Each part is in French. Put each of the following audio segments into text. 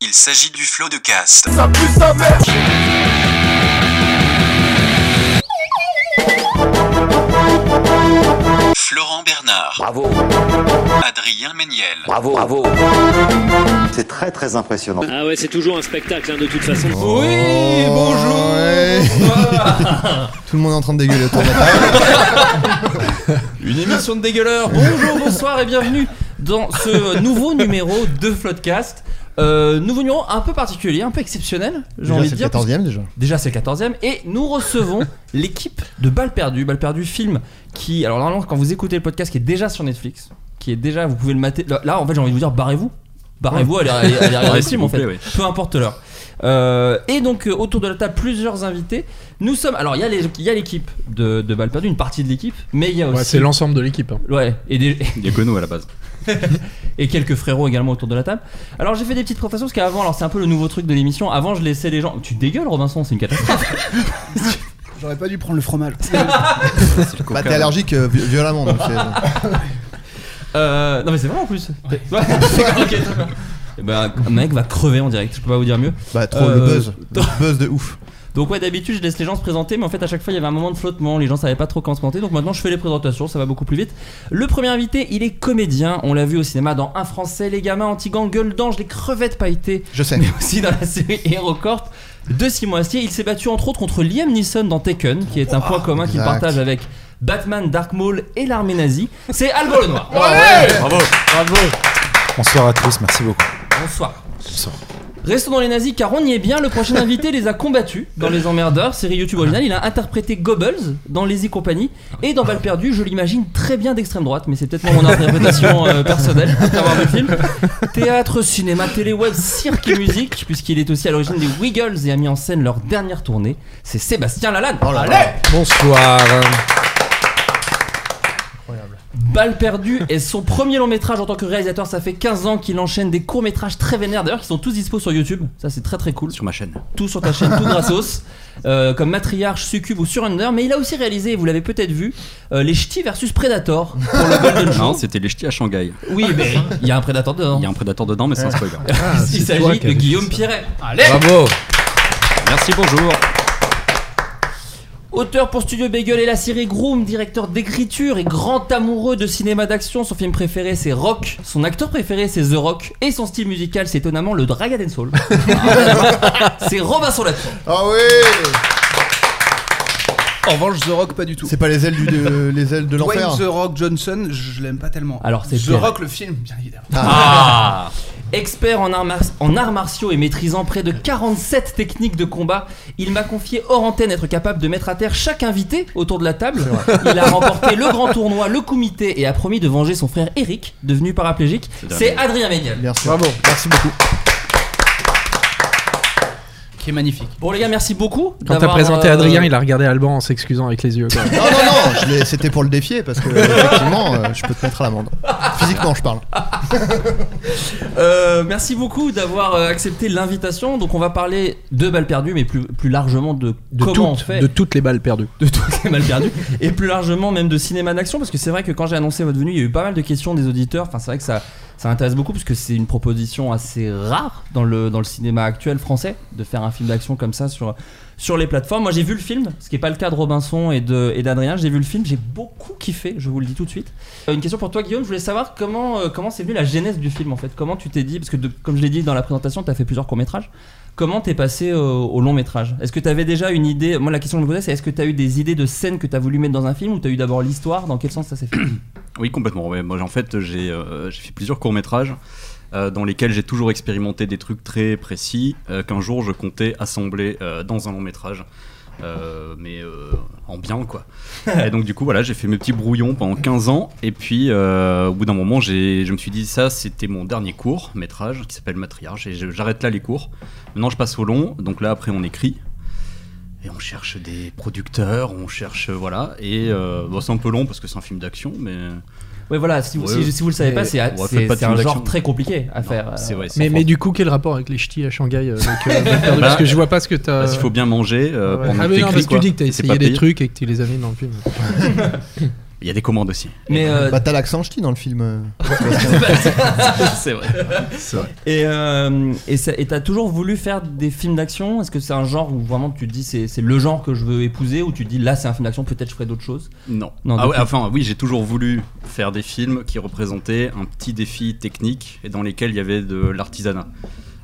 Il s'agit du flot de cast. Florent Bernard, Bravo, Adrien Méniel, bravo, bravo. C'est très très impressionnant. Ah ouais, c'est toujours un spectacle hein, de toute façon. Oh. Oui, bonjour Oh, Ouais. Tout le monde est en train de dégueuler autour de la table. Une émission de dégueuleur. Bonjour, bonsoir et bienvenue dans ce nouveau numéro de Floodcast. Euh, nouveau numéro un peu particulier, un peu exceptionnel, j'ai Déjà, envie de c'est le dire. 14 e déjà. Déjà c'est le 14e et nous recevons l'équipe de Balles perdues, Balles perdues film qui alors normalement quand vous écoutez le podcast qui est déjà sur Netflix, qui est déjà vous pouvez le mater. Là, là, en fait j'ai envie de vous dire barrez-vous. Barrez-vous allez allez- allez regarder le film en fait. Peu importe l'heure. Euh, et donc euh, autour de la table plusieurs invités. Nous sommes alors il y a les- il y a l'équipe de, de Balles perdues, une partie de l'équipe, mais il y a aussi Ouais, c'est l'ensemble de l'équipe. hein. Ouais, et, des- Il y a que nous à la base. et quelques frérots également autour de la table. Alors j'ai fait des petites préfaces parce qu'avant, alors c'est un peu le nouveau truc de l'émission. Avant, je laissais les gens. Tu dégueules, Robinson, c'est une catastrophe. J'aurais pas dû prendre le fromage. Bah, t'es allergique euh, vi- violemment. Donc c'est- Euh, non, mais c'est vrai en plus. Ouais. Ok, très bien. Eh ben, un mec va crever en direct, je peux pas vous dire mieux. bah, trop le Euh, buzz. Le buzz de ouf. Donc, ouais, d'habitude, je laisse les gens se présenter, mais en fait, à chaque fois, il y avait un moment de flottement, les gens savaient pas trop comment se présenter. Donc, maintenant, je fais les présentations, ça va beaucoup plus vite. Le premier invité, il est comédien, on l'a vu au cinéma dans Un Français, les gamins, Antigang, Gueule d'Ange, les crevettes pailletées. Je sais. mais aussi dans la série HeroCorp de Simon Astier. Il s'est battu entre autres contre Liam Neeson dans Taken, qui est un point commun qu'il exact. partage avec Batman, Dark Maul et l'armée nazie. C'est Albo le Noir. Bravo Bravo. Bonsoir à tous, merci beaucoup. Bonsoir. Restons dans les nazis car on y est bien. Le prochain invité les a combattus dans Les Emmerdeurs, série YouTube originale. Il a interprété Goebbels dans Les y Compagnie et dans Balle perdue, je l'imagine très bien d'extrême droite, mais c'est peut-être moi, mon interprétation euh, personnelle après avoir vu le film. Théâtre, cinéma, télé, web, cirque et musique, puisqu'il est aussi à l'origine des Wiggles et a mis en scène leur dernière tournée. C'est Sébastien Lalanne. Oh Bonsoir. Balle perdue est son premier long métrage en tant que réalisateur. Ça fait 15 ans qu'il enchaîne des courts métrages très vénères, d'ailleurs, qui sont tous dispo sur YouTube. Ça, c'est très très cool. Sur ma chaîne. tout sur ta chaîne, tout grassos, euh, comme Matriarche, Succube ou Surrender, mais il a aussi réalisé, et vous l'avez peut-être vu, euh, les Ch'tis versus Predator pour le Golden Non, Show. c'était les ch'tis à Shanghai. Oui, mais il y a un Predator dedans. Il y a un prédateur dedans, mais Ah, c'est un spoiler. il s'agit de Guillaume Pierret. Allez Bravo. Merci, bonjour. Auteur pour Studio Bagel et la série Groom, directeur d'écriture et grand amoureux de cinéma d'action, son film préféré c'est Rock, son acteur préféré c'est The Rock et son style musical c'est étonnamment le Dragon and Soul. c'est Robinson Latour. Ah ouais En revanche, The Rock, pas du tout. C'est pas les ailes, du, de, les ailes de l'enfer Dwayne The Rock Johnson, je je l'aime pas tellement. Alors, c'est The Pierre. Rock, le film, bien évidemment. Ah Expert en arts, mar- en arts martiaux et maîtrisant près de 47 techniques de combat, il m'a confié hors antenne être capable de mettre à terre chaque invité autour de la table. Il a remporté le grand tournoi, le comité et a promis de venger son frère Eric, devenu paraplégique. C'est Adrien Méniel. Bien sûr. Bravo, merci beaucoup. Qui est magnifique. Bon les gars, merci beaucoup. Quand t'as d'avoir, présenté euh, Adrien, il a regardé Alban en s'excusant avec les yeux. quoi. Non, non, non, je l'ai- c'était pour le défier parce que, effectivement, euh, je peux te mettre à l'amende. Physiquement, je parle. Ah euh, merci beaucoup d'avoir euh, accepté l'invitation. Donc on va parler de balles perdues, mais plus, plus largement de, De, comment on toutes, fait. de toutes les balles perdues. de tout est mal perdu et plus largement même de cinéma d'action parce que c'est vrai que quand j'ai annoncé votre venue il y a eu pas mal de questions des auditeurs enfin c'est vrai que ça ça intéresse beaucoup parce que c'est une proposition assez rare dans le dans le cinéma actuel français de faire un film d'action comme ça sur sur les plateformes moi j'ai vu le film ce qui est pas le cas de Robinson et de et d'Adrien j'ai vu le film j'ai beaucoup kiffé je vous le dis tout de suite Euh, une question pour toi Guillaume je voulais savoir comment euh, comment c'est venu la genèse du film en fait comment tu t'es dit parce que de- comme je l'ai dit dans la présentation tu as fait plusieurs courts métrages Comment t'es passé euh, au long métrage Est-ce que t'avais déjà une idée Moi, la question que je me posais, c'est est-ce que t'as eu des idées de scènes que t'as voulu mettre dans un film ou t'as eu d'abord l'histoire Dans quel sens ça s'est fait Oui, complètement. ouais. Moi, en fait, j'ai euh, j'ai fait plusieurs courts-métrages euh, dans lesquels j'ai toujours expérimenté des trucs très précis euh, qu'un jour je comptais assembler euh, dans un long-métrage. euh, mais euh, en bien quoi. Et donc du coup voilà j'ai fait mes petits brouillons pendant 15 ans et puis euh, au bout d'un moment j'ai- je me suis dit ça c'était mon dernier court métrage qui s'appelle Matriarche et je- j'arrête là les cours. Maintenant je passe au long donc là après on écrit Et on cherche des producteurs, on cherche, euh, voilà. Et euh, bon, c'est un peu long parce que c'est un film d'action, mais. Ouais, voilà. Si vous, Ouais. si, si vous le savez pas, Ouais, c'est on va c'est- faire pas de c'est un film genre d'action. très compliqué à Non, faire. euh. C'est vrai. Mais, mais du coup, quel rapport avec les ch'tis à Shanghai euh, avec, euh, balles perdues Bah, Parce que je vois pas ce que t'as. il faut bien manger euh, Ouais. pendant Ah, que mais non, t'écris, parce que quoi. tu dis que t'as C'est pas essayé des payé. trucs et que tu les as mis dans le film. Il y a des commandes aussi. Mais euh, Bah, t'as l'accent ch'ti dans le film. euh, Ah, c'est vrai. et euh, et ça- et t'as toujours voulu faire des films d'action Est-ce que c'est un genre où vraiment tu te dis c'est c'est le genre que je veux épouser ou tu te dis là c'est un film d'action peut-être je ferai d'autres choses Non. Non, Ah donc- ouais, enfin, oui, j'ai toujours voulu faire des films qui représentaient un petit défi technique et dans lesquels il y avait de l'artisanat.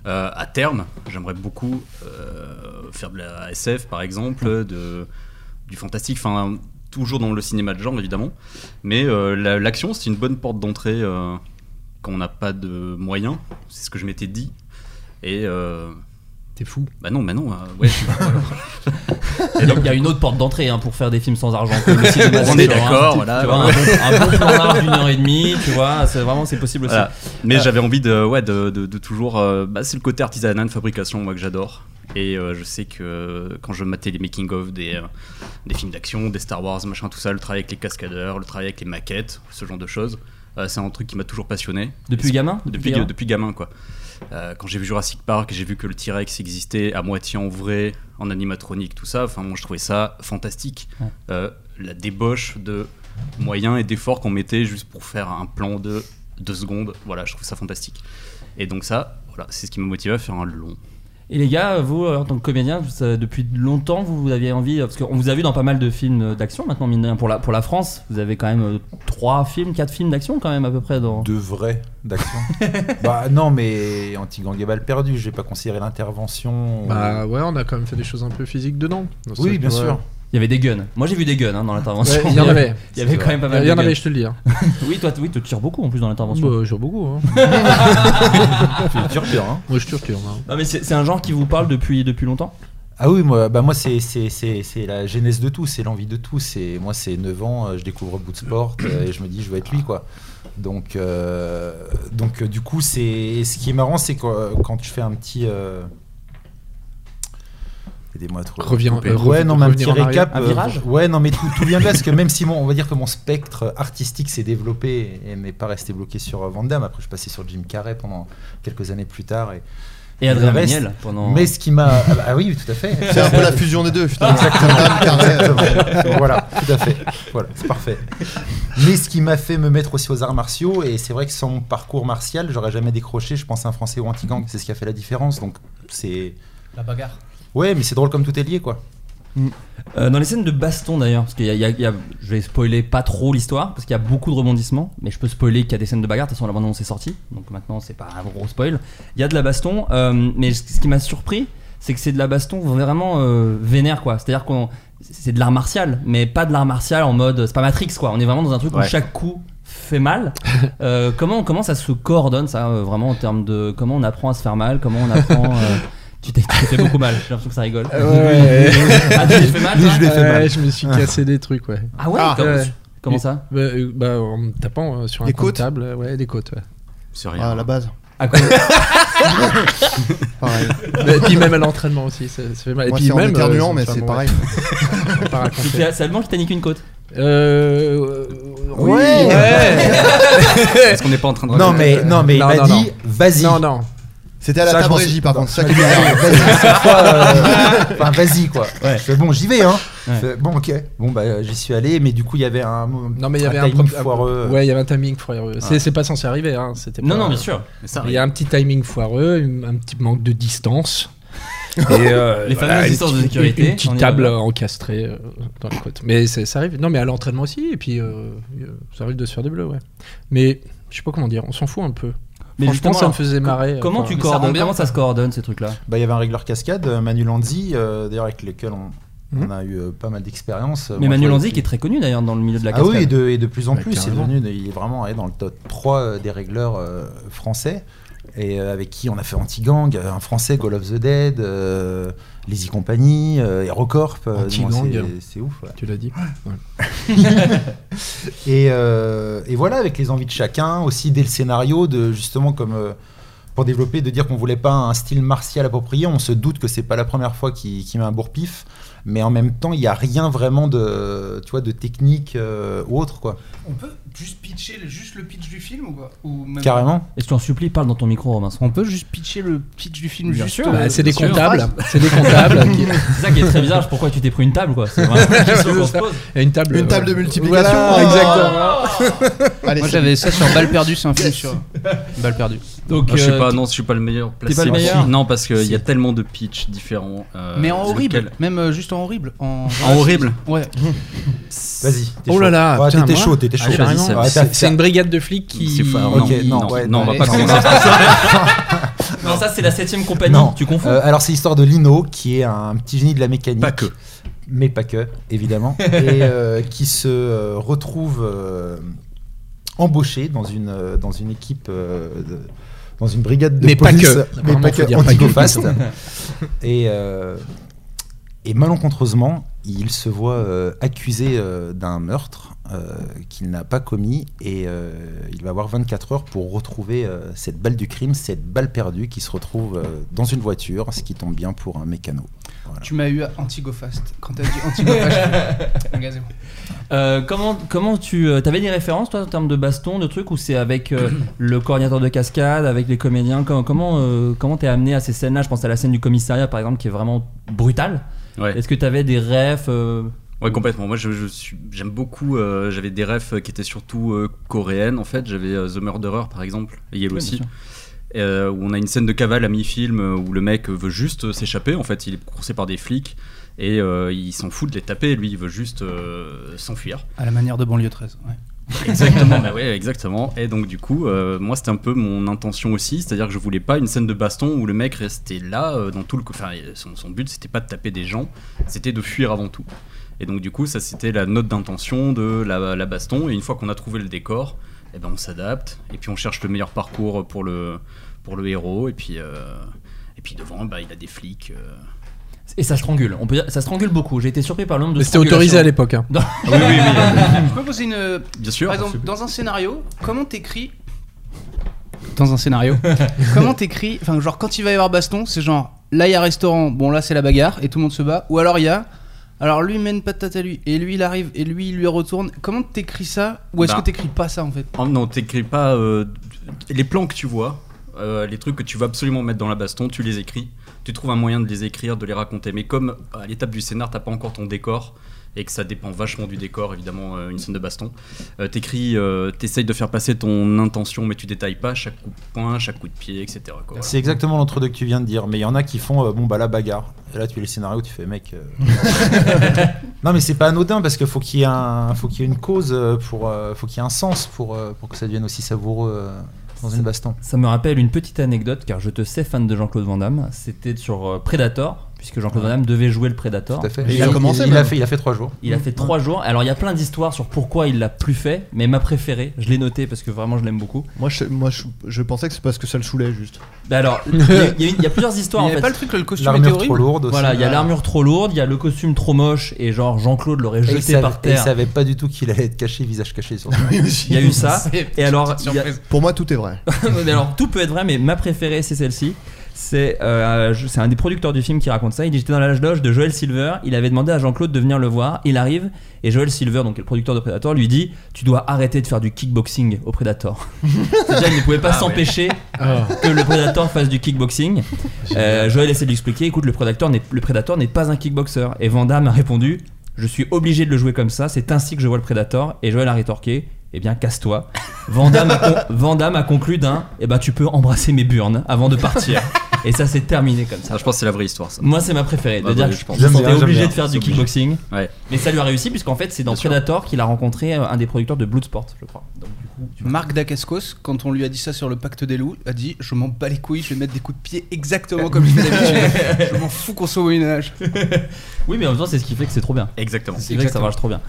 Euh, à terme, j'aimerais beaucoup euh, faire de la SF, par exemple, de, du fantastique, enfin, toujours dans le cinéma de genre, évidemment. Mais euh, la- l'action, c'est une bonne porte d'entrée euh, quand on n'a pas de moyens. C'est ce que je m'étais dit. Et. euh, T'es fou. bah non, bah non, euh, ouais, je suis- Il y a- il y a une autre porte d'entrée hein, pour faire des films sans argent. que le cinéma, On c'est est genre, hein, d'accord, voilà. Ah Tu vois, un bon, un bon plan d'art d'une heure et demie, tu vois, c'est vraiment c'est possible aussi. Voilà. Mais Euh, j'avais envie de, ouais, de, de- de toujours. euh, bah, c'est le côté artisanal de fabrication, moi, que j'adore. Et euh, je sais que euh, quand je matais les making-of des, euh, des films d'action, des Star Wars, machin, tout ça, le travail avec les cascadeurs, le travail avec les maquettes, ce genre de choses, euh, c'est un truc qui m'a toujours passionné. Depuis gamin Depuis, gamin depuis gamin, quoi. Euh, quand j'ai vu Jurassic Park, j'ai vu que le T-Rex existait à moitié en vrai, en animatronique, tout ça. Enfin, moi, je trouvais ça fantastique. Ouais. Euh, la débauche de moyens et d'efforts qu'on mettait juste pour faire un plan de deux secondes, voilà, je trouve ça fantastique. Et donc ça, voilà, c'est ce qui me motive à faire un long. Et les gars, vous, euh, en tant que comédien, vous, euh, depuis longtemps, vous, vous aviez envie, euh, parce qu'on vous a vu dans pas mal de films euh, d'action maintenant, mine de rien, pour la, pour la France, vous avez quand même euh, trois films, quatre films d'action quand même à peu près dans... De vrai, d'action. bah non, mais Antigang et balle perdue, je vais pas considérer l'intervention. Bah ouais, on a quand même fait des choses un peu physiques dedans. Dans ce- oui, bien ouais. sûr. Il y avait des guns. Moi j'ai vu des guns hein, dans Ouais, l'intervention. Il y en avait. Il y avait quand même pas mal Il y en de avait, guns. je te le dis. hein. Oui, toi, t- oui, tu tires beaucoup en plus dans l'intervention. Bah, je tire beaucoup. hein. Tu dures bien, hein. Moi, je tire, je tire. hein. Non, mais c'est c'est un genre qui vous parle depuis, depuis longtemps Ah oui, moi, bah moi c'est, c'est, c'est, c'est la genèse de tout, c'est l'envie de tout. C'est, moi, c'est 9 ans, euh, je découvre Bootsport euh, et je me dis, je veux être lui, quoi. Donc, euh, donc euh, du coup, c'est, ce qui est marrant, c'est que euh, quand tu fais un petit. euh, Aidez-moi à trouver. Reviens, euh, rev- ouais, non, mais un petit revenir en récap. arrière. Un euh, virage ouais, non, mais tout, tout vient de là, parce que même si mon, on va dire que mon spectre artistique s'est développé et n'est pas resté bloqué sur euh, Van Damme, après, je suis passé sur Jim Carrey pendant quelques années plus tard. Et... Et Adrien Le reste- Méniel pendant... Mais ce qui m'a. Ah, bah, ah oui, tout à fait. C'est un peu la fusion des deux, putain. Dame, carré. Exactement. Ah, voilà, tout à fait. Voilà, c'est parfait. Mais ce qui m'a fait me mettre aussi aux arts martiaux, et c'est vrai que sans mon parcours martial, j'aurais jamais décroché, je pense, un français ou un gang C'est ce qui a fait la différence. Donc, c'est. La bagarre. Ouais, mais c'est drôle comme tout est lié, quoi. Euh, dans les scènes de baston d'ailleurs, parce qu'il y a, il y a- il y a- je vais spoiler pas trop l'histoire, parce qu'il y a beaucoup de rebondissements, mais je peux spoiler qu'il y a des scènes de bagarre, de toute façon la bande-annonce est sortie, donc maintenant c'est pas un gros spoil. Il y a de la baston, euh, mais ce ce qui m'a surpris, c'est que c'est de la baston vraiment euh, vénère quoi, c'est-à-dire qu'on c'est de l'art martial, mais pas de l'art martial en mode c'est pas Matrix quoi, on est vraiment dans un truc où Ouais. chaque coup fait mal. Euh, comment comment ça se coordonne ça euh, vraiment en termes de comment on apprend à se faire mal, comment on apprend euh, Tu t'es tu t'es fait beaucoup mal, j'ai l'impression que ça rigole. Euh, Ouais. Ah, tu t'es fait mal, toi Ouais, je me suis cassé des trucs, ouais. ah ouais, Ah, comment, ouais. comment Et- ça Bah, euh, bah, en me tapant euh, sur Des un coup de côtes table, euh, ouais, des côtes. ouais. C'est rien. Ah, la base. À cause- Pareil. Mais- Bah, Et puis même à l'entraînement aussi, ça, ça fait mal. Et Moi, puis c'est en même. éternuant, euh, mais ça c'est me- pareil. je peux pas raconter. C'est c'est allemand qui t'a niqué une côte. Euh, euh, oui, Ouais. ouais. Est-ce qu'on n'est pas en train de Non, raconter- mais, non, mais il euh, Non, m'a non, non. dit, vas-y. Non, non. C'était à la Ça, je table m'en régie, sou- par non, contre. je Ça m'en qui est souviens. bizarre. Vas-y, cette fois, euh, enfin, vas-y, quoi. Ouais. Je fais, bon, j'y vais, hein. Je Ouais. fais, bon, ok. Bon, bah, euh, j'y suis allé, mais du coup, il y avait un. Non, mais il y avait un, timing pro- un- foireux. Ouais, il y avait un timing foireux. C'est, c'est pas censé arriver, hein. C'était Non, pas- non, bien sûr. Mais ça Il y a un petit timing foireux, une- un petit manque de distance. Et euh, Les voilà, fameuses une distances de petite- sécurité, Une, on y petite table revient. euh, encastrée euh, dans les côtes. Mais c'est- ça arrive. Non, mais à l'entraînement aussi. Et puis, euh, euh, ça arrive de se faire des bleus, ouais. Mais je sais pas comment dire, on s'en fout un peu. Mais Franchement, justement, ça me alors, faisait marrer. comment enfin, tu mais ça coordonnes rend bien. Comment ça se coordonne ces trucs-là Bah, il y avait un régleur cascade, euh, Manu Lanzi, euh, d'ailleurs avec lequel on, Mhm. on a eu euh, pas mal d'expérience. Mais Manu Lanzi qui est très connu d'ailleurs dans le milieu de la Ah cascade. oui, et de, et de plus en Bah, plus, c'est carrément. devenu, il est vraiment allé dans le top 3 euh, des régleurs euh, français, et euh, avec qui on a fait Anti-Gang, euh, un français, Call of the Dead, euh, Lazy Company, euh, Aerocorp. euh, Anti-Gang. non, c'est- C'est ouf. ouais. Tu l'as Ah, dit. Et, euh, et voilà, avec les envies de chacun, aussi dès le scénario, de justement comme. euh, pour développer, de dire qu'on voulait pas un style martial approprié. On se doute que c'est pas la première fois qu'il qu'il met un bourre-pif, mais en même temps, il n'y a rien vraiment de, tu vois, de technique euh, ou autre, quoi. On peut juste pitcher le- juste le pitch du film ou quoi Ou même- Carrément. Est-ce que t'en supplie, parle dans ton micro, Romain. On peut juste pitcher le pitch du film Bien juste. sûr. Ah, euh, Bah, c'est des sur une comptables. phrase. C'est des comptables. qui- C'est ça qui est très bizarre. c'est Pourquoi tu t'es pris une table, quoi C'est vraiment une question qu'on se pose. et une table. Une table de voilà. multiplication. Ah. Voilà, exactement. Allez, Ah. Moi c'est- j'avais ça sur Balle perdue, c'est un film sur Balle perdue. Donc, Ah, je euh, sais pas, non, je suis pas le meilleur pas le placé. meilleur Non, parce qu'il Si. y a tellement de pitchs différents. euh, Mais en horrible, lequel- même euh, juste en horrible. En, En horrible Ouais. Vas-y. t'es Oh chaud. là là, Ouais, putain, t'étais moi- chaud, t'étais chaud. Ah, vas-y, Ouais, ça- t'as- C'est c'est t'as- une brigade de flics qui. C'est fa- Ok, non, non, non, ouais, non, on va allez, pas non, commencer non. par ça. non, ça, c'est la 7ème compagnie. Non. Tu confonds. Euh, alors c'est l'histoire de Lino qui est un petit génie de la mécanique. Pas que. Mais pas que, évidemment. et euh, qui se euh, retrouve euh, embauché dans une, euh, dans une équipe, euh, de- dans une brigade de Mais pas police. que. Mais Vraiment, pas faut que, dire pas que. anticofaste. et, euh, et malencontreusement, il se voit euh, accusé euh, d'un meurtre euh, qu'il n'a pas commis et euh, il va avoir 24 heures pour retrouver euh, cette balle du crime, cette balle perdue qui se retrouve euh, dans une voiture, ce qui tombe bien pour un mécano. Oh, Tu m'as eu à Antigofast. Quand t'as dit Antigofast, mon gars, c'est bon. Euh, comment, comment tu. euh, T'avais des références, toi, en termes de baston, de trucs, ou c'est avec euh, le coordinateur de cascade, avec les comédiens Comment comment euh, comment t'es amené à ces scènes-là Je pense à la scène du commissariat, par exemple, qui est vraiment brutale. Ouais. Est-ce que t'avais des refs euh, Ouais, complètement. Moi, je, je suis- j'aime beaucoup. euh, j'avais des refs euh, qui étaient surtout euh, coréennes, en fait. J'avais euh, The Murderer, par exemple, et bien Yellow aussi. sûr. euh, où on a une scène de cavale à mi-film euh, où le mec veut juste euh, s'échapper. En fait, il est coursé par des flics et euh, il s'en fout de les taper. Lui, il veut juste euh, s'enfuir. À la manière de banlieue 13. Ouais. Exactement. bah ouais, exactement. Et donc, du coup, euh, moi, c'était un peu mon intention aussi. C'est-à-dire que je voulais pas une scène de baston où le mec restait là euh, dans tout le. co- Enfin, son, son but, c'était pas de taper des gens, c'était de fuir avant tout. Et donc, du coup, ça, c'était la note d'intention de la, la baston. Et une fois qu'on a trouvé le décor, eh ben, on s'adapte. Et puis, on cherche le meilleur parcours pour le, pour le héros. Et puis. euh, et puis devant, bah, il a des flics. euh. Et ça strangule. On peut dire, ça strangule beaucoup. J'ai été surpris par le nombre de. Mais C'était autorisé à strangulations. l'époque. hein. Je peux poser une. euh, Bien sûr. Par exemple, dans un scénario, comment t'écris. Dans un scénario, comment t'écris. Enfin, genre, quand il va y avoir baston, c'est genre, là il y a restaurant, bon là c'est la bagarre et tout le monde se bat. Ou alors il y a. Alors lui il mène patate à lui, et lui il arrive, et lui il lui retourne. Comment t'écris ça Ou est-ce Bah. que t'écris pas ça en fait Oh, non, t'écris pas euh, les plans que tu vois, euh, les trucs que tu vas absolument mettre dans la baston, tu les écris. Tu trouves un moyen de les écrire, de les raconter. Mais comme à l'étape du scénar, t'as pas encore ton décor et que ça dépend vachement du décor, évidemment, euh, une scène de baston, euh, t'écris, euh, t'essayes de faire passer ton intention, mais tu détailles pas chaque coup de poing, chaque coup de pied, etc. quoi. Voilà. C'est exactement l'entre-deux que tu viens de dire, mais il y en a qui font euh, bon bah la bagarre. Et là tu es le scénario, tu fais mec. euh, non mais c'est pas anodin parce que faut qu'il y ait un, faut qu'il y ait une cause euh, pour, euh, faut qu'il y ait un sens pour euh, pour que ça devienne aussi savoureux euh, dans une baston. Ça me rappelle une petite anecdote, car je te sais fan de Jean-Claude Van Damme. C'était sur euh, Predator, puisque Jean-Claude Van Damme devait jouer le Predator. Tout à fait. Mais il a commencé, Il, a même. fait, il a fait trois jours. Il a fait trois jours. Alors il y a plein d'histoires sur pourquoi il l'a plus fait, mais ma préférée, je l'ai notée parce que vraiment je l'aime beaucoup. Moi, je, moi je, je pensais que c'est parce que ça le saoulait juste. Bah alors, il y, a- il y a- il y a plusieurs histoires Il y en avait fait. pas le truc, que le costume était L'armure trop horrible lourde. aussi. Ah. Voilà, il y a l'armure trop lourde, il y a le costume trop moche et genre Jean-Claude l'aurait Et il jeté savait, par et il terre. savait pas du tout qu'il allait être caché, visage caché. Sur Il y a eu ça. C'est- Et alors, il y a- Surprise. Pour moi, tout est vrai. Ah, Mais alors tout peut être vrai, mais ma préférée c'est celle-ci. C'est euh, je- c'est un des producteurs du film qui raconte ça. Il dit j'étais dans la loge de Joel Silver. Il avait demandé à Jean-Claude de venir le voir. Il arrive et Joel Silver, donc le producteur de Predator, lui dit tu dois arrêter de faire du kickboxing au Predator. C'est-à-dire il ne pouvait pas s'empêcher Ah. Ah, que le Predator fasse du kickboxing. Euh, Joël essaie de lui expliquer écoute, le Predator n'est le Predator n'est pas un kickboxer. Et Van Damme a répondu je suis obligé de le jouer comme ça, c'est ainsi que je vois le Predator. Et Joël a rétorqué eh bien, casse-toi. Van Damme, a con- Van Damme a conclu d'un eh ben, tu peux embrasser mes burnes avant de partir. Et ça, c'est terminé comme ça. Ça, je pense que c'est la vraie histoire, ça. Moi, c'est ma préférée, de Ah bah, dire je que pense. je J'aime sentais bien, j'aime obligé bien. de faire du C'est obligé. kickboxing. Ouais. Mais ça lui a réussi, puisqu'en fait, c'est dans Bien sûr. Predator qu'il a rencontré euh, un des producteurs de Bloodsport, je crois. Donc, du coup, tu vois. Marc Dacascos, quand on lui a dit ça sur le pacte des loups, a dit Je m'en bats les couilles, je vais mettre des coups de pied exactement comme je fais d'habitude. je m'en fous qu'on soit au Moyen-Âge. Oui, mais en même temps, c'est ce qui fait que c'est trop bien. Exactement. C'est vrai que ça marche trop bien.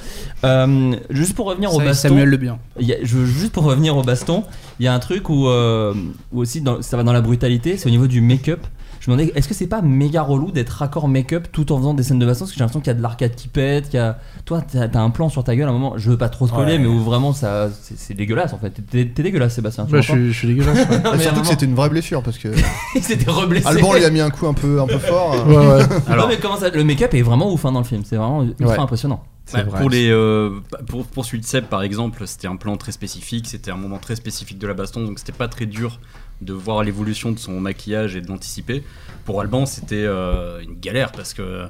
Euh, juste pour revenir au Ça et baston. Samuel Le Bien. Il y a- je veux juste pour revenir au baston, il y a un truc où, euh, où aussi dans- ça va dans la brutalité, c'est au niveau du make-up. Je me demandais, est-ce que c'est pas méga relou d'être raccord make-up tout en faisant des scènes de baston Parce que j'ai l'impression qu'il y a de l'arcade qui pète, qu'il y a. Toi, t'as t'as un plan sur ta gueule à un moment, je veux pas trop spoiler, Ouais. mais où vraiment ça. C'est c'est dégueulasse en fait. T'es- T'es t'es dégueulasse, Sébastien. tu Ouais, Bah, je, m'entends suis, je suis dégueulasse. hein. ouais. Non, mais Surtout vraiment, que c'était une vraie blessure parce que il s'était reblessé. Alban lui a mis un coup un peu, un peu fort. euh. Ouais, ouais. Non, mais comment ça- Le make-up est vraiment ouf hein, dans le film, c'est vraiment ultra Ouais. impressionnant. Bah, pour les euh, bah, pour pour celui de Seb par exemple, c'était un plan très spécifique, c'était un moment très spécifique de la baston, donc c'était pas très dur de voir l'évolution de son maquillage et de l'anticiper. Pour Alban, c'était euh, une galère parce que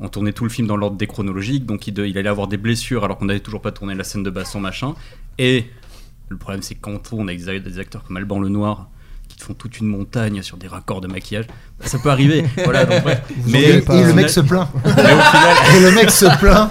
on tournait tout le film dans l'ordre déchronologique, donc il, de- il allait avoir des blessures alors qu'on n'avait toujours pas tourné la scène de baston machin. Et le problème c'est que quand on tourne avec des des acteurs comme Alban Lenoir qui te font toute une montagne sur des raccords de maquillage, bah, ça peut arriver. voilà, donc, bref. engueulez Mais pas. au Et hein. le mec final- se plaint. mais au final- Et le mec se plaint.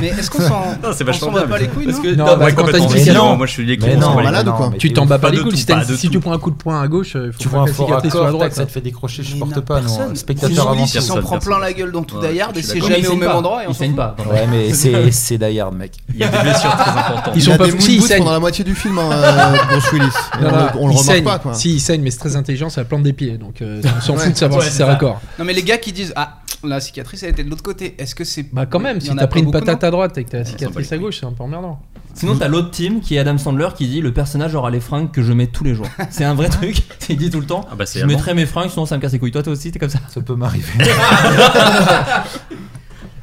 Mais est-ce qu'on s'en. Non, c'est on vachement s'en bat bien, pas les couilles, non Non, Ah, bah, moi, quand t'as complètement. une Mais cicatrice- non. Non, moi je suis l'équipe Mais on s'en non, bat les malade ou couilles. quoi mais Tu t'en bats pas, Pas les de couilles. tout, si t'as- pas de si tu tout. prends un coup de poing à gauche, il faut Tu pas vois un que la fort cicatrice soit à accord, tac, droite. hein. ça te fait décrocher, je Mais supporte n'a pas. Non, personne. spectateur Bruce avant Willis, mentir, tout. il s'en ça, prend personne. plein la gueule dans tout Ouais, Die Hard je et suis c'est d'accord. Mais il jamais au saigne même pas. endroit et on Il s'en saigne fout. pas. Ouais, mais c'est c'est Die Hard, mec. Il y a des blessures très importantes. Ils Il sont a pas des fous. mood Si, ils boots saignent. pendant la moitié du film, hein, euh, Bruce Willis. Et Non, on, le- non, on le il remarque saigne. pas, quoi. Si, il saigne, mais c'est très intelligent, c'est la plante des pieds. Donc, euh, on s'en fout de savoir Ouais, si c'est c'est ça. raccord. Non, mais les gars qui disent Ah, la cicatrice, elle était de l'autre côté. Est-ce que c'est. Bah, quand même, Il y si en a t'as pas pris une beaucoup, patate à droite et que t'as la s'en bat cicatrice les à gauche, c'est un peu emmerdant. Sinon, t'as l'autre team qui est Adam Sandler qui dit le personnage aura les fringues que je mets tous les jours. C'est un vrai truc, il dit tout le temps. Ah bah, c'est je allemand. mettrai mes fringues, sinon ça me casse les couilles. Toi, toi aussi, t'es comme ça. Ça peut m'arriver. Il y a-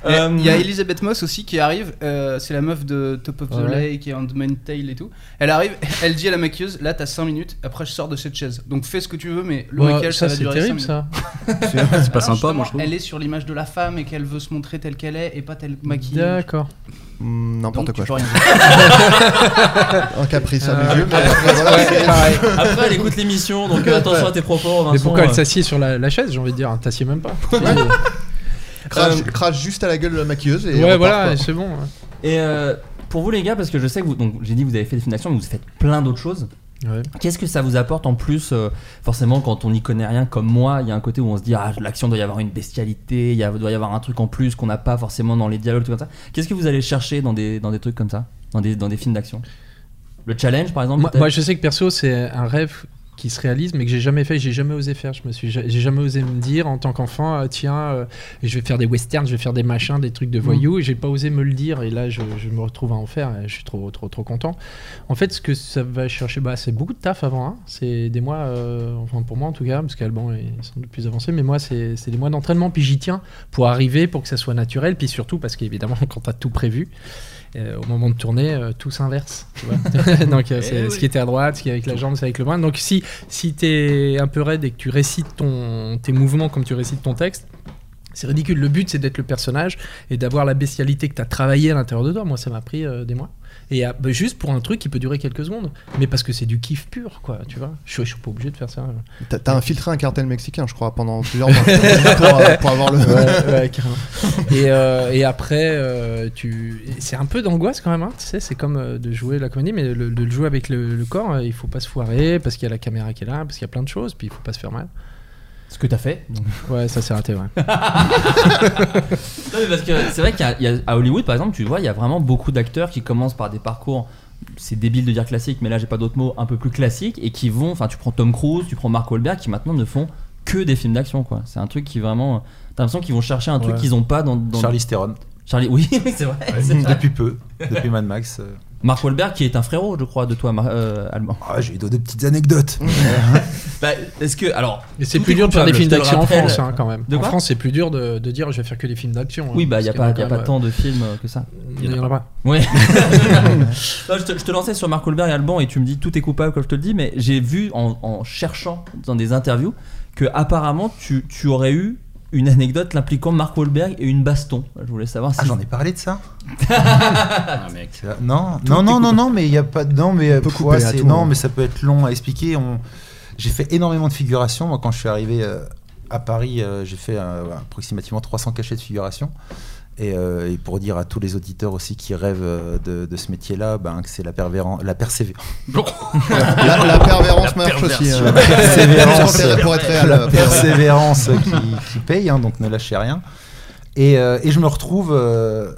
Euh, il y a Elisabeth Moss aussi qui arrive, euh, c'est la meuf de Top of the Ouais. Lake et Handmaid's Tale et tout. Elle arrive, elle dit à la maquilleuse Là, t'as 5 minutes, après je sors de cette chaise. Donc fais ce que tu veux, mais le Bah, maquillage, ça, ça, va c'est durer 5 terrible, minutes. ça. C'est pas Alors, sympa, moi je justement, trouve. Elle est sur l'image de la femme et qu'elle veut se montrer telle qu'elle est et pas telle maquillée. D'accord. Hmm, Donc, N'importe tu quoi. peux rien je dire. pense. Un caprice à mes Euh, yeux. mais après, voilà, c'est- Après, elle écoute l'émission, donc euh, attention à tes propos. Vincent, Mais pourquoi elle euh, s'assied sur la, la chaise, j'ai envie de dire T'assieds même pas. Crache, Euh, crache juste à la gueule de la maquilleuse et ouais, repart, voilà, quoi. c'est bon. ouais. Et euh, pour vous, les gars, parce que je sais que vous, donc j'ai dit, vous avez fait des films d'action, mais vous faites plein d'autres choses. Ouais. Qu'est-ce que ça vous apporte en plus euh, Forcément, quand on n'y connaît rien comme moi, il y a un côté où on se dit ah l'action doit y avoir une bestialité, il y a- doit y avoir un truc en plus qu'on n'a pas forcément dans les dialogues, tout comme ça. Qu'est-ce que vous allez chercher dans des, dans des trucs comme ça, dans des, dans des films d'action Le challenge, par exemple. Moi, peut-être moi, je sais que perso, c'est un rêve qui se réalise, mais que j'ai jamais fait, j'ai jamais osé faire. Je me suis, j'ai jamais osé me dire en tant qu'enfant, ah, tiens, euh, je vais faire des westerns, je vais faire des machins, des trucs de voyous. Et j'ai pas osé me le dire. Et là, je, je me retrouve à en faire. Et je suis trop, trop, trop content. En fait, ce que ça va chercher, bah, c'est beaucoup de taf avant. hein. C'est des mois, euh, enfin pour moi en tout cas, parce qu'Alban est sans doute plus avancé, mais moi, c'est c'est des mois d'entraînement. Puis j'y tiens pour arriver, pour que ça soit naturel. Puis surtout, parce qu'évidemment, quand t'as tout prévu, euh, au moment de tourner, euh, tout s'inverse. tu vois. Donc, euh, c'est ce qui était à droite, ce qui est avec la jambe, c'est avec le bras. Donc, si, si t'es un peu raide et que tu récites ton, tes mouvements comme tu récites ton texte, c'est ridicule. Le but, c'est d'être le personnage et d'avoir la bestialité que t'as travaillé à l'intérieur de toi. Moi, ça m'a pris euh, des mois. Et à- bah, juste pour un truc qui peut durer quelques secondes. Mais parce que c'est du kiff pur, quoi, tu vois. Je suis- je suis pas obligé de faire ça. T'as- T'as infiltré un cartel mexicain, je crois, pendant plusieurs mois. pour, euh, pour avoir le. ouais, ouais, carrément. Et, euh, et après, euh, tu... c'est un peu d'angoisse quand même, hein, tu sais, c'est comme euh, de jouer la comédie, mais le- de le jouer avec le, le corps, euh, il faut pas se foirer, parce qu'il y a la caméra qui est là, parce qu'il y a plein de choses, puis il faut pas se faire mal. ce que t'as fait. donc. Ouais, ça s'est raté, ouais. Non, mais parce que c'est vrai qu'à Hollywood, par exemple, tu vois, il y a vraiment beaucoup d'acteurs qui commencent par des parcours. C'est débile de dire classique, mais là j'ai pas d'autres mots un peu plus classiques et qui vont. Enfin, tu prends Tom Cruise, tu prends Mark Wahlberg, qui maintenant ne font que des films d'action, quoi. C'est un truc qui vraiment. T'as l'impression qu'ils vont chercher un truc Ouais. qu'ils ont pas dans. dans Charlie Theron. Charlie- Oui, oui, c'est vrai. c'est vrai. Depuis peu, depuis Mad Max. euh. Mark Wahlberg, qui est un frérot, je crois, de toi, Mar- euh, allemand. Ah, j'ai deux petites anecdotes. Bah, est-ce que alors Mais c'est Tout plus est dur de faire des coupable, films je te le d'action en rappelle. France, hein, quand même. De en quoi France, c'est plus dur de, de dire je vais faire que des films d'action. hein, oui, bah il y a parce qu'il pas, en y a pas quand tant de films euh, que ça. même, euh, Il y en a pas. Ouais. Non, je, te, je te lançais sur Mark Wahlberg et Alban et tu me dis tout est coupable comme je te le dis, mais j'ai vu en, en cherchant dans des interviews que apparemment tu, tu aurais eu une anecdote l'impliquant Mark Wahlberg et une baston. Je voulais savoir si. Ah, j'en ai parlé de ça Ah, mec. C'est là- Non, non, non, non, non, mais il y a pas. Non, mais peut pff, couper ouais, à c'est- tout, non, hein. mais ça peut être long à expliquer. On... J'ai fait énormément de figurations. Moi, quand je suis arrivé euh, à Paris, euh, j'ai fait euh, approximativement 300 cachets de figuration. Et, euh, et pour dire à tous les auditeurs aussi qui rêvent euh, de, de ce métier-là, ben, que c'est la, pervéran- la persévérance. La, la pervérance La marche aussi. perversion. euh. La persévérance. Pour être- pour être réel, la euh, pour être- persévérance qui, qui paye, hein, donc ne lâchez rien. Et, euh, et je me retrouve euh,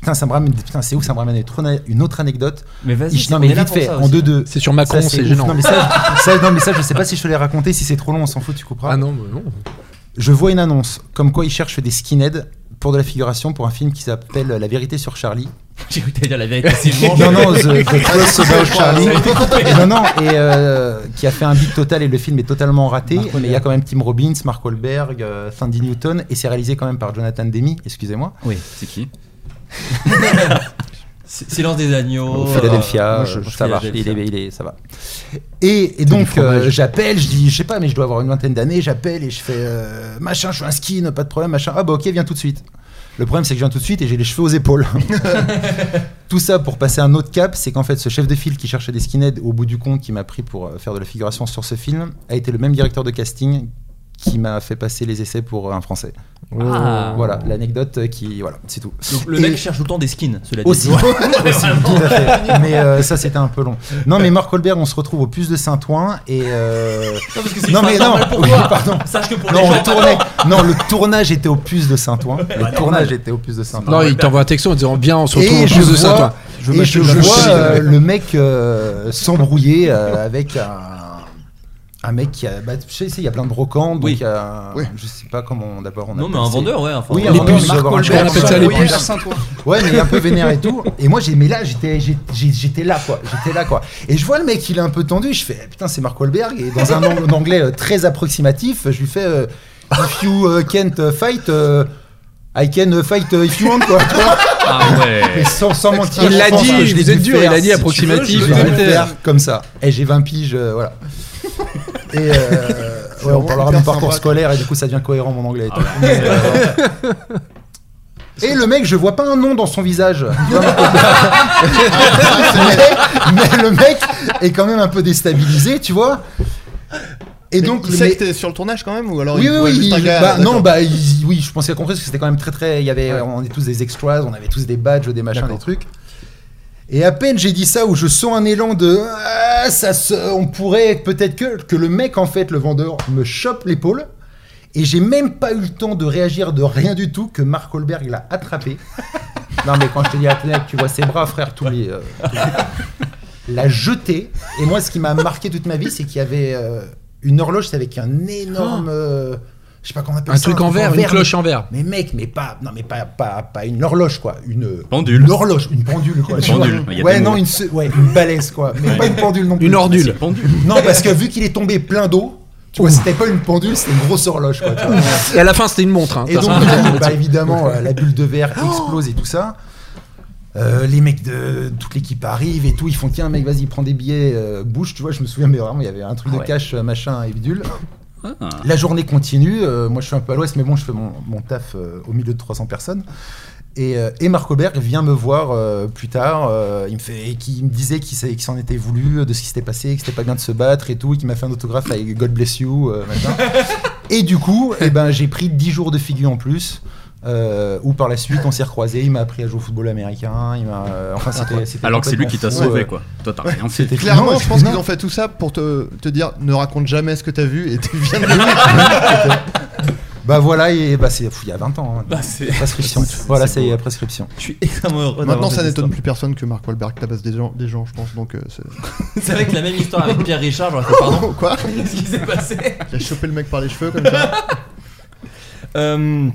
Putain, ça me ramène. Putain, c'est ouf, ça me ramène une autre ane- une autre anecdote. Mais vas-y, Ich- non, on mais est là vite pour fait, ça en aussi. deux deux. C'est sur Macron, Ça, c'est c'est ouf. gênant. Non mais, ça, ça, non, mais ça, je sais pas si je te l'ai raconté. Si c'est trop long, on s'en fout, tu couperas. Ah non, mais non. Je vois une annonce comme quoi ils cherchent des skinheads pour de la figuration pour un film qui s'appelle La vérité sur Charlie. J'ai cru que t'allais dire la vérité. c'est bon. non, non, The, the Cross About Charlie. Ça a été coupé. non, non, et euh, qui a fait un beat total et le film est totalement raté. mais il y a quand même Tim Robbins, Mark Wahlberg, euh, Sandy Newton et c'est réalisé quand même par Jonathan Demi, excusez-moi. C'est qui Silence des agneaux. Philadelphia, euh, euh, moi, je- ça va, il est, Philadelphia. il est- ça va. Et, et donc euh, j'appelle, je dis, je sais pas, mais je dois avoir une vingtaine d'années, j'appelle et je fais euh, machin, je suis un skin, pas de problème, machin. Ah bah ok, viens tout de suite. Le problème c'est que je viens tout de suite et j'ai les cheveux aux épaules. tout ça pour passer un autre cap, c'est qu'en fait ce chef de file qui cherchait des skinheads au bout du compte qui m'a pris pour euh, faire de la figuration sur ce film a été le même directeur de casting qui m'a fait passer les essais pour euh, un français. Ah. Voilà l'anecdote euh, qui voilà, c'est tout. Donc le Et- mec cherche tout le temps des skins, cela dit. aussi, Aussi, tout à fait. Mais euh, ça, c'était un peu long. Non, mais Marc Colbert, on se retrouve au Puce de Saint-Ouen et. euh, Non, parce que c'est Non, une mais phrase non, normale pour oui, toi. pardon. Sache que pour les Non, gens. le tournait- non, le tournage était au Puce de Saint-Ouen. Le tournage était au Puce de Saint-Ouen. Non, il t'envoie un texto en disant Viens, on se retrouve Ah Et au je plus de ça, vois, toi. et je vois euh, le mec euh, s'embrouiller euh, avec un. Un mec qui a. bah, je sais, il y a plein de brocantes, donc Oui. il y a- Oui. Je sais pas comment on, d'abord on Non, mais appelle un ça. vendeur, ouais. Enfin, Oui, ouais. un Les vendeur, puces. je dois avoir un Je On appelle ça les vendeur. puces. Ouais, mais un peu vénère et tout. Et moi, j'ai, mais là, j'étais, j'ai- j'ai- j'étais là, quoi. J'étais là, quoi. Et je vois le mec, il est un peu tendu. Je fais, eh, putain, c'est Mark Wahlberg. Et dans un ang- anglais euh, très approximatif, je lui fais, euh, if you euh, can't euh, fight, euh, I can euh, fight euh, if you want, quoi. Tu vois Ah ouais Et sans, sans mentir. Il je l'a pense dit, que je l'ai vous êtes dû dur, il faire, a dit si tu approximatif, hein. veux, je l'ai dû arrêtez. faire comme ça. Et j'ai 20 piges, euh, voilà. Et euh, ouais, on vraiment parlera de hyper mon parcours sympa. scolaire et du coup ça devient cohérent mon anglais. euh, Et, tout. Ah Et le mec, je vois pas un nom dans son visage. Tu vois, mais, mais le mec est quand même un peu déstabilisé, tu vois. Et donc, il le- sait mais- que t'es sur le tournage quand même ou alors oui, il oui, voit oui. juste un il- gars, bah, d'accord. non, bah, il- oui, je pensais à compris parce que c'était quand même très, très. Il y avait, on est tous des extras, on avait tous des badges, des machins, des trucs. Et à peine j'ai dit ça où je sens un élan de ah, ça, se- on pourrait peut-être que que le mec en fait, le vendeur, me chope l'épaule. Et j'ai même pas eu le temps de réagir de rien du tout que Mark Holberg l'a attrapé. non mais quand je te dis athlète, tu vois ses bras, frère, tous les. euh, tous les- l'a jeté. Et moi, ce qui m'a marqué toute ma vie, c'est qu'il y avait euh, une horloge, c'est avec un énorme, Oh. euh, je sais pas comment on appelle Un ça, truc en verre, une mais- cloche en verre. Mais mec, mais pas, non mais pas, pas, pas une horloge quoi, une Pendule. une horloge, une pendule quoi. Une tu vois. pendule, il y a Ouais des non mots. une, se- ouais une balaise quoi, mais Ouais. pas une pendule non plus. Une ordule. C'est pendu. Non parce que vu qu'il est tombé plein d'eau, tu vois c'était pas une pendule, c'était une grosse horloge quoi. tu vois. Et à la fin, c'était une montre. hein. Et donc, euh, bah, évidemment, euh, la bulle de verre explose et tout ça. Euh, les mecs de toute l'équipe arrivent et tout, ils font tiens mec vas-y prends des billets euh, bouge tu vois je me souviens mais vraiment il y avait un truc de cash euh, machin et bidule Ah. la journée continue euh, moi je suis un peu à l'ouest mais bon je fais mon, mon taf euh, au milieu de 300 personnes et, euh, et Marc Aubert vient me voir euh, plus tard euh, il me fait qui me disait qu'il s'est- qu'il s'en était voulu euh, de ce qui s'était passé que c'était pas bien de se battre et tout et qu'il m'a fait un autographe avec God bless you euh, machin. Et du coup, eh ben, j'ai pris 10 jours de figure en plus. Euh, où par la suite on s'est recroisé, il m'a appris à jouer au football américain, il m'a. euh, enfin, c'était. c'était Alors que c'est lui qui t'a complètement fou, sauvé euh, quoi. Toi t'as rien fait. c'était- Clairement, Non, je pense non. qu'ils ont fait tout ça pour te, te dire ne raconte jamais ce que t'as vu et tu viens de Bah voilà, et bah c'est. fou, Il y a 20 ans. hein. Bah, c'est- prescription. voilà, c'est euh, prescription. Je suis extrêmement heureux. Maintenant, d'avoir ça cette n'étonne histoire. plus personne que Mark Wahlberg tabasse des gens, des gens je pense. Donc, euh, c'est- C'est vrai que la même histoire avec Pierre Richard, j'aurais fait pardon. Oh, quoi Qu'est-ce qui s'est passé Il a chopé le mec par les cheveux comme ça. Euh,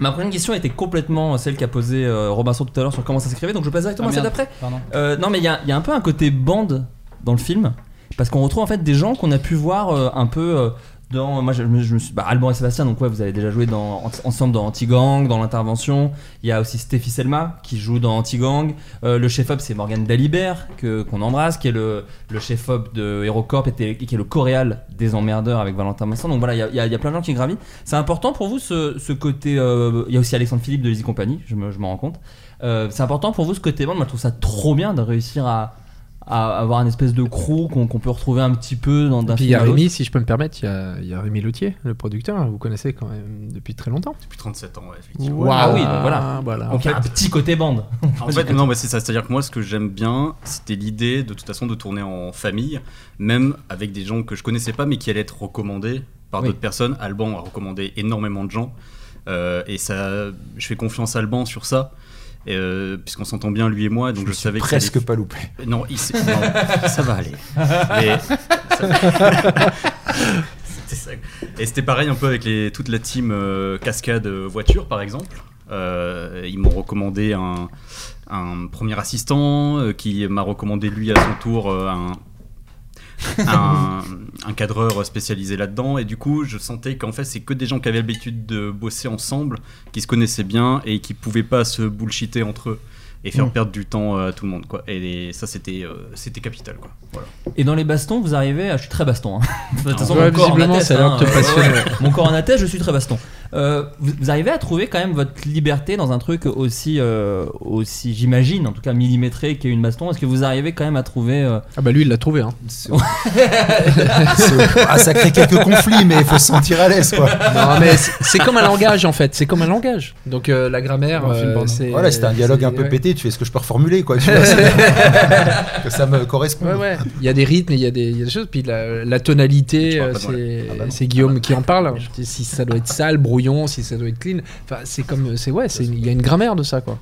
Ma première question était complètement celle qu'a posée euh, Robinson tout à l'heure sur comment ça s'écrivait, donc je passe directement à celle d'après. Euh, non, mais il y a, il y a un peu un côté bande dans le film, parce qu'on retrouve en fait des gens qu'on a pu voir euh, un peu euh, dans. Moi, je, me- je me suis. Bah, Alban et Sébastien, donc ouais, vous avez déjà joué dans, en- ensemble dans Anti-Gang, dans l'intervention. Il y a aussi Stéphie Selma qui joue dans Anti-Gang. Euh, le chef-op, c'est Morgan Dalibert, que, qu'on embrasse, qui est le, le chef-op de HeroCorp et t- qui est le coréal des emmerdeurs avec Valentin Vincent. Donc voilà, il y a- il y, a- il y a plein de gens qui gravitent. C'est important pour vous ce, ce côté. euh, Il y a aussi Alexandre Philippe de Easy Company, je me- je m'en rends compte. Euh, c'est important pour vous ce côté bande. Moi, je trouve ça trop bien de réussir à, à avoir une espèce de crew qu'on qu'on peut retrouver un petit peu dans Et d'un puis il y a film à l'autre. Rémi, si je peux me permettre, il y a, il y a Rémi Loutier, le producteur, hein, vous connaissez quand même depuis très longtemps. Depuis 37 ans ouais effectivement. Waouh. Ah oui, donc voilà. voilà. Donc, il y a un petit côté bande. En fait, non, mais c'est ça. C'est-à-dire que moi, ce que j'aime bien, c'était l'idée de toute façon de tourner en famille, même avec des gens que je connaissais pas, mais qui allaient être recommandés par Oui. d'autres personnes. Alban a recommandé énormément de gens, euh, et ça, je fais confiance à Alban sur ça. Et, euh, puisqu'on s'entend bien lui et moi, donc je, suis savais que ça allait- presque pas loupé. Non, il s'est- non, ça va aller. Mais- C'était ça. Et c'était pareil un peu avec les, toute la team euh, cascade euh, voiture par exemple. Euh, ils m'ont recommandé un, un premier assistant euh, qui m'a recommandé lui à son tour euh, un, un, un cadreur spécialisé là-dedans. Et du coup, je sentais qu'en fait, c'est que des gens qui avaient l'habitude de bosser ensemble, qui se connaissaient bien et qui pouvaient pas se bullshiter entre eux et faire Mm. perdre du temps euh, à tout le monde. Quoi. Et ça, c'était euh, c'était capital. Quoi. Voilà. Et dans les bastons, vous arrivez à. Je suis très baston. hein. De toute façon, Ah, Ouais, mon corps en visiblement, atteste, ça a l'air de te hein. passionner. Ouais, ouais. Mon corps en atteste, je suis très baston. Euh, vous, vous arrivez à trouver quand même votre liberté dans un truc aussi, euh, aussi j'imagine, en tout cas millimétré, qu'est une baston. Est-ce que vous arrivez quand même à trouver. euh, Ah bah lui, il l'a trouvé. Hein. C'est- c'est- ah, ça crée quelques conflits, mais il faut se sentir à l'aise, quoi. Non, mais c'est c'est comme un langage en fait. C'est comme un langage. Donc euh, la grammaire, Bon, film euh, porno. c'est. Voilà, c'était un dialogue un peu ouais. pété. Tu fais ce que je peux reformuler, quoi. tu vois, c'est- que ça me correspond. Ouais, ouais. Il y a des rythmes, et il y a des, il y a des choses. Puis la, la tonalité, Je parle euh, pas c'est de moi. Ah bah non. c'est Guillaume qui en parle. Si ça doit être sale, brouillon, si ça doit être clean. Enfin, c'est comme, c'est ouais, c'est- il y a une grammaire de ça quoi.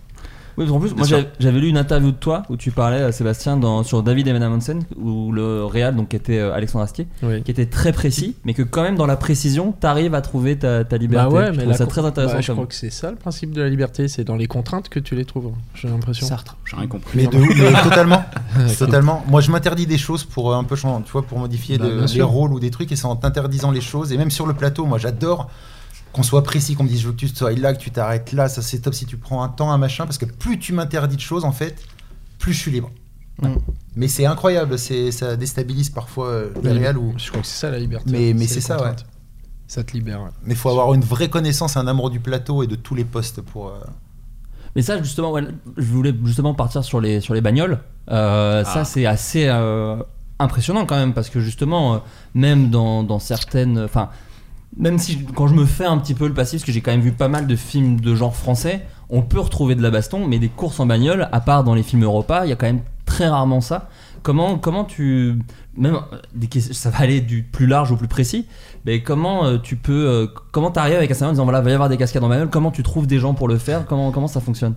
Oui, parce qu'en plus, moi sûr. j'avais- j'avais lu une interview de toi où tu parlais, euh, Sébastien, dans, sur David Evan Amundsen, où le Real, donc qui était euh, Alexandre Astier, Oui. qui était très précis, mais que quand même dans la précision, t'arrives à trouver ta, ta liberté. Bah ouais, je mais trouve la ça con- très intéressant. bah, je comme- crois que c'est ça le principe de la liberté, c'est dans les contraintes que tu les trouves. J'ai l'impression. Sartre. J'ai rien compris. Mais, de ouf, mais totalement, Ah, totalement. Moi, je m'interdis des choses pour euh, un peu, changer, tu vois, pour modifier Bah, de- bien les sûr. rôles ou des trucs. Et c'est en t'interdisant les choses. Et même sur le plateau, moi, j'adore qu'on soit précis, qu'on me dise je veux que tu sois là, que tu t'arrêtes là. Ça, c'est top si tu prends un temps, un machin. Parce que plus tu m'interdis de choses, en fait, plus je suis libre. Mm. Mais c'est incroyable. C'est ça déstabilise parfois euh, le Mm. réel ou. Je crois que c'est ça la liberté. Mais- mais les c'est ça, contraintes. Ça te libère. ouais. Mais faut avoir une vraie connaissance, un amour du plateau et de tous les postes pour. euh, Mais ça, justement, ouais, je voulais justement partir sur les, sur les bagnoles. Euh, Ça, Ah. c'est assez euh, impressionnant quand même, parce que justement, euh, même dans, dans certaines. Enfin, même si quand je me fais un petit peu le passif, parce que j'ai quand même vu pas mal de films de genre français, on peut retrouver de la baston, mais des courses en bagnole, à part dans les films Europa, il y a quand même très rarement ça. Comment, comment tu. Même, euh, des questions- ça va aller du plus large au plus précis, mais comment euh, tu peux. euh, comment t'arrives avec un scénario en disant voilà, va y avoir des cascades en bagnole, comment tu trouves des gens pour le faire, comment, comment ça fonctionne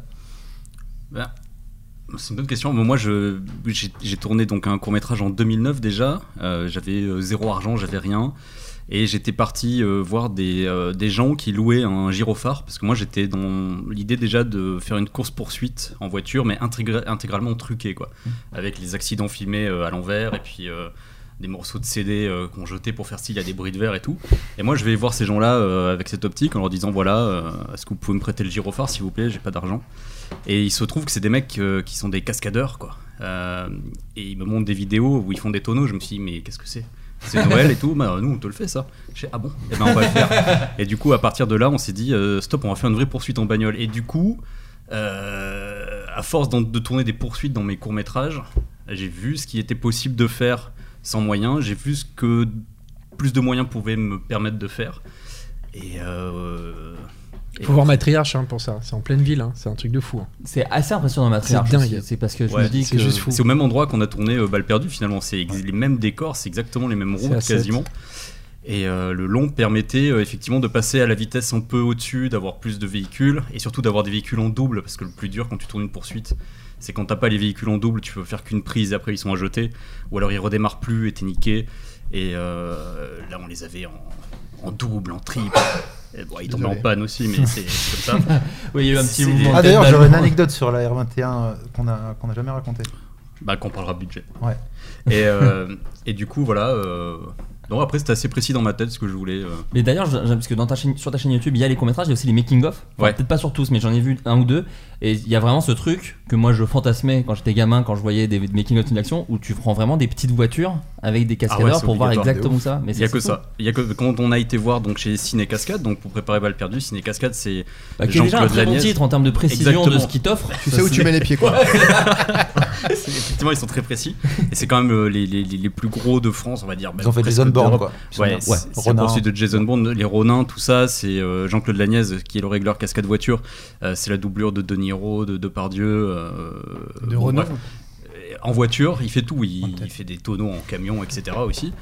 C'est une bonne question. Moi, je- j'ai j'ai tourné donc un court métrage en 2009 déjà. Euh, j'avais euh, zéro argent, j'avais rien. Et j'étais parti euh, voir des, euh, des gens qui louaient un gyrophare. Parce que moi, j'étais dans l'idée déjà de faire une course-poursuite en voiture, mais intégra- intégralement truquée, quoi. Avec les accidents filmés euh, à l'envers et puis. euh, des morceaux de CD euh, qu'on jetait pour faire s'il y a des bruits de verre et tout. Et moi, je vais voir ces gens-là euh, avec cette optique en leur disant voilà, euh, est-ce que vous pouvez me prêter le gyrophare, s'il vous plaît J'ai pas d'argent. Et il se trouve que c'est des mecs euh, qui sont des cascadeurs, quoi. Euh, et ils me montrent des vidéos où ils font des tonneaux. Je me suis dit, mais qu'est-ce que c'est C'est Noël et tout. Bah, nous, on te le fait, ça. Je fais, ah bon Eh ben, on va le faire. et du coup, à partir de là, on s'est dit, euh, stop, on va faire une vraie poursuite en bagnole. Et du coup, euh, à force d'en- de tourner des poursuites dans mes courts-métrages, j'ai vu ce qui était possible de faire sans moyens. J'ai vu ce que plus de moyens pouvaient me permettre de faire. Et. euh, et- Faut voir Matriarche hein, pour ça. C'est en pleine ville. hein. C'est un truc de fou. hein. C'est assez impressionnant ma C'est dingue. C'est parce que je Ouais, me dis c'est que juste fou. C'est au même endroit qu'on a tourné euh, Balle perdue finalement. C'est ex- les mêmes décors, c'est exactement les mêmes C'est routes à sept. quasiment. Et euh, le long permettait euh, effectivement de passer à la vitesse un peu au-dessus, d'avoir plus de véhicules et surtout d'avoir des véhicules en double parce que le plus dur quand tu tournes une poursuite, c'est quand t'as pas les véhicules en double, tu peux faire qu'une prise et après ils sont à jeter ou alors ils redémarrent plus et t'es niqué. Et euh, là on les avait en, en double, en triple. Et bon, ils tombaient en Désolé. panne aussi, mais c'est c'est comme ça. Oui, il y a eu un C'est- petit mouvement. Ah de tête d'ailleurs, j'aurais une d'allemand. anecdote sur la R21 euh, qu'on a qu'on a jamais racontée. Bah, qu'on parlera budget. Ouais. Et, euh, et du coup, voilà. euh, Non, après, c'était assez précis dans ma tête ce que je voulais. euh. Mais d'ailleurs, je- je- parce que dans ta chaîne, sur ta chaîne YouTube, il y a les courts-métrages, il y a aussi les making-of. Enfin, Ouais. Peut-être pas sur tous, mais j'en ai vu un ou deux. Et il y a vraiment ce truc que moi je fantasmais quand j'étais gamin, quand je voyais des making-of d'une action, où tu prends vraiment des petites voitures avec des cascadeurs Ah ouais, c'est pour voir obligatoire, de exactement ça. Mais Il n'y a c'est que fou. ça. Il y a que quand on a été voir donc chez Ciné Cascade, donc pour préparer Balle Perdue, Ciné Cascade, c'est Bah, qui est déjà un Jean-Claude très bon Lagnès. titre en termes de précision de Exactement. ce qu'il t'offre. Tu sais où tu mets les pieds, quoi. c'est- effectivement ils sont très précis et c'est quand même euh, les, les- les- les plus gros de France, on va dire. Ils même ont fait presque Jason Bourne d'Europe. quoi. Ils sont Ouais, bien. c'est c'est la Ronin. poursuite de Jason Bourne, les Ronins, tout ça, c'est euh, Jean-Claude Lagnès euh, qui est le régleur cascade voiture, Euh, c'est la doublure de De Niro, de Depardieu, euh, De bon, Renault. bref. Et, en voiture, il fait tout, il, il fait des tonneaux en camion, etc. aussi.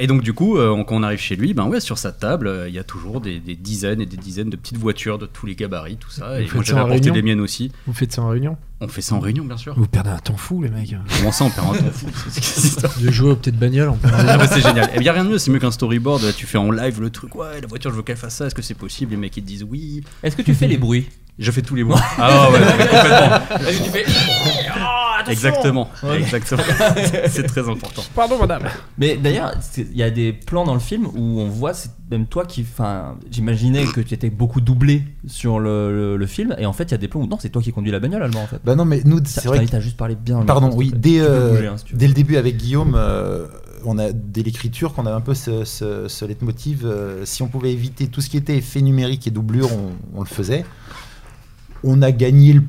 Et donc du coup, euh, on- quand on arrive chez lui, ben ouais, sur sa table, euh, il y a toujours des, des dizaines et des dizaines de petites voitures de tous les gabarits, tout ça. Et faites moi, ça j'avais en apporté réunion les miennes aussi. Vous faites ça en réunion On fait ça en réunion, bien sûr. Vous perdez un temps fou, les mecs. Comment ça, on perd un temps fou C'est- c'est- c'est- De jouer aux petites bagnoles, on peut- Ah bah, c'est génial. Il n'y a rien de mieux, c'est mieux qu'un storyboard. Là, tu fais en live le truc. Ouais, la voiture, je veux qu'elle fasse ça. Est-ce que c'est possible Les mecs, ils te disent oui. Est-ce que tu fais les bruits Je fais tous les mois. Ah ouais, ouais, complètement. Est-ce que tu fais. Ah, attention Exactement. Exactement. c'est très important. Pardon, madame. Mais d'ailleurs, c'est- il y a des plans dans le film où on voit, c'est même toi qui. Enfin, j'imaginais que tu étais beaucoup doublé sur le, le- le film, et en fait, il y a des plans où non, c'est toi qui conduis la bagnole allemand en fait. Bah non, mais nous, c'est C'est vrai vrai que t'as juste parlé bien. Pardon, oui, dès, Tu peux euh, bouger, hein, si tu veux. dès le début avec Guillaume, euh, on a, dès l'écriture, qu'on a un peu ce, ce, ce leitmotiv. euh, si on pouvait éviter tout ce qui était effet numérique et doublure, on, on le faisait. On a gagné le-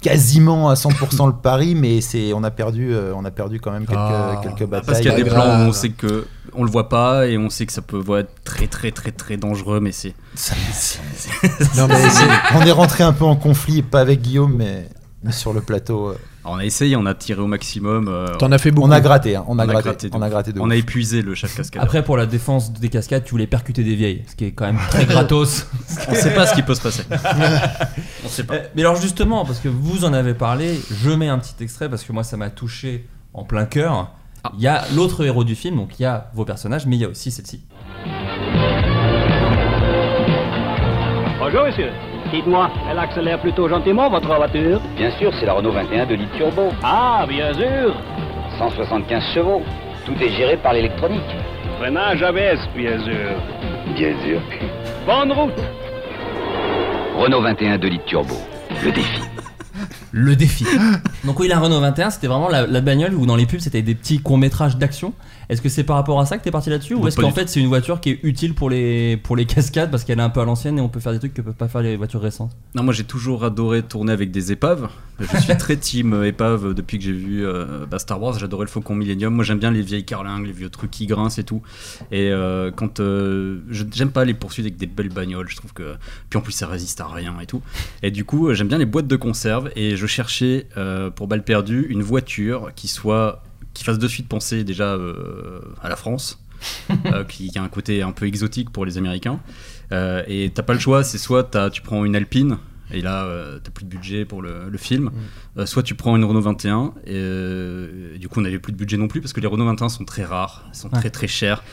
quasiment à 100% le pari, mais c'est, on, a perdu, euh, on a perdu quand même quelques, Ah, quelques batailles. Parce qu'il y a des grave. plans où on sait que on le voit pas et on sait que ça peut ouais, être très très très très dangereux, mais c'est. Ça- Non, mais c'est- on est rentré un peu en conflit, pas avec Guillaume, mais, mais sur le plateau. euh, Alors, on a essayé, on a tiré au maximum. euh, T'en as fait beaucoup. on a gratté, hein, on, a On a gratté, gratté de on a ouf. gratté de on ouf. a épuisé le chef cascadeur. Après, pour la défense des cascades, tu voulais percuter des vieilles, ce qui est quand même très gratos. on sait pas ce qui peut se passer. on sait pas. Euh, Mais alors, justement, parce que vous en avez parlé, je mets un petit extrait parce que moi, ça m'a touché en plein cœur. Ah. Il y a l'autre héros du film, donc il y a vos personnages, mais il y a aussi celle-ci. Bonjour, monsieur. Dites-moi, elle accélère plutôt gentiment, votre voiture Bien sûr, c'est la Renault 21 de litre turbo, Ah, bien sûr. 175 chevaux. Tout est géré par l'électronique. Freinage ABS, bien sûr. Bien sûr. Bonne route. Renault 21 de litre turbo. Le défi. Le défi. donc, oui, la Renault 21, c'était vraiment la, la bagnole où dans les pubs, c'était des petits courts-métrages d'action. Est-ce que c'est par rapport à ça que t'es parti là-dessus Non, Ou est-ce pas qu'en du fait, c'est une voiture qui est utile pour les, pour les cascades parce qu'elle est un peu à l'ancienne et on peut faire des trucs que peuvent pas faire les voitures récentes Non, moi j'ai toujours adoré tourner avec des épaves. Je suis très team euh, épave depuis que j'ai vu euh, bah, Star Wars. J'adorais le Faucon Millennium. Moi j'aime bien les vieilles carlingues, les vieux trucs qui grincent et tout. Et euh, quand euh, je- j'aime pas les poursuites avec des belles bagnoles, je trouve que puis en plus ça résiste à rien et tout. Et du coup euh, j'aime bien les boîtes de conserve et je cherchais euh, pour balle perdue une voiture qui soit qui fasse de suite penser déjà euh, à la France, euh, qui, qui a un côté un peu exotique pour les Américains. Euh, et t'as pas le choix, c'est soit t'as- tu prends une Alpine, et là euh, t'as plus de budget pour le, le film, Euh, soit tu prends une Renault 21, et, euh, du coup on avait plus de budget non plus, parce que les Renault 21 sont très rares, elles sont très très chères,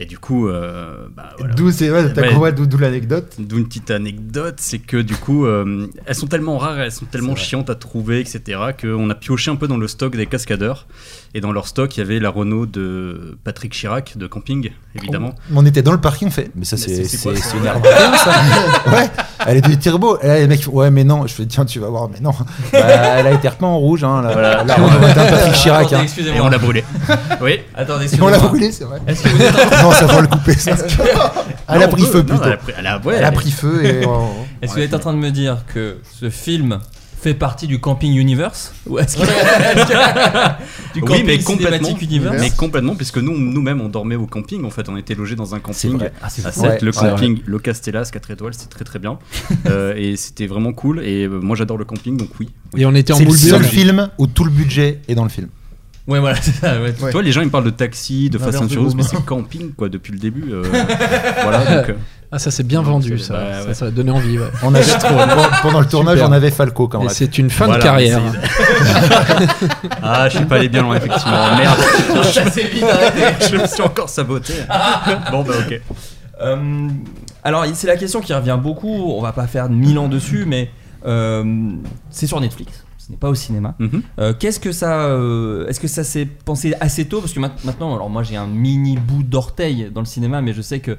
et du coup, euh, bah, voilà. D'où c'est ouais, t'as Ouais. compris, d'où- d'où l'anecdote. D'où une petite anecdote, c'est que du coup, euh, elles sont tellement rares, elles sont tellement chiantes à trouver, etc., qu'on a pioché un peu dans le stock des cascadeurs. Et dans leur stock, il y avait la Renault de Patrick Chirac, de Camping, évidemment. On était dans le parking, on fait. Mais ça, Mais c'est c'est- c'est quoi, c'est- ça c'est une arme. ouais, elle est du turbo. Et là, les mecs, font, ouais, mais non. Je fais, tiens, tu vas voir, mais non. Bah, elle a été repeinte en rouge. Hein, là, Voilà. là, on a un Patrick Chirac. Attendez, Hein. Et on excusez-moi. l'a brûlée. oui. Attendez, Et on l'a excusez-moi. brûlé, c'est vrai. Est-ce que vous êtes Non, ça va le couper. Ça. Elle Non, a on pris peut. feu Non, plutôt. Elle a pris, elle a- ouais, Elle a elle- pris feu et. oh. on- Est-ce que vous êtes en train de me dire que ce film fait partie du Camping Universe Ou est-ce que. du Oui, mais Camping complètement. Cinématique Universe Mais complètement, puisque nous, nous-mêmes, on dormait au camping. En fait, on était logés dans un camping vrai. Ah, c'est à fou. 7, Ouais, le c'est vrai. camping, le Castellas, 4 étoiles, c'est très très bien. Euh, et c'était vraiment cool. Et euh, moi, j'adore le camping, donc oui. Et on était en C'est le boule seul blanche. film où tout le budget est dans le film. Ouais, voilà, c'est ça. ouais. Ouais. Toi, les gens, ils me parlent de taxi, de L'inverse Fast and de Furious, Boom. mais c'est camping, quoi, depuis le début. euh, voilà, donc, euh, Ah, ça, c'est bien vendu, ça. Bah, ça. ouais. Ça a donné envie, ouais. On avait, pendant- pendant le tournage, Super. on avait Falco quand Et même. c'est une fin Voilà, de carrière. c'est- ah, je suis pas allé bien loin, effectivement. Merde. je me suis encore saboté. bon, bah, ok. Euh, alors, c'est la question qui revient beaucoup. On va pas faire mille ans dessus, mais euh, c'est sur Netflix. Ce n'est pas au cinéma. Mhm. Euh, Qu'est-ce que ça. euh, Est-ce que ça s'est pensé assez tôt Parce que ma- maintenant, alors moi j'ai un mini bout d'orteil dans le cinéma, mais je sais que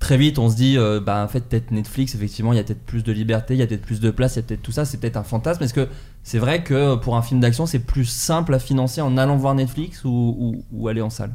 très vite on se dit, euh, bah en fait, peut-être Netflix, effectivement, il y a peut-être plus de liberté, il y a peut-être plus de place, il y a peut-être tout ça, c'est peut-être un fantasme. Est-ce que c'est vrai que pour un film d'action, c'est plus simple à financer en allant voir Netflix ou, ou- ou aller en salle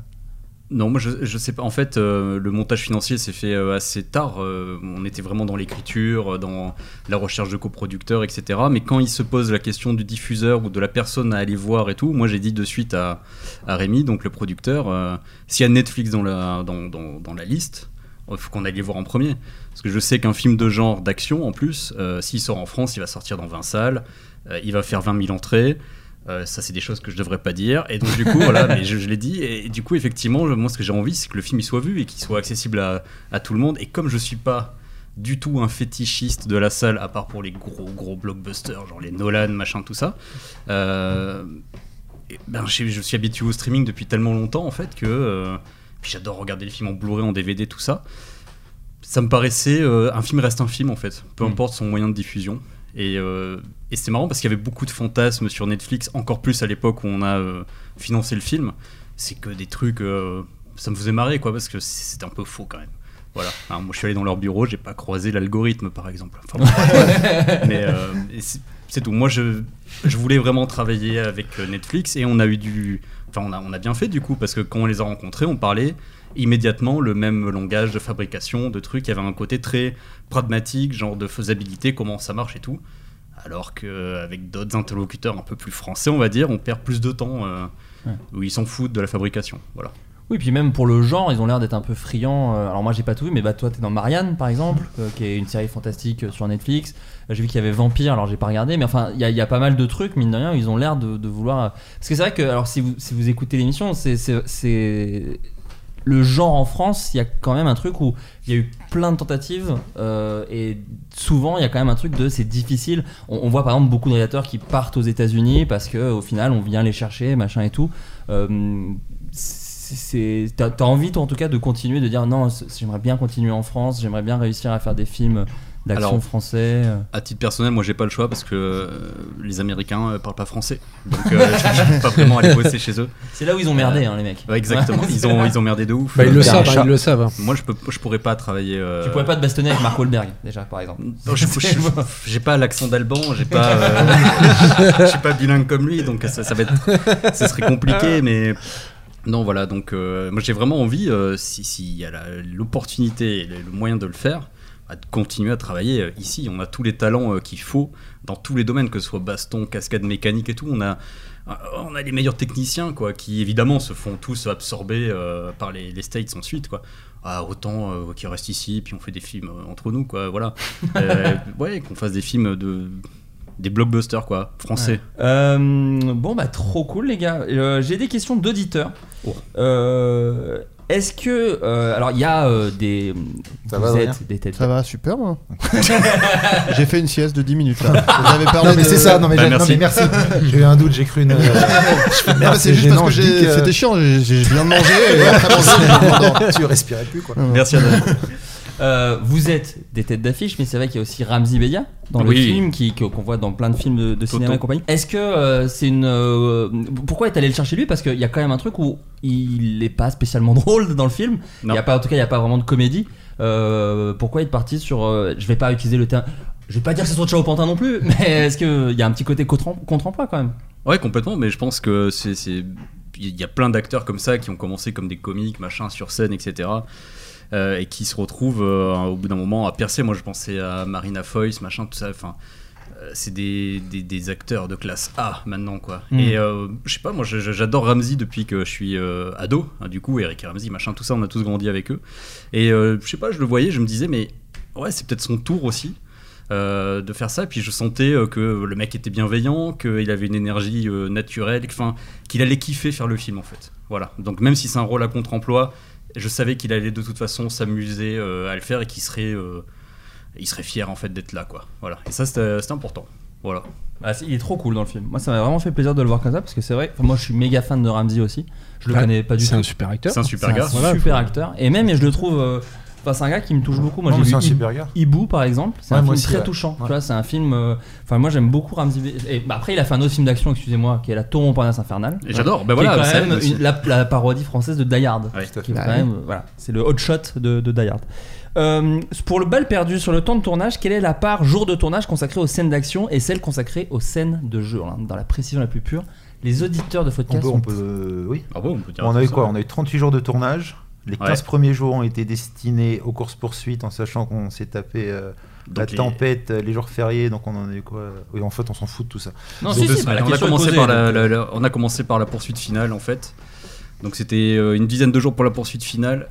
Non, moi je, je sais pas. En fait, euh, le montage financier s'est fait euh, assez tard. Euh, on était vraiment dans l'écriture, euh, dans la recherche de coproducteurs, etc. Mais quand il se pose la question du diffuseur ou de la personne à aller voir et tout, moi j'ai dit de suite à, à Rémi, donc le producteur, euh, s'il y a Netflix dans la, dans, dans- dans la liste, il faut qu'on aille les voir en premier. Parce que je sais qu'un film de genre d'action, en plus, euh, s'il sort en France, il va sortir dans 20 salles, euh, il va faire 20 000 entrées. Euh, ça, c'est des choses que je devrais pas dire. Et donc, du coup, voilà, mais je, je l'ai dit. Et, du coup, effectivement, je- moi, ce que j'ai envie, c'est que le film il soit vu et qu'il soit accessible à, à tout le monde. Et comme je suis pas du tout un fétichiste de la salle, à part pour les gros, gros blockbusters, genre les Nolan, machin, tout ça, euh, et ben, je, je suis habitué au streaming depuis tellement longtemps, en fait, que. euh, puis j'adore regarder les films en Blu-ray, en DVD, tout ça ça me paraissait euh, un film reste un film en fait, peu importe son moyen de diffusion. Et, euh, et c'était marrant parce qu'il y avait beaucoup de fantasmes sur Netflix, encore plus à l'époque où on a euh, financé le film. C'est que des trucs, euh, ça me faisait marrer quoi, parce que c- c'était un peu faux quand même. Voilà. Alors, moi, je suis allé dans leur bureau, j'ai pas croisé l'algorithme par exemple. Enfin, bon. mais euh, et c'est- c'est tout. Moi, je, je voulais vraiment travailler avec euh, Netflix et on a eu du, enfin, on a, on a bien fait du coup parce que quand on les a rencontrés, on parlait immédiatement le même langage de fabrication, de trucs. Il y avait un côté très pragmatique, genre de faisabilité, comment ça marche et tout. Alors qu'avec d'autres interlocuteurs un peu plus français, on va dire, on perd plus de temps euh, Ouais. où ils s'en foutent de la fabrication. Voilà. Oui, puis même pour le genre, ils ont l'air d'être un peu friands. Euh, Alors moi, j'ai pas tout vu, mais bah toi, t'es dans Marianne, par exemple, euh, qui est une série fantastique euh, sur Netflix. Euh, J'ai vu qu'il y avait Vampire, alors j'ai pas regardé, mais enfin, il y, a- il y a pas mal de trucs, mine de rien, où ils ont l'air de, de vouloir. euh, Parce que c'est vrai que, alors si vous, si vous écoutez l'émission, c'est- c'est- c'est le genre en France, il y a quand même un truc où il y a eu plein de tentatives euh, et souvent il y a quand même un truc de c'est difficile. On, on voit par exemple beaucoup de réalisateurs qui partent aux États-Unis parce que au final on vient les chercher, machin et tout. Euh, c'est- c'est- T'as t'as envie toi en tout cas de continuer, de dire non, c'est- j'aimerais bien continuer en France, j'aimerais bien réussir à faire des films d'action Alors, français. euh. À titre personnel, moi j'ai pas le choix parce que euh, les Américains euh, parlent pas français. Donc euh, je peux pas vraiment aller bosser chez eux. C'est là où ils ont merdé, hein, les mecs. Ouais, exactement, Ouais. ils, ont, ils ont merdé de ouf. Bah, ils le Euh, savent, Richard- hein, ils le savent, hein. Moi je, peux, je pourrais pas travailler. euh, Tu pourrais pas te bastonner avec Mark Wahlberg déjà par exemple. Non, je- je- je- j'ai pas l'accent d'Alban, j'ai pas, euh, je suis pas bilingue comme lui, donc ça, ça va être, ça serait compliqué, mais non, voilà. Donc, euh, moi, j'ai vraiment envie, euh, si- s'il y a la- l'opportunité et le le moyen de le faire, bah, de continuer à travailler euh, ici. On a tous les talents euh, qu'il faut dans tous les domaines, que ce soit baston, cascade mécanique et tout. On a, euh, on a les meilleurs techniciens, quoi, qui évidemment se font tous absorber euh, par les, les States ensuite, quoi. Ah, autant euh, qu'ils restent ici, puis on fait des films euh, entre nous, quoi. Voilà. Euh, ouais, qu'on fasse des films de des blockbusters, quoi, français. Euh, bon, bah, trop cool, les gars. Euh, J'ai des questions d'auditeurs. Euh, Est-ce que. euh, alors, il y a euh, des. Ça vous va, êtes Adrien des têtes. Ça va, super, moi. j'ai fait une sieste de 10 minutes là. J'avais parlé Non, mais de- c'est ça, non, Bah, mais, j'ai- non, mais merci. j'ai eu un doute, j'ai cru une. euh, Ah, Non, mais c'est juste parce que j'ai- euh, c'était chiant, j'ai j'ai bien mangé et après manger, je me rendors. Tu respirais plus, quoi. Merci, Adrien. Euh, vous êtes des têtes d'affiche, mais c'est vrai qu'il y a aussi Ramzi Bedia dans le Oui. film qui- que- qu'on voit dans plein de films de, de cinéma Toto. et compagnie. Est-ce que euh, c'est une euh, pourquoi est allé le chercher lui Parce qu'il y a quand même un truc où il est pas spécialement drôle dans le film. Il Non. y a pas en tout cas il y a pas vraiment de comédie. Euh, pourquoi il est parti sur euh, je vais pas utiliser le terme je vais pas dire que c'est son chat au pantin non plus, mais est-ce qu'il y a un petit côté contre- contre-emploi quand même Ouais, complètement, mais je pense que c'est. c'est- Il y a plein d'acteurs comme ça qui ont commencé comme des comiques, machin, sur scène, etc. euh, et qui se retrouvent euh, au bout d'un moment à percer. Moi, je pensais à Marina Foïs, machin, tout ça. Enfin, euh, c'est des, des- des acteurs de classe A maintenant, quoi. Mm. Et euh, je sais pas, moi, je- je- j'adore Ramsey depuis que je suis euh, ado. hein, du coup, Eric et Ramsey, machin, tout ça, on a tous grandi avec eux. Et euh, je sais pas, je le voyais, je me disais, mais ouais, c'est peut-être son tour aussi euh, de faire ça. Puis je sentais euh, que le mec était bienveillant, qu'il avait une énergie euh, naturelle, que- 'fin, qu'il allait kiffer faire le film en fait. Voilà. Donc même si c'est un rôle à contre-emploi, je savais qu'il allait de toute façon s'amuser euh, à le faire et qu'il serait, euh, il serait fier en fait d'être là quoi. Voilà. Et ça c'était c'était important. Voilà. Ah, c'est- il est trop cool dans le film. Moi, ça m'a vraiment fait plaisir de le voir comme ça parce que c'est vrai. enfin, moi, je suis méga fan de Ramsey aussi. Je le Ouais, connais pas du tout. c'est un super acteur. C'est un super gars. un Voilà, super faut- acteur. Et même, et je le trouve. euh, Enfin, c'est un gars qui me touche beaucoup. Moi, Non, j'ai mais vu c'est un Hib- super gars. Hibou, par exemple. C'est un Ouais, film moi aussi, très ouais. touchant. Ouais. Tu vois, c'est un film. euh, Enfin, moi, j'aime beaucoup Ramsey. Be- Et bah, après, il a fait un autre film d'action, excusez-moi, qui est La Tour Montparnasse infernale. Et j'adore. Bah Qui est voilà, quand c'est même elle aussi. une- la, la parodie française de Die Hard. Ouais, tout à Qui est fait. Bah quand Ouais. même, euh, voilà, c'est le hot shot de, de Die Hard. Euh, pour le bal perdu sur le temps de tournage, quelle est la part jour de tournage consacrée aux scènes d'action et celle consacrée aux scènes de jeu Alors, Dans la précision la plus pure, les auditeurs de On podcast peut, sont on peut- euh, oui. Ah bon, on peut dire on a tout eu ça. quoi On a eu 38 jours de tournage. Les 15 Ouais. premiers jours ont été destinés aux courses poursuites, en sachant qu'on s'est tapé euh, la Donc les- tempête, euh, les jours fériés, donc on en a eu quoi Oui, en fait, on s'en fout de tout ça. Non, Donc, si, deux si, bah, semaines. la on, a question est commencé posée, par la, donc, euh. la- la- on a commencé par la poursuite finale en fait. Donc c'était euh, une dizaine de jours pour la poursuite finale.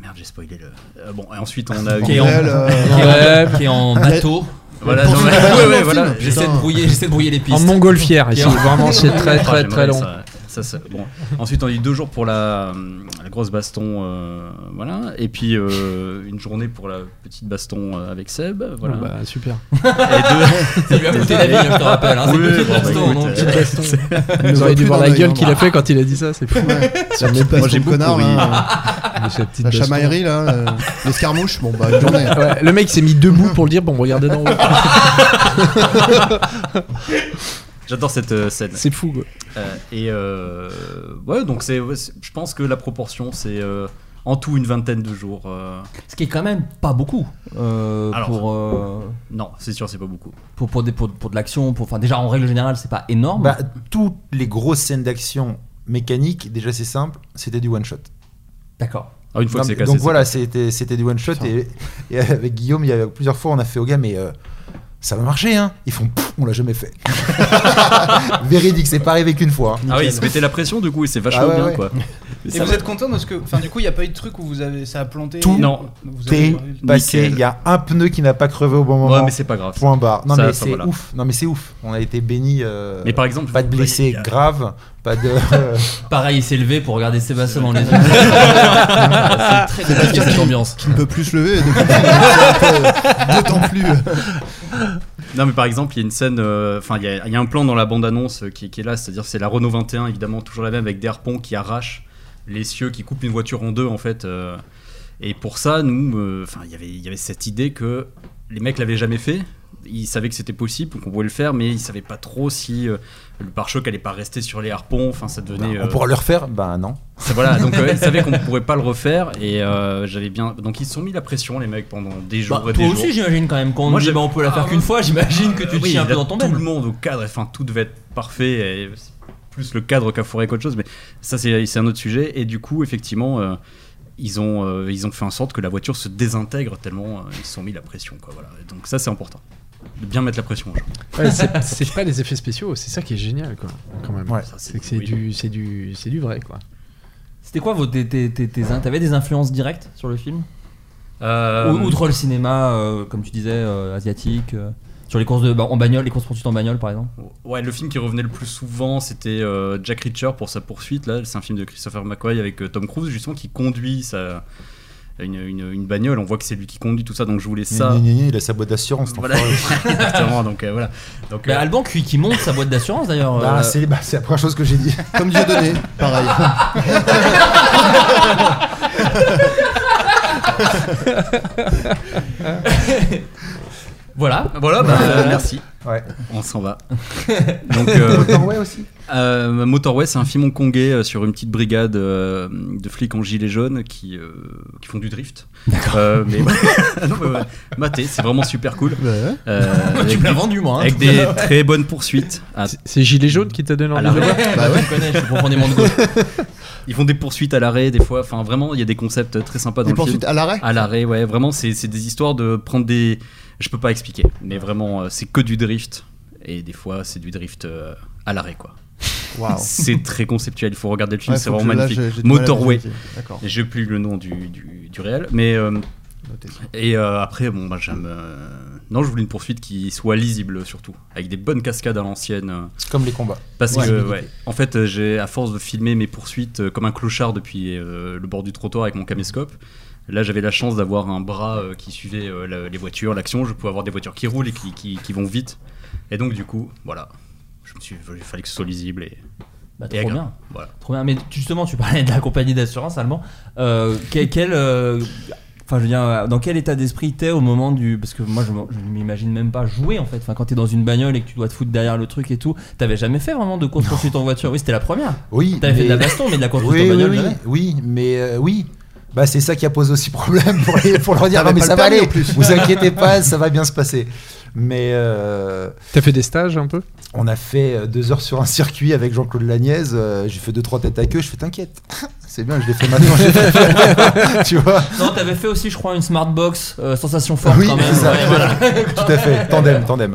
Merde, j'ai spoilé le. euh, bon, et ensuite on a eu. Qui est en- Bordel, euh, qui est en- qui est en la- bateau. Voilà, Pour non, mais- finir, ouais, ouais, un voilà, film. j'essaie de Putain. brouiller, j'essaie de brouiller les pistes. En montgolfière, ici, vraiment, c'est très, très, Ah, j'aimerais très long. ça, ça, ça, bon. Ensuite, on a eu deux jours pour la, hum, la grosse baston, euh, voilà, et puis euh, une journée pour la petite baston euh, avec Seb, voilà. Oh, bah, super. Et deux- Ça lui a coûté la vie, je te rappelle, hein, c'est une Oui, petite bon, bah, baston, écoute, donc. euh, Petite baston. c'est- Vous auriez dû voir la gueule qu'il a fait quand il a dit ça, c'est fou. Ouais. Sur les Moi, baston j'ai de beaucoup connard, ri. là. Mais cette petite hein. La baston. chamaillerie, là, euh, l'escarmouche, bon bah une journée. Ouais, le mec s'est mis debout pour le dire bon regardez dans J'adore cette euh, scène. C'est fou, quoi. Euh, et euh, ouais, donc c'est, ouais, c'est- je pense que la proportion, c'est euh, en tout une vingtaine de jours. euh. Ce qui est quand même pas beaucoup. euh, Alors, pour, euh, Non, c'est sûr, c'est pas beaucoup. pour, pour, des, pour, pour de l'action, pour, enfin, déjà en règle générale, c'est pas Oh. énorme. Bah, toutes les grosses scènes d'action mécaniques, déjà c'est simple, c'était du one shot. D'accord. Ah, une fois que Non, c'est cassé, Donc c'est voilà, c'était c'était du one shot et, et avec Guillaume, il y a plusieurs fois on a fait au gars mais euh, ça va marcher hein. Ils font Pff, on l'a jamais fait. Véridique, c'est pas arrivé qu'une fois. hein. Ah oui, il se mettait la pression du coup et c'est vachement Ah ouais, bien ouais. quoi. Mais Et ça vous va. êtes content parce que, enfin, du coup, il n'y a pas eu de truc où vous avez, ça a planté. Tout Non. Vous avez- T'es passé, Nickel. il y a un pneu qui n'a pas crevé au bon moment. Ouais, mais c'est pas grave. Point barre. Non Ça, mais ça, c'est voilà. ouf. Non mais c'est ouf. On a été béni. Mais par exemple, pas de vous- blessés il y a- graves, pas de. Pareil, il s'est levé pour regarder Sébastien dans les yeux. c'est très compliqué cette ambiance. Qui ne peut plus se lever, donc, c'est un peu- d'autant plus. euh, Non, mais par exemple, il y a une scène, euh, enfin, il y a- il y, a un plan dans la bande-annonce euh, qui, qui est là, c'est-à-dire c'est la Renault 21, évidemment, toujours la même, avec des harpons qui arrachent les cieux, qui coupent une voiture en deux, en fait. euh, et pour ça, nous, euh, enfin, il y avait- il y avait cette idée que les mecs l'avaient jamais fait. Ils savaient que c'était possible, qu'on pouvait le faire, mais ils savaient pas trop si euh, le pare-choc allait pas rester sur les harpons. Enfin, ça Bah, devenait. On euh, pourra le refaire Ben non. ça, voilà, donc euh, ils savaient qu'on ne pourrait pas le refaire et euh, j'avais bien. Donc ils se sont mis la pression, les mecs, pendant des jours Bah, et des toi jours. aussi, j'imagine quand même qu'on Moi, dit, j'ai- bah, on peut la faire Ah, qu'une fois. J'imagine que euh, tu te oui, chies un il peu a dans ton bain. Tout le monde au cadre, enfin tout devait être parfait, et c'est plus le cadre qu'à fourrer qu'autre chose, mais ça c'est c'est un autre sujet. Et du coup, effectivement, euh, ils, ont, euh, ils ont fait en sorte que la voiture se désintègre tellement euh, ils se sont mis la pression. Quoi, voilà. Et Donc ça c'est important, de bien mettre la pression aux gens. Ouais, c'est- c'est pas des effets spéciaux, c'est ça qui est génial quoi, quand même. Ouais. c'est que c'est du, c'est du, c'est du vrai quoi. C'était quoi vos tes, tes, tes- tes- T'avais des influences directes sur le film Euh, Ou- Outre le cinéma, euh, comme tu disais, euh, asiatique, euh, sur les courses de, bah, en bagnole, les courses poursuites en bagnole par exemple. Ouais, le film qui revenait le plus souvent, c'était euh, Jack Reacher pour sa poursuite. Là, c'est un film de Christopher McQuarrie avec euh, Tom Cruise, justement, qui conduit sa, une, une- une bagnole. On voit que c'est lui qui conduit tout ça, donc je voulais ça. Gna, gna, gna, il a sa boîte d'assurance. cet Voilà, enfoiré. exactement. Donc euh, voilà. Donc, Bah, euh, Alban qui, qui monte sa boîte d'assurance d'ailleurs. Bah, euh, c'est bah, c'est la première chose que j'ai dit. Comme Dieu donné, pareil. voilà. voilà, bah, Voilà. merci. Ouais. On s'en va. Donc, euh, Motorway aussi. Euh, Motorway, c'est un film hongkongais euh, sur une petite brigade euh, de flics en gilet jaune qui, euh, qui font du drift. Euh, mais non, mais ouais. Maté, c'est vraiment super cool. Ouais. Euh, tu avec me l'as des- vendu moi. hein, avec tout à des l'heure. très bonnes poursuites. à- C'est Gilet jaune qui t'a donné à envie de l'arrêt. voir Bah, ouais. tu connais, je suis profondément de gauche. Ils font des poursuites à l'arrêt des fois. Enfin, vraiment, il y a des concepts très sympas dans Et le film. ensuite, à l'arrêt À l'arrêt, ouais, vraiment, c'est c'est des histoires de prendre des. Je peux pas expliquer, mais vraiment, euh, c'est que du drift. Et des fois, c'est du drift euh, à l'arrêt, quoi. Waouh. C'est très conceptuel, il faut regarder le film, Ouais, c'est faut que vraiment je- là, magnifique. j'ai- j'ai du mal à Motorway. visualiser. D'accord. J'ai plus le nom du, du, du réel, mais. euh, Notez ça. et euh, après, bon, bah, j'aime. euh, Non, je voulais une poursuite qui soit lisible surtout, avec des bonnes cascades à l'ancienne. euh, Comme les combats. parce Ouais. que, ouais, en fait, euh, j'ai à force de filmer mes poursuites euh, comme un clochard depuis euh, le bord du trottoir avec mon caméscope. Là, j'avais la chance d'avoir un bras euh, qui suivait euh, la- les voitures, l'action. Je pouvais avoir des voitures qui roulent et qui, qui- qui vont vite. Et donc, du coup, voilà. Je me suis, il fallait que ce soit lisible et, Bah, et trop agréable. bien. Voilà. Trop bien. Mais justement, tu parlais de la compagnie d'assurance allemand. Euh, quel, quel, euh, enfin, je veux dire, euh, dans quel état d'esprit t'es au moment du, parce que moi, je, m- je ne m'imagine même pas jouer en fait. Enfin, quand t'es dans une bagnole et que tu dois te foutre derrière le truc et tout, t'avais jamais fait vraiment de course poursuite en voiture. Oui, c'était la première. Oui. T'avais fait de la mais- baston, mais de la course Oui, poursuite en oui, bagnole. oui, jamais. oui, mais euh, oui. Bah, c'est ça qui a posé aussi problème pour, les- pour leur dire T'avais non, mais pas ça le va permis, aller, en plus. vous inquiétez pas, ça va bien se passer. Mais euh, T'as fait des stages un peu on a fait euh, deux heures sur un circuit avec Jean-Claude Lagnès, euh, j'ai fait deux, trois têtes à queue, je fais t'inquiète, c'est bien, je l'ai fait maintenant, je l'ai fait. tu vois, Non, t'avais fait aussi, je crois, une smartbox euh, sensation forte Oui, quand même. c'est ça. Ouais, voilà. tout à fait, tandem, tandem.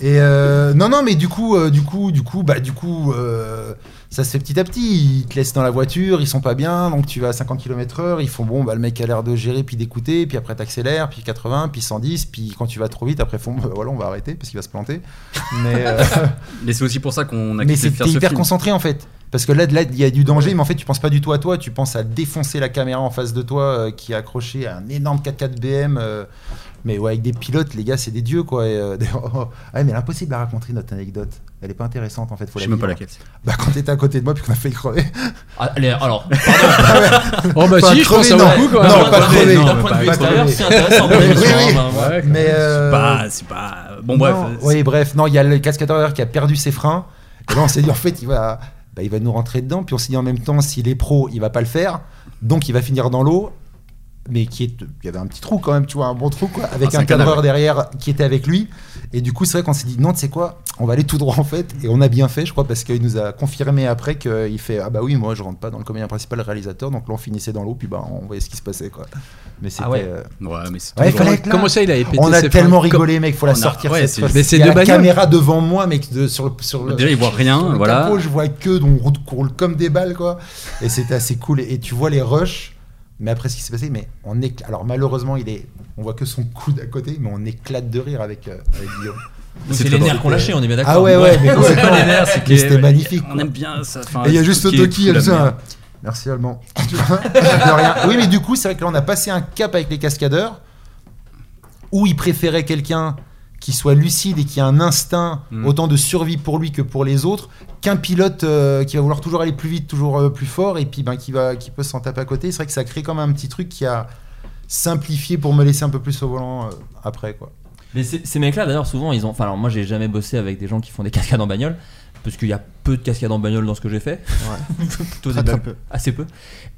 Et euh, non, non, mais du coup, euh, du coup, du coup, bah, du coup, euh, ça se fait petit à petit. Ils te laissent dans la voiture, ils sont pas bien, donc tu vas à 50 km/h. Ils font bon, bah, le mec a l'air de gérer, puis d'écouter, puis après t'accélères, puis 80, puis 110, puis quand tu vas trop vite, après font bah, voilà, on va arrêter parce qu'il va se planter. Mais, euh, Mais c'est aussi pour ça qu'on a mais quitté c'est de faire t'es ce hyper film. concentré en fait. Parce que là, là, il y a du danger, mais en fait, tu penses pas du tout à toi, tu penses à défoncer la caméra en face de toi euh, qui est accrochée à un énorme 4x4 BM. euh, mais ouais, avec des pilotes, les gars, c'est des dieux quoi. Et, euh, d'ailleurs, oh, ouais, mais l'impossible à raconter notre anecdote. Elle est pas intéressante en fait. Faut Je la sais même vivre. pas laquelle c'est. Bah, quand t'étais à côté de moi, puis qu'on a failli crever. Ah, alors, Oh, bah si, je pense crever, à non. beaucoup, quoi. Non, Non, pas pas crever. crever, non, d'un point de pas vue extérieur, crever. c'est intéressant, hein, Oui, mais oui. genre, ouais, Mais. C'est euh, pas, Bah, c'est pas. Bon, bref. non, c'est- Oui, bref. Non, il y a le cascadeur qui a perdu ses freins. Et là, on s'est dit, en fait, il va, bah, il va nous rentrer dedans. Puis on s'est dit, en même temps, s'il est pro, il va pas le faire. Donc, il va finir dans l'eau. Mais qui est, il y avait un petit trou quand même, tu vois, un bon trou, quoi, avec Ah, c'est un un cadavre. cadreur derrière qui était avec lui. Et du coup, c'est vrai qu'on s'est dit, non, tu sais quoi, on va aller tout droit en fait. Et on a bien fait, je crois, parce qu'il nous a confirmé après qu'il fait, ah bah oui, moi je rentre pas dans le comédien principal, le réalisateur. Donc là, on finissait dans l'eau, puis bah on voyait ce qui se passait, quoi. Mais c'était. ouais. euh, Ah Ouais, mais c'est Ouais, toujours- fallait être là. Comment ça, il avait pété On a ses tellement freins rigolé, mec. Faut la On a- sortir ouais, cette c'est- fois. mais c'est Il y a deux la bagnoles. caméra devant moi, mec, de- sur le sur le. Déjà, il voit rien, sur le voilà. capot, je vois que, donc on roule- courle comme des balles, quoi. Et c'était assez cool. Et, et tu vois les rushs. Mais après ce qui s'est passé, mais on éclate. Alors malheureusement, il est. On voit que son coude à côté, mais on éclate de rire avec, euh, avec Guillaume. C'est les nerfs qu'on lâchait, on est bien d'accord. Ah ouais, ouais. mais Non, c'est pas les nerfs, c'est complètement. que Mais c'était magnifique. On aime bien ça. enfin, Et il y a Ah, c'est juste tout ce qui est Toki, cool, elle la fait ça, merde. hein. Merci Allemand. Tu vois De rien. Oui, mais du coup, c'est vrai que là, on a passé un cap avec les cascadeurs où il préférait quelqu'un qui soit lucide et qui a un instinct Mm. autant de survie pour lui que pour les autres qu'un pilote euh, qui va vouloir toujours aller plus vite, toujours euh, plus fort et puis ben, qui, va, qui peut s'en taper à côté. C'est vrai que ça crée quand même un petit truc qui a simplifié pour me laisser un peu plus au volant euh, après. quoi. Mais ces ces mecs-là, d'ailleurs, souvent, ils ont. Enfin, alors, moi, j'ai jamais bossé avec des gens qui font des cascades en bagnole. Parce qu'il y a peu de cascades en bagnole dans ce que j'ai fait. Plutôt des Très, très bagnoles. peu. Assez peu.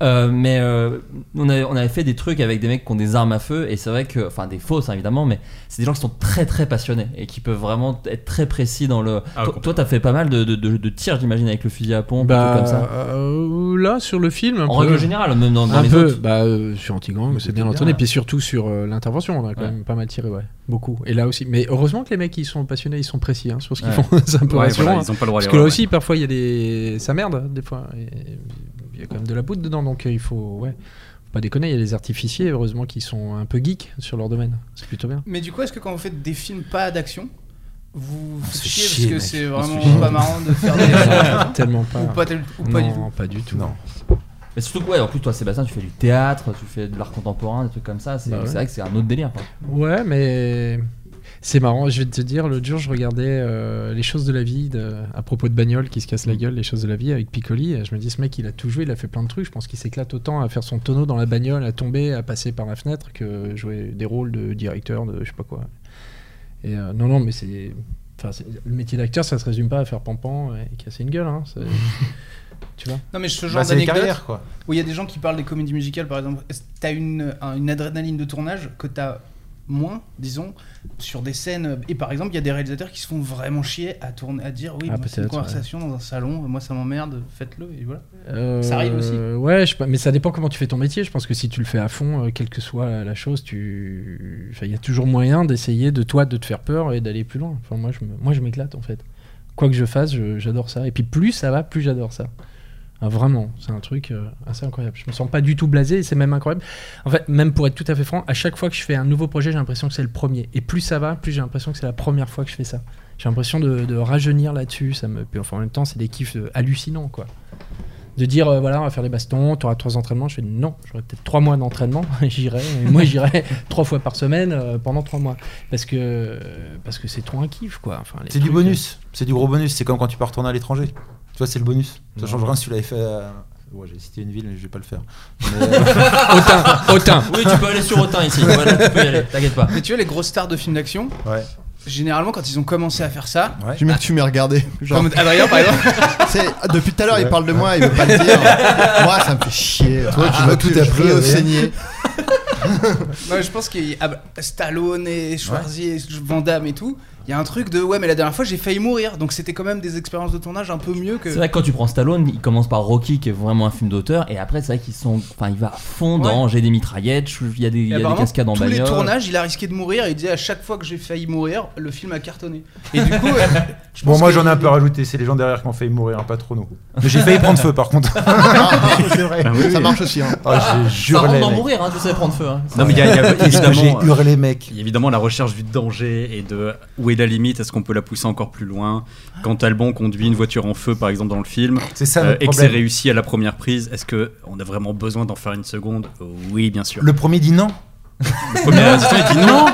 Euh, mais euh, on, avait, on avait fait des trucs avec des mecs qui ont des armes à feu. Et c'est vrai que. Enfin, des fausses, hein, évidemment. Mais c'est des gens qui sont très, très passionnés. Et qui peuvent vraiment être très précis dans le. Ah, Toi- toi, t'as fait pas mal de, de- de- de tirs, j'imagine, avec le fusil à pompe. ou tout comme ça. Bah, euh, là, sur le film, un En peu. règle générale, même dans, dans un les peu, autres. bah, euh, sur Antigang, c'est bien bien, entendu, ouais. et puis surtout sur euh, l'intervention, on a quand Ouais. même pas mal tiré, ouais, beaucoup. Et là aussi, mais heureusement que les mecs ils sont passionnés, ils sont précis hein, sur ce qu'ils Ouais. font, c'est un peu Ouais, rassurant, voilà, hein. ils ont pas le droit à Parce que là l'erreur, aussi, parfois il y a des. ça merde, des fois, et- et il y a quand même de la poudre dedans, donc euh, il faut, ouais, faut pas déconner, il y a les artificiers, heureusement qu'ils sont un peu geeks sur leur domaine, c'est plutôt bien. Mais du coup, est-ce que quand vous faites des films pas d'action, vous vous se faites fait chier parce Ah, chier, que c'est mec. On se fait vraiment chier. pas marrant de faire des. hein, Tellement pas. ou pas, tel- ou pas non, du tout. pas du tout. Non. Mais surtout, que, ouais, en plus, toi, Sébastien, tu fais du théâtre, tu fais de l'art contemporain, des trucs comme ça. C'est Bah ouais. c'est vrai que c'est un autre délire. quoi. Ouais, mais c'est marrant. Je vais te dire, l'autre jour, je regardais euh, les choses de la vie de- à propos de bagnoles qui se cassent la gueule, les choses de la vie avec Piccoli. Et je me dis, ce mec, il a tout joué, il a fait plein de trucs. Je pense qu'il s'éclate autant à faire son tonneau dans la bagnole, à tomber, à passer par la fenêtre que jouer des rôles de directeur, de je sais pas quoi. Et euh, non, non, mais c'est. Enfin, c'est- le métier d'acteur, ça se résume pas à faire pampan et casser une gueule. Hein, c'est- tu vois Non, mais ce genre Bah, c'est les d'anecdote carrières, quoi. où il y a des gens qui parlent des comédies musicales, par exemple, est-ce que t'as une, un- une adrénaline de tournage que t'as moins, disons, sur des scènes. Et par exemple, il y a des réalisateurs qui se font vraiment chier à tourner, à dire oui, Ah, moi, c'est une peut-être, conversation dans un salon, moi ça m'emmerde, faites-le et voilà. Euh, Ça arrive aussi. Ouais, je sais pas, mais ça dépend comment tu fais ton métier. Je pense que si tu le fais à fond, euh, quelle que soit la chose, tu, enfin, il y a toujours moyen d'essayer de toi de te faire peur et d'aller plus loin. Enfin, moi, je me- moi, je m'éclate en fait. Quoi que je fasse, je- j'adore ça. Et puis plus ça va, plus j'adore ça. Ah, vraiment, c'est un truc euh, assez incroyable. Je me sens pas du tout blasé, et c'est même incroyable. En fait, même pour être tout à fait franc, à chaque fois que je fais un nouveau projet, j'ai l'impression que c'est le premier. Et plus ça va, plus j'ai l'impression que c'est la première fois que je fais ça. J'ai l'impression de, de rajeunir là-dessus. Ça me, puis enfin, en même temps, c'est des kiffs euh, hallucinants, quoi de dire euh, voilà on va faire les bastons tu auras trois entraînements je fais non j'aurai peut-être trois mois d'entraînement j'irai et moi j'irai trois fois par semaine euh, pendant trois mois parce que parce que c'est trop un kiff quoi enfin les C'est du trucs, bonus, c'est du gros bonus, c'est comme quand tu pars retourner à l'étranger. Tu vois, c'est le bonus. Ça change rien si tu l'avais fait. à- Ouais, j'ai cité une ville, mais je vais pas le faire. Mais, euh, euh, Autain Autain Oui, tu peux aller sur Autun ici. Voilà, tu peux y aller, t'inquiète pas. Mais tu vois, les grosses stars de films d'action, ouais. généralement, quand ils ont commencé à faire ça, Ouais. Tu m'as- tu m'as regardé. Genre, comme Adrien par exemple, c'est- depuis tout à l'heure, Ouais. il parle de moi, il veut pas le dire. Moi, ça me fait chier. Toi, tu m'as tout appris au saigné. Non, je pense qu'il y a ah bah, Stallone et Schwarzy et Van Damme et tout, Il y a un truc de ouais, mais la dernière fois j'ai failli mourir, donc c'était quand même des expériences de tournage un peu mieux que. C'est vrai que quand tu prends Stallone, il commence par Rocky qui est vraiment un film d'auteur et après c'est vrai qu'ils sont enfin il va à fond dans Ouais. j'ai des mitraillettes, je- il y a des, il y a des apparemment, cascades en tous bagnole. les tournages, il a risqué de mourir. et Il disait à chaque fois que j'ai failli mourir, le film a cartonné. Et du coup, euh, je Bon, pense moi que- j'en ai un peu rajouté, c'est les gens derrière qui ont failli mourir, hein, pas trop nous. Mais j'ai failli prendre feu par contre. c'est vrai. Ça marche aussi, hein. Oh, Ah, j'ai Ça rentre hurlé, d'en mec. euh, mourir hein, tu sais prendre feu. hein. Non, mais il y a, il y a Qu'est-ce que évidemment. euh, j'ai hurlé, mec. il y a évidemment la recherche du danger et de où est la limite, est-ce qu'on peut la pousser encore plus loin Quand Albon conduit une voiture en feu, par exemple, dans le film, euh, C'est ça, notre et que c'est problème. réussi à la première prise, est-ce qu'on a vraiment besoin d'en faire une seconde Oui, bien sûr. Le premier dit non. Le premier assistant, il dit non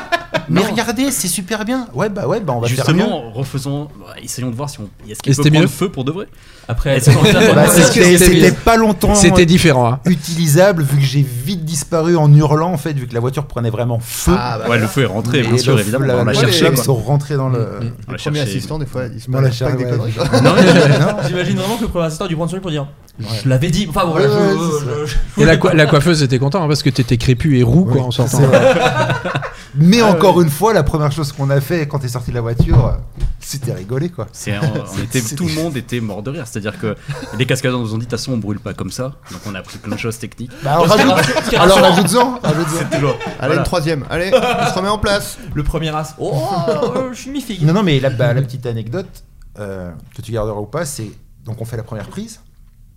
Mais Non. regardez, c'est super bien. Ouais, bah ouais, bah on va faire mieux. Justement, refaisons, bah, essayons de voir si on, est-ce Et qu'il peut c'était prendre mieux feu pour de vrai. Après, Est-ce qu'on- Bah, Parce c'est que- que c'était- c'était pas longtemps C'était euh, différent. hein. utilisable vu que j'ai vite disparu en hurlant en fait vu que la voiture prenait vraiment feu. ouais, le feu est rentré, Et bien bah le sûr, feu, évidemment. la- on l'a les cherché. flammes quoi. sont rentrées dans le. On Le l'a premier cherché. assistant, des fois, il se bah. Mm. met Dans la à faire charrue, des ouais, conneries. ouais. Non, mais- J'imagine vraiment que le premier assistant du prendre sur lui pour dire je l'avais dit. Enfin bon, voilà, Ouais, je- ouais, je- je- c'est je- Et la, co- la coiffeuse était contente hein, parce que t'étais crépu et roux quoi, en sortant. C'est vrai. Mais Ah encore une fois, la première chose qu'on a fait quand t'es sorti de la voiture, euh, c'était rigoler quoi. C'est, on- on était- C'est- tout le monde était mort de rire. C'est-à-dire que les cascadeurs nous ont dit, de toute façon, on brûle pas comme ça. Donc on a appris plein de choses techniques. Bah, alors rajoute- alors, rajoute-en. rajoute-en. Toujours. Allez, une troisième. Allez, on se remet en place. le premier as. Oh, euh, je suis mi figue. Non, non, mais la, bah, la petite anecdote euh, que tu garderas ou pas, c'est donc on fait la première prise.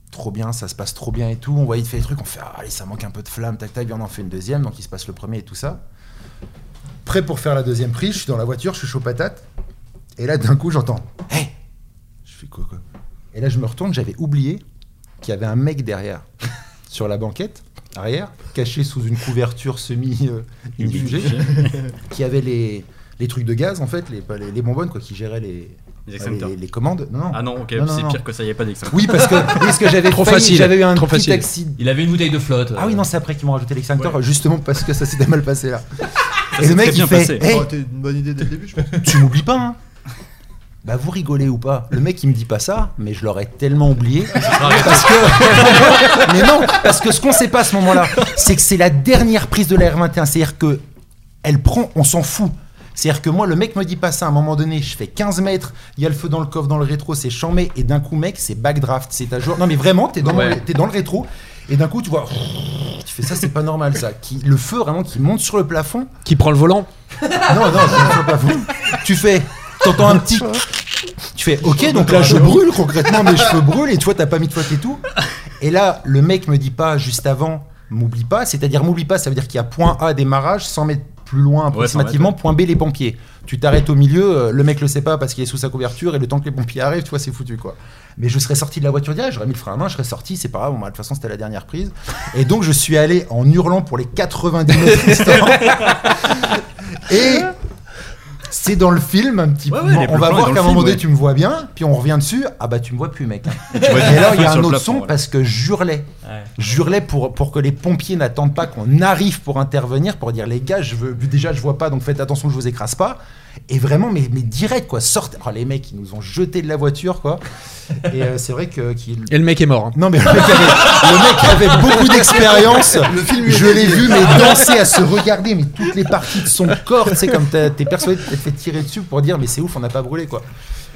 Trop bien, ça se passe trop bien et tout. On voit, il fait les trucs, on fait ah, allez, ça manque un peu de flamme, tac tac, bien, on en fait une deuxième, donc il se passe le premier et tout ça. Prêt pour faire la deuxième prise, je suis dans la voiture, je suis chaud patate. Et là, d'un coup, j'entends Hey Je fais quoi, quoi Et là, je me retourne, j'avais oublié qu'il y avait un mec derrière, sur la banquette, arrière, caché sous une couverture semi-indigée qui avait les, les trucs de gaz en fait, les, pas les, les bonbonnes quoi, qui géraient les, Les euh, les, accepteurs. les commandes. Non, non. Ah non, ok, Non, non, c'est non. pire que ça, il n'y avait pas d'exemple. Oui, parce que, oui, parce que j'avais Trop failli- facile, J'avais eu un trop petit facile. accident. Il avait une bouteille de flotte. Ah oui, non, c'est après qu'ils m'ont rajouté l'extincteur, justement parce que ça s'était mal passé là. Ça Et s'est le mec très il bien fait passé. Hey, Ça aurait été une bonne idée dès le début, je pense. tu m'oublies pas hein bah vous rigolez ou pas Le mec il me dit pas ça, mais je l'aurais tellement oublié parce que mais non parce que ce qu'on sait pas à ce moment-là, c'est que c'est la dernière prise de la R21, c'est-à-dire que elle prend, on s'en fout. C'est-à-dire que moi le mec me dit pas ça. À un moment donné, je fais 15 mètres, il y a le feu dans le coffre, dans le rétro, c'est chambé et d'un coup mec c'est backdraft, c'est à jour. Non mais vraiment t'es dans, Ouais. le- t'es dans le rétro et d'un coup tu vois tu fais ça c'est pas normal ça. Qui, le feu vraiment qui monte sur le plafond Qui prend le volant non, non, je ne pas vous. Tu fais, t'entends un petit. Tu fais, ok, donc là je brûle concrètement, mes cheveux brûlent et tu vois, t'as pas mis de faute et tout. Et là, le mec me dit pas juste avant, m'oublie pas, c'est-à-dire m'oublie pas, ça veut dire qu'il y a point A démarrage, 100 mètres plus loin approximativement, point B les pompiers. Tu t'arrêtes au milieu, euh, le mec le sait pas parce qu'il est sous sa couverture et le temps que les pompiers arrivent, tu vois, c'est foutu quoi. Mais je serais sorti de la voiture direct, j'aurais mis le frein à main, je serais sorti, c'est pas grave, bon, bah, de toute façon c'était la dernière prise. Et donc je suis allé en hurlant pour les 90 mètres restants. Et c'est dans le film un petit Ouais, peu. ouais, les on va plans voir dans qu'à le un moment film, donné ouais. tu me vois bien, puis on revient dessus. Ah bah tu me vois plus, mec. Et, vois juste là le il y feu sur a un le autre plafond, son voilà. parce que j'hurlais. J'hurlais pour, pour que les pompiers n'attendent pas qu'on arrive pour intervenir, pour dire les gars, je veux, déjà je vois pas, donc faites attention que je vous écrase pas. Et vraiment, mais, mais direct quoi, sortez. Oh, les mecs, ils nous ont jeté de la voiture quoi. Et euh, c'est vrai que. qu'il- et le mec est mort. hein. non mais le mec avait, le mec avait beaucoup d'expérience. Je l'ai vu mais danser à se regarder mais toutes les parties de son corps, tu sais comme t'as- t'es persuadé de t'être fait tirer dessus pour dire mais c'est ouf on n'a pas brûlé quoi.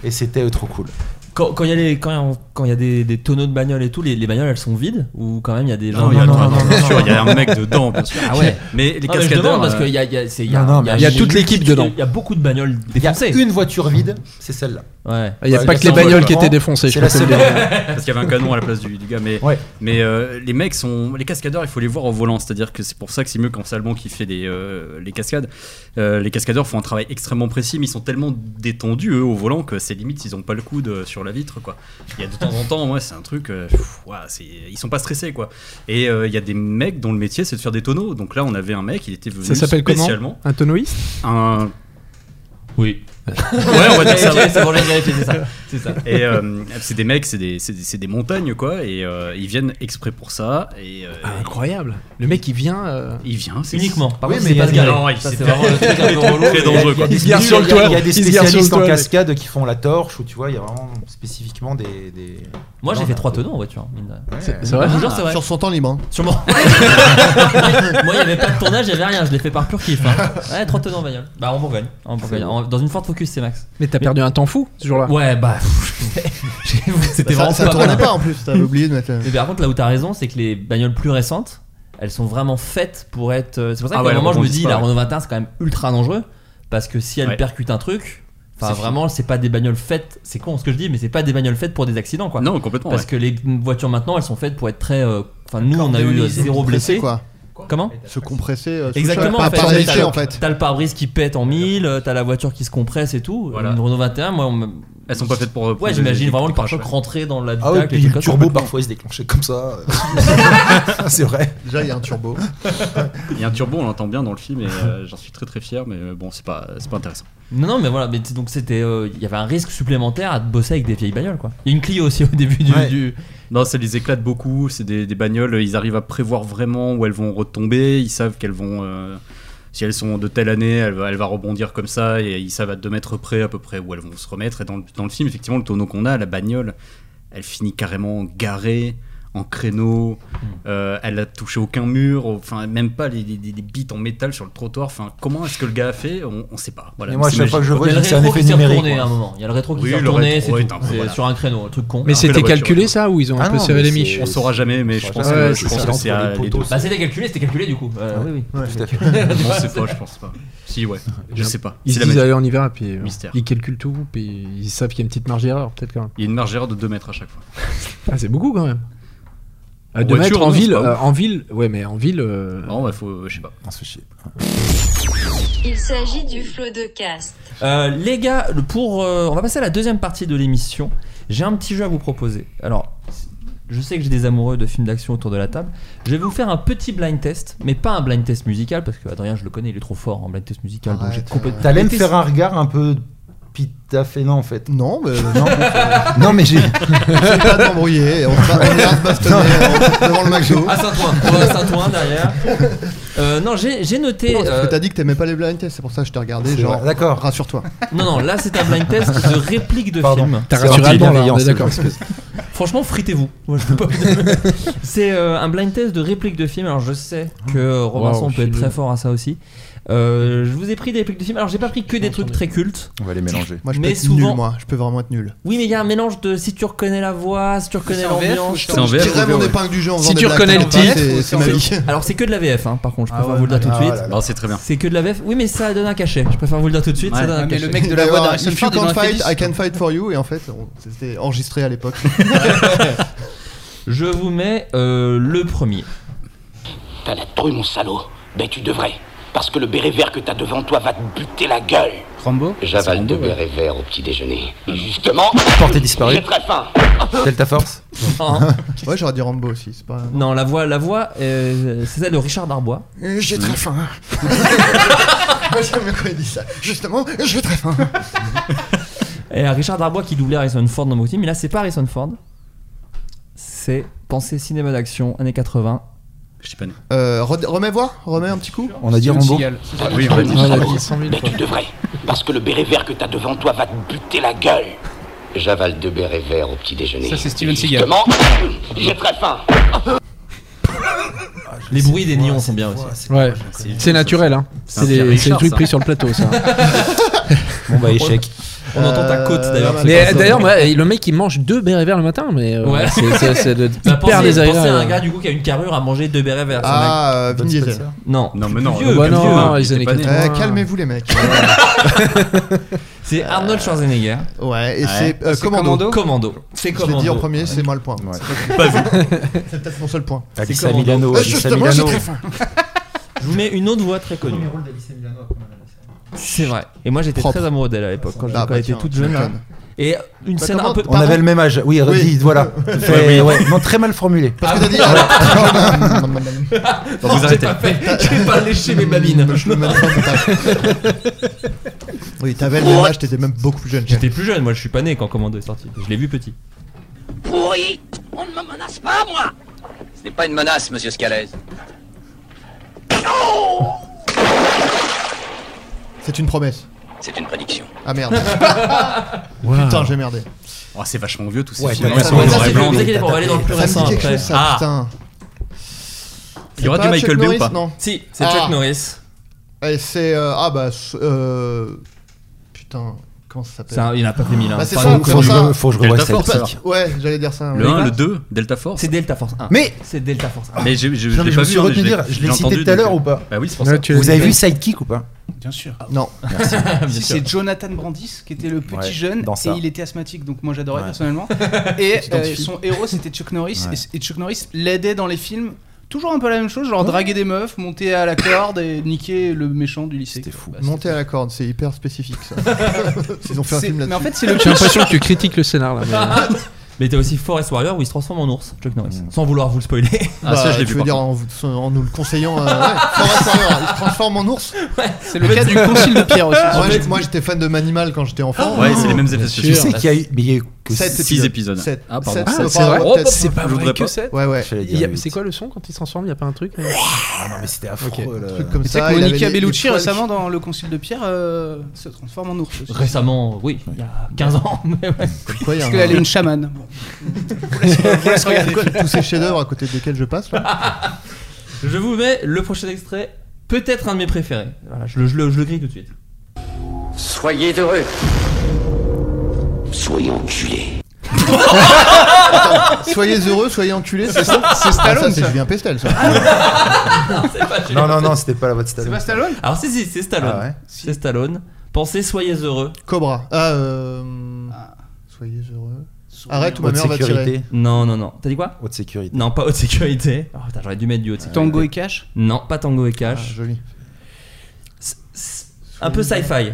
Et c'était euh, trop cool. Quand quand il y a les- quand on- quand il y a des, des tonneaux de bagnoles et tout, les, les bagnoles elles sont vides ou quand même il y a des gens. Non, il y a- non, attends, non, attends, non, bien non, sûr, non, il y a un mec dedans, bien sûr. Ah ouais. Mais les Non, mais je cascadeurs. demande parce euh, qu'il y a, il y a- c'est- il y a- Non, non, mais il y a toute l'équipe dedans. Il y a beaucoup de bagnoles Il y a défoncées. une voiture vide, c'est celle-là. Ouais. Il n'y a Ouais, pas il que les semble bagnoles qui vraiment- étaient défoncées. C'est Je la peux te le seule. dire. Parce qu'il y avait un canon à la place du, du gars. Mais, Ouais. mais euh, les mecs sont. Les cascadeurs, il faut les voir au volant. C'est-à-dire que c'est pour ça que c'est mieux quand c'est Alban qui fait les, euh, les cascades. Euh, les cascadeurs font un travail extrêmement précis, mais ils sont tellement détendus, eux, au volant, que c'est limite, ils ont pas le coude euh, sur la vitre, quoi. Il y a de temps en temps, ouais, c'est un truc. euh, pff, ouah, c'est- ils sont pas stressés, quoi. Et euh, il y a des mecs dont le métier, c'est de faire des tonneaux. Donc là, on avait un mec, il était venu Ça s'appelle comment spécialement. Un tonnoïste Un. Oui. Ouais, on va dire ça. Ok, c'est bon, j'ai vérifié, c'est ça. C'est ça. Et euh, c'est des mecs, c'est des, c'est des- c'est des montagnes, quoi. Et euh, ils viennent exprès pour ça. Et, euh, Incroyable. Le mec, il vient. euh, Il vient, c'est Ah, Uniquement. Par Oui, contre, mais c'est pas il- se garer. non, il Ça, s'est Ah, c'est vraiment le truc un peu relou. très dangereux, quoi. Il y a se gare sur le il y a- toit. il y a des Il se gare sur le spécialistes en toit, mec. cascade qui font la torche ou tu vois, il y a vraiment spécifiquement des. des- Moi j'ai Non, fait non. trois tonneaux en voiture. mine de rien. Ouais. C'est euh, vrai Ah, Je vous jure, c'est vrai. Sur son temps libre. hein. Sur moi. Moi, il n'y avait pas de tournage, il n'y avait rien, je l'ai fait par pur kiff. hein. Ouais, 3 tonneaux en bagnole. Bah, en Bourgogne. En Bourgogne. En- dans une Ford Focus. focus, c'est Max. Mais t'as perdu un temps fou ce jour-là. Ouais, bah. j'ai- C'était Ça- vraiment ça pas tournait mal. pas, en plus, t'avais oublié de mettre la- euh, Mais par contre, là où t'as raison, c'est que les bagnoles plus récentes, elles sont vraiment faites pour être. euh, C'est pour ça Ah qu'à ouais, un moment, elles je me rebondissent dis, pas, la ouais. Renault 21, c'est quand même ultra dangereux. Parce que si elle Ouais. percute un truc. C'est Enfin, fini. vraiment, c'est pas des bagnoles faites, c'est con ce que je dis, mais c'est pas des bagnoles faites pour des accidents, quoi. Non, complètement, Parce ouais. que les voitures maintenant, elles sont faites pour être très. euh, Enfin, nous, on a eu euh, Cordéonisées. zéro blessé. Compressées, quoi. Comment Se compresser. euh, sous Exactement, choc, en pas- fait. pas T'as le- vérifier, en fait. T'as le pare-brise qui pète en mille, euh, t'as la voiture qui se compresse et tout. Voilà. Une Renault 21, moi, on me- Elles sont pas faites pour, euh, pour Ouais, des- j'imagine des- vraiment des le pare-choc crashs, ouais. rentrer dans la Ah ouais, didacte puis tout le ça, turbo complètement. parfois il se déclenchait comme ça. c'est vrai. Déjà, il y a un turbo. Il y a un turbo, on l'entend bien dans le film et euh, j'en suis très très fier, mais euh, bon, c'est pas, c'est pas intéressant. Non, non, mais voilà, mais t- donc c'était. euh, Il y avait un risque supplémentaire à bosser avec des vieilles bagnoles, quoi. Il y a une Clio aussi au début du. Ouais. du- Non, ça les éclate beaucoup. C'est des, des bagnoles, ils arrivent à prévoir vraiment où elles vont retomber. Ils savent qu'elles vont. euh, si elles sont de telle année, elle va, elle va rebondir comme ça. Et ils savent à 2 mètres près à peu près où elles vont se remettre. Et dans le, dans le film, effectivement, le tonneau qu'on a, la bagnole, elle finit carrément garée, en créneau. Euh, elle a touché aucun mur. Enfin, même pas les, les- les- les bites en métal sur le trottoir. Enfin, comment est-ce que le gars a fait on, on sait pas. Voilà, Et moi, c'est chaque fois magique. que je vois, Il y a le c'est un rétro effet qui s'est numérique. retourné quoi. à un moment. Il y a le rétro qui Oui, s'est le retourné, rétro, c'est ouais, tout. un peu, C'est voilà. sur un créneau, un truc con. Mais Après, c'était la voiture, calculé elle- ça ou ils ont un Ah peu non, serré les mais miches c'est- On saura jamais, mais je Ouais, pense c'est que- ça, je c'est pense ça, que c'est entre à les les poteaux, deux. Bah, c'était calculé, c'était calculé du coup. Euh, oui, oui. Tout à fait. On sait pas, je pense pas. Si, ouais, je sais pas. Ils se C'est la disent magie. allez on y va puis euh, Mystère. ils calculent tout puis ils savent qu'il y a une petite marge d'erreur peut-être quand même. Il y a une marge d'erreur de 2 mètres à chaque fois. Ah, c'est beaucoup quand même. En À deux voiture, mètres en non, c'est ville, pas ouf. euh, en ville, ouais mais en ville. euh, Non, bah faut, je sais pas. On se fait chier. Il s'agit du flot de cast. Euh, les gars, le- pour, euh, on va passer à la deuxième partie de l'émission. J'ai un petit jeu à vous proposer. Alors, je sais que j'ai des amoureux de films d'action autour de la table. Je vais vous faire un petit blind test, mais pas un blind test musical, parce que Adrien, je le connais, il est trop fort en blind test musical. donc j'ai Arrête, complètement. T'allais me faire un regard un peu pitafénant en fait. Non, mais. Non, non mais j'ai. Fais pas d'embrouiller. On va on va se bastonner euh, devant le McDo. À Saint-Ouen, on va à Saint-Ouen derrière. Euh, non, j'ai j'ai noté. Non, parce euh, que t'as dit que t'aimais pas les blind tests, c'est pour ça que je t'ai regardé. C'est Genre, vrai, d'accord. Rassure-toi. euh, non, non, là c'est un blind test de réplique de Pardon. film. T'as C'est rassuré Alban, là, bienveillant, on est c'est d'accord. vrai. Franchement, fritez-vous. Moi, je peux pas vous dire. c'est euh, un blind test de réplique de film. Alors, je sais que euh, Robinson Waouh, peut être film. très fort à ça aussi. Euh, je vous ai pris des répliques de film. Alors, j'ai pas pris que des trucs très cultes. On va les mélanger. Moi, je peux Mais être souvent- nul, moi. Je peux vraiment être nul. Oui, mais il y a un mélange de si tu reconnais la voix, si tu reconnais C'est en VF, l'ambiance. ou C'est en Je VF. tirerais mon épingle du jeu en Si faisant tu des blagues, reconnais le c'est- titre, c'est- c'est ma vie. Alors, c'est que de la VF, hein, par contre, je Ah préfère ouais, vous le dire tout de ah suite. ouais, là, là. Non, c'est très bien. C'est que de la VF. Oui, mais ça donne un cachet. Je préfère vous le dire tout de suite. ça Ouais. donne un mais cachet. le mec de la Il va y voix avoir, d'Harrison If you Ford, il en can't a fait fight, I 10. can fight for you. Et en fait, on- c'était enregistré à l'époque. Je vous mets euh, le premier. T'as la trouille, mon salaud. Ben, tu devrais. Parce que le béret vert que t'as devant toi va te buter la gueule. Rambo J'avale deux bérets verts au petit déjeuner. Et justement. Porte est disparue. J'ai très faim. Delta Force. Non, Ouais, j'aurais dit Rambo aussi. C'est pas. Hein non, la voix, la voix euh, c'est celle de Richard Darbois. Euh, J'ai très faim. Moi, j'aime bien quand il dit ça. Justement, j'ai très faim. Et euh, Richard Darbois qui doublait Harrison Ford dans Motive, mais là c'est pas Harrison Ford. C'est pensée cinéma d'action années 80. Je sais pas. né. Euh, re- remets voir, remets un petit coup. On a dit Rambo. Oui, on l'a dit. on l'a dit 100 000 Mais fois. tu devrais. Parce que le béret vert que t'as devant toi va te buter la gueule. J'avale deux bérets verts au petit déjeuner. Ça, c'est Steven Et Seagal. Justement. J'ai très faim. Les bruits des nions sont bien aussi. Ouais. C'est naturel hein. un C'est des- Pierre c'est Richard, des trucs ça. pris sur le plateau ça. Bon bah échec. On entend ta côte d'ailleurs. Euh, c'est Mais pas ça. d'ailleurs, moi, le mec il mange deux bérets verts le matin, mais euh, Ouais. c'est- c'est c'est de- Bah, pensez- hyper pensez à un désagréable. gars du coup qui a une carrure à manger deux bérets verts. ce mec. Ah, euh, Vin Bonne Diesel. Spencer. Non. Non, mais Plus non, vieux, bah plus non, vieux. non, il les était années pas né. 80. Euh, Ouais. Calmez-vous les mecs. C'est Arnold Schwarzenegger. ouais, et Ouais. Euh, c'est euh, C'est Commando. Commando Commando. C'est Je l'ai Commando. dit en premier, c'est moi le point. Ouais. C'est peut-être mon seul point. Alissa comment Milano. Euh, Alissa justement, j'ai Milano. très faim. Je vous mets une autre voix très connue. C'est vrai. Et moi j'étais Propre. très amoureux d'elle à l'époque quand Ah, bah, j'étais tiens, toute jeune. tu là. m'étonnes. Et une scène un comment peu. On avait le même âge. Oui, redis, voilà. Fait- ouais, Non, très mal formulé. Parce que t'as dit. Ah, ouais. Bon, vous arrêtez. J'ai pas léché mes babines. Je le mets dans le tas. Oui, t'avais le même âge, t'étais même beaucoup plus jeune. J'étais plus jeune, moi je suis pas né quand Commando est sorti. Je l'ai vu petit. Pourri On ne me menace pas, moi Ce n'est pas une menace, monsieur Scalez. C'est une promesse. C'est une prédiction. Ah merde. Waouh. Putain, j'ai merdé. Oh, c'est vachement vieux tous ces Ouais, films. ouais, Ils ouais, sont ouais, en ça, noir c'est et blanc. le- on va aller dans le plus Ça récent me dit quelque après. chose, ça, Ah. putain. Il y aura C'est du pas Michael Chuck Bay ou Norris, pas Non. Si, c'est Ah. Chuck Norris. Et c'est. euh, ah bah. c'est, euh, putain. Comment ça s'appelle Ça, il en a pas fait mille, hein. Bah, c'est Pas ça, donc, c'est faut que ça. je le- faut que je revoie Delta Force, Celtic. alors. Ouais, j'allais dire ça. Le 1, le 2, Delta Force. C'est Delta Force 1. Mais- C'est Delta Force 1. Mais j'ai- Putain, j'ai- je l'ai mais je pas me vu, suis hein, retenu je de l'ai- dire, je je l'ai l'ai cité entendu, tout à donc, l'heure euh, ou pas Bah oui, c'est pour Ouais, ça. tu Vous l'as avez dit. vu Sidekick ou pas Bien sûr. Ah, Ah, Non. Si c'est Jonathan Brandis qui était le petit Ouais, jeune dans et ça. il était asthmatique donc moi j'adorais Ouais. personnellement et Tu euh, t'identifies. son héros c'était Chuck Norris Ouais. et, et Chuck Norris l'aidait dans les films toujours un peu la même chose genre draguer des meufs monter à la corde et niquer le méchant du lycée c'était fou Monter à la corde, c'est hyper spécifique ça. Ils ont fait un C'est- film mais là-dessus. en fait, c'est le J'ai l'impression que tu critiques le scénar là. mais- Mais t'as aussi Forest Warrior où il se transforme en ours, Chuck Norris. Sans vouloir vous le spoiler. Bah, tu veux dire en, vous- en nous le conseillant. euh, ouais. Forest Warrior, hein. il se transforme en ours. C'est le cas du concile de Pierre aussi. Moi, j'ai- Moi, j'étais fan de Manimal quand j'étais enfant. Ouais, c'est les mêmes effets Tu spéciaux. sais qu'il y a eu. Mais il y a eu que Sept six- six épisodes. Sept. Ah, pardon. Sept, Ah, sept, c'est sept, vrai ouais, Oh, peut-être. c'est pas Je vrai voudrais que pas. sept. Ouais, ouais. Je l'ai euh, dit. Il y a- huit. C'est quoi le son quand il se transforme Il y a pas un truc Ah non, mais c'était affreux. là. truc comme Mais c'est ça. vrai que Ah, il avait Monica les- les Bellucci poils- récemment dans le concile de Pierre euh, se transforme en ours aussi. Récemment, oui, il y a 15 ans. Mais ouais. Quoi, il y parce a un- qu'elle est une chamane Bon. Vous laisse regarder. Tous ces chefs-d'œuvre à côté desquels je passe. là. Je vous mets le prochain extrait, peut-être un de mes préférés. Voilà, je, le, je, le, je le grille tout de suite. Soyez heureux. Soyez enculés. Attends, soyez heureux, soyez enculés. C'est ça. C'est Ah, Stallone, ça, Ah C'est ça. Julien Pestel. Ça. Non, non, non, c'était pas la voix de Stallone. C'est pas Stallone Alors, si, si, c'est Stallone. Ah ouais C'est Stallone. Pensez, soyez heureux. Cobra. Ah, euh, Soyez heureux. Arrête ou ma Haute mère va tirer. sécurité. Non, non, non. T'as dit quoi Haute sécurité. Non, pas haute sécurité. Oh, putain, j'aurais dû mettre du haute sécurité. Tango et Cash Non, pas tango et cash. Ah, Joli. C'est- c'est Un peu sci-fi.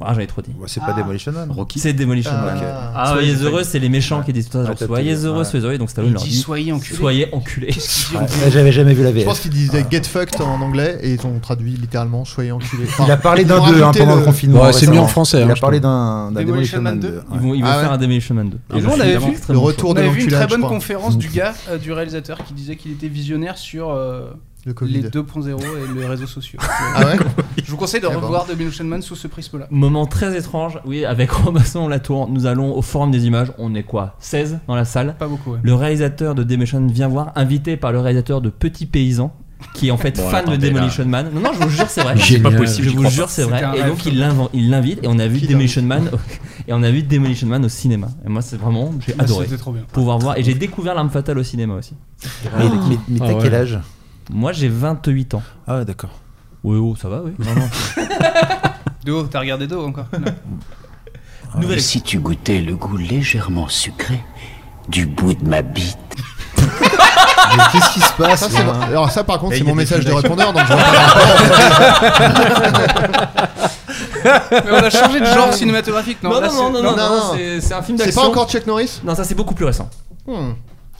Ah, j'avais trop dit. Ouais, c'est pas Demolition Man. Rocky. C'est Demolition Ah, Man. ok. Ah, soyez ouais, j'ai heureux, failli. c'est les méchants qui disent tout ça. genre, Ouais, t'as- soyez t'as- heureux, ouais. soyez heureux. Donc Stallone Il leur dit dit soyez enculés. Soyez enculés. Qu'est-ce qu'il dit Ouais, là, J'avais jamais vu la Je VF. pense qu'il disait get fucked en anglais et ils ont traduit littéralement soyez enculés. Il a parlé ils d'un ont 2 hein, rajouté pendant le, le- confinement. Ouais, c'est récemment. mieux en français, Il hein, a je parlé d'un d'un Demolition Man Demolition Man 2. Ils vont, ils vont Ah ouais. faire un Demolition Man 2. Et nous, on l'avait vu. Le retour on de avait vu une l'enculage. très je bonne crois. conférence du gars, euh, du réalisateur, qui disait qu'il était visionnaire sur euh, Le Covid. les 2.0 et les réseaux sociaux. Ah ouais Je vous conseille de Eh ben. revoir Demolition Man sous ce prisme-là. Moment très étrange, oui, avec Robinson Latour, nous allons au Forum des Images, on est quoi 16 dans la salle. Pas beaucoup, ouais. Le réalisateur de Demolition vient voir, invité par le réalisateur de Petit Paysan, qui est en fait Bon, fan de attendez, Demolition Man. Non, non, je vous jure, c'est vrai. C'est pas Génial. possible, Je j'y vous crois jure, c'est vrai. C'était un Et rêve. donc il l'invite, il l'invite et on a vu Qui Demolition Man et on a vu Demolition Man au cinéma. Et moi, c'est vraiment, j'ai Bah, adoré C'était trop bien. pouvoir voir. Et j'ai découvert l'arme fatale au cinéma aussi. Mais, mais, mais Ah t'as ouais. quel âge Moi, j'ai 28 ans. Ah, ouais, d'accord. Oui, oh, ça va, oui. Non, non. De haut, t'as regardé de haut encore Non. Nouvelle. Si tu goûtais le goût légèrement sucré du bout de ma bite. Mais qu'est-ce qui se passe Ça, c'est là mon- Alors ça par contre Là, c'est il y a mon des message de feedbacks. répondeur donc je vois pas. Mais on a changé de genre cinématographique, non Non, là, non, non, non, c'est- non, non, non, non, non. c'est c'est un film C'est d'action. pas encore Chuck Norris Non, ça c'est beaucoup plus récent. Hmm.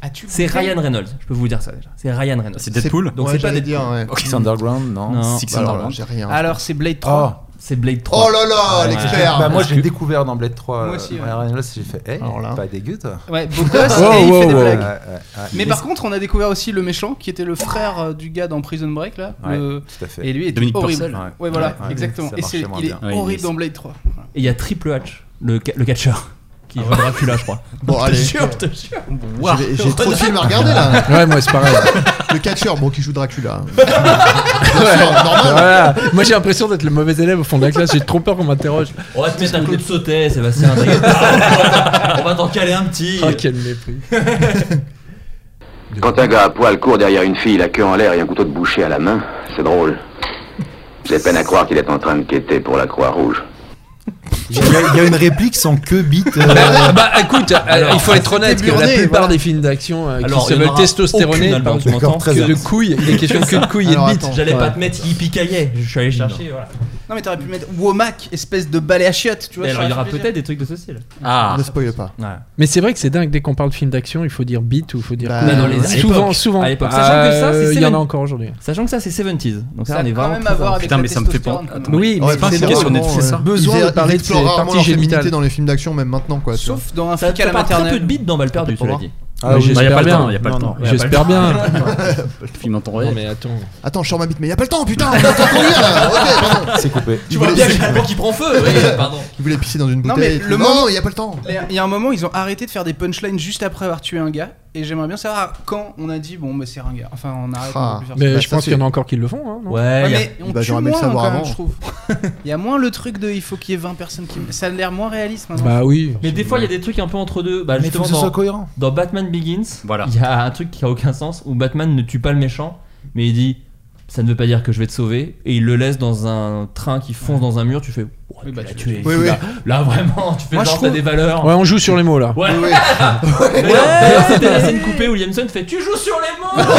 As-tu C'est goûté Ryan Reynolds, je peux vous dire ça déjà. C'est Ryan Reynolds. C'est Deadpool Donc Ouais, c'est pas j'allais des dire, ouais. Six Underground, non, Non, Six Bah, alors, Underground. j'ai rien. Alors, c'est Blade 3. Oh, c'est Blade 3. Oh là là, Ah, Ouais. l'expert bah moi j'ai découvert dans Blade 3. Moi aussi, ouais. là, j'ai fait, eh, Alors là. pas dégueu toi. Ouais, beau gosse, Wow, et il wow, fait des wow. blagues. Ouais, ouais, ouais. Mais par contre, on a découvert aussi le méchant qui était le frère euh, du gars dans Prison Break là. Ouais, le- tout à fait. Et lui est Dominique horrible. Purcell. Ouais, voilà, Ouais, ouais, exactement. ça Et c'est, marchait moins il est bien. Ouais, il horrible est- dans Blade 3. Voilà. Et il y a Triple H, le, ca- le catcheur, qui joue Dracula, je crois. Bon Je te allez, jure, je te jure. j'ai j'ai trop de films à regarder là. Ouais, moi c'est pareil. Le catcheur, bon qui joue Dracula. Bien sûr, normal. Voilà. Moi j'ai l'impression d'être le mauvais élève au fond de la classe, j'ai trop peur qu'on m'interroge. On va te mettre un Claude Sautet, Sébastien. t'inquiète pas. On va t'en caler un petit. Ah, quel mépris. Quand un gars à poil court derrière une fille, la queue en l'air et un couteau de boucher à la main, c'est drôle. J'ai peine à croire qu'il est en train de quêter pour la Croix-Rouge. Il y, a- il y a une réplique sans que bite. Bah, bah, écoute, euh, Alors, il faut être honnête que la burné, plupart voilà. des films d'action euh, Alors, il qui se y en veulent aura aucune, testostéronés Alban, parlent tu m'entends que de couilles, il est question que de couilles et Alors, de bites. attends. J'allais Ouais. pas te mettre hippie caillet. Je suis allé chercher, voilà. Non mais t'aurais pu mettre Womack, espèce de balai à chiottes, tu vois. Et ça alors, il y aura aurait fait plaisir. peut-être des trucs de ce style. Ah, Ne spoil pas. Ouais. Mais c'est vrai que c'est dingue, dès qu'on parle de films d'action, il faut dire bite ou il faut dire Bah, couilles. non, les- à Souvent, l'époque. souvent. À l'époque. Sachant que ça, c'est Euh, Il y en Céline. a encore aujourd'hui. Sachant que ça, c'est 70s. Donc Ça là, on a est quand vraiment. même très à voir avant. avec Putain, la mais ça me fait penser- testostérone, quand Attends. même. Oui, mais Ouais, c'est c'est vraiment sur Netflix, vraiment, ça euh, besoin ils- de parler ils de ces explorent rarement parties leur féminité génitales. dans les films d'action même maintenant quoi. tu vois. Sauf dans un Ça flic à ça la parle très peu maternelle. de bites dans Balle perdue, cela voir. dit. Ah, il y a j'espère pas le temps, bien. il y a pas le temps. Ouais, J'espère bien. Film en temps Non, réel. mais attends. Attends, je sors ma bite mais y a pas le temps putain. on est en train de conduire, là. Ok, pardon. C'est coupé. Tu vois voulais- bien que j'ai un qui prend feu. oui, Pardon. Il voulait pisser dans une Non, bouteille. mais et tout. le non, moment- il y a pas le temps. Les- Il y a un moment, ils ont arrêté de faire des punchlines juste après avoir tué un gars Et j'aimerais bien savoir quand on a dit bon, mais c'est ringard. Enfin, on arrête. on peut plus faire ça. Mais je pense qu'il y en a encore qui le font. Hein, non Ouais, mais on tue moins, quand même, je trouve. hein. Il y a moins le truc de il faut qu'il y ait 20 personnes qui. Ça a l'air moins réaliste maintenant. Bah Mais des fois, il y a des trucs un peu entre deux. Bah, Mais justement, faut que ce dans, soit cohérent. Dans Batman Begins, il y a un truc qui a aucun sens où Batman ne tue pas le méchant, mais il dit ça ne veut pas dire que je vais te sauver et il le laisse dans un train qui fonce dans un mur. Tu fais oh, tu l'as tué, Oui, tu oui. l'as- Là, vraiment, tu fais Moi, genre je t'as trouve- des valeurs. Ouais, on joue sur les mots, là. Ouais. Oui, oui. D'ailleurs- D'ailleurs, c'était la scène coupée où Williamson fait tu joues sur les mots.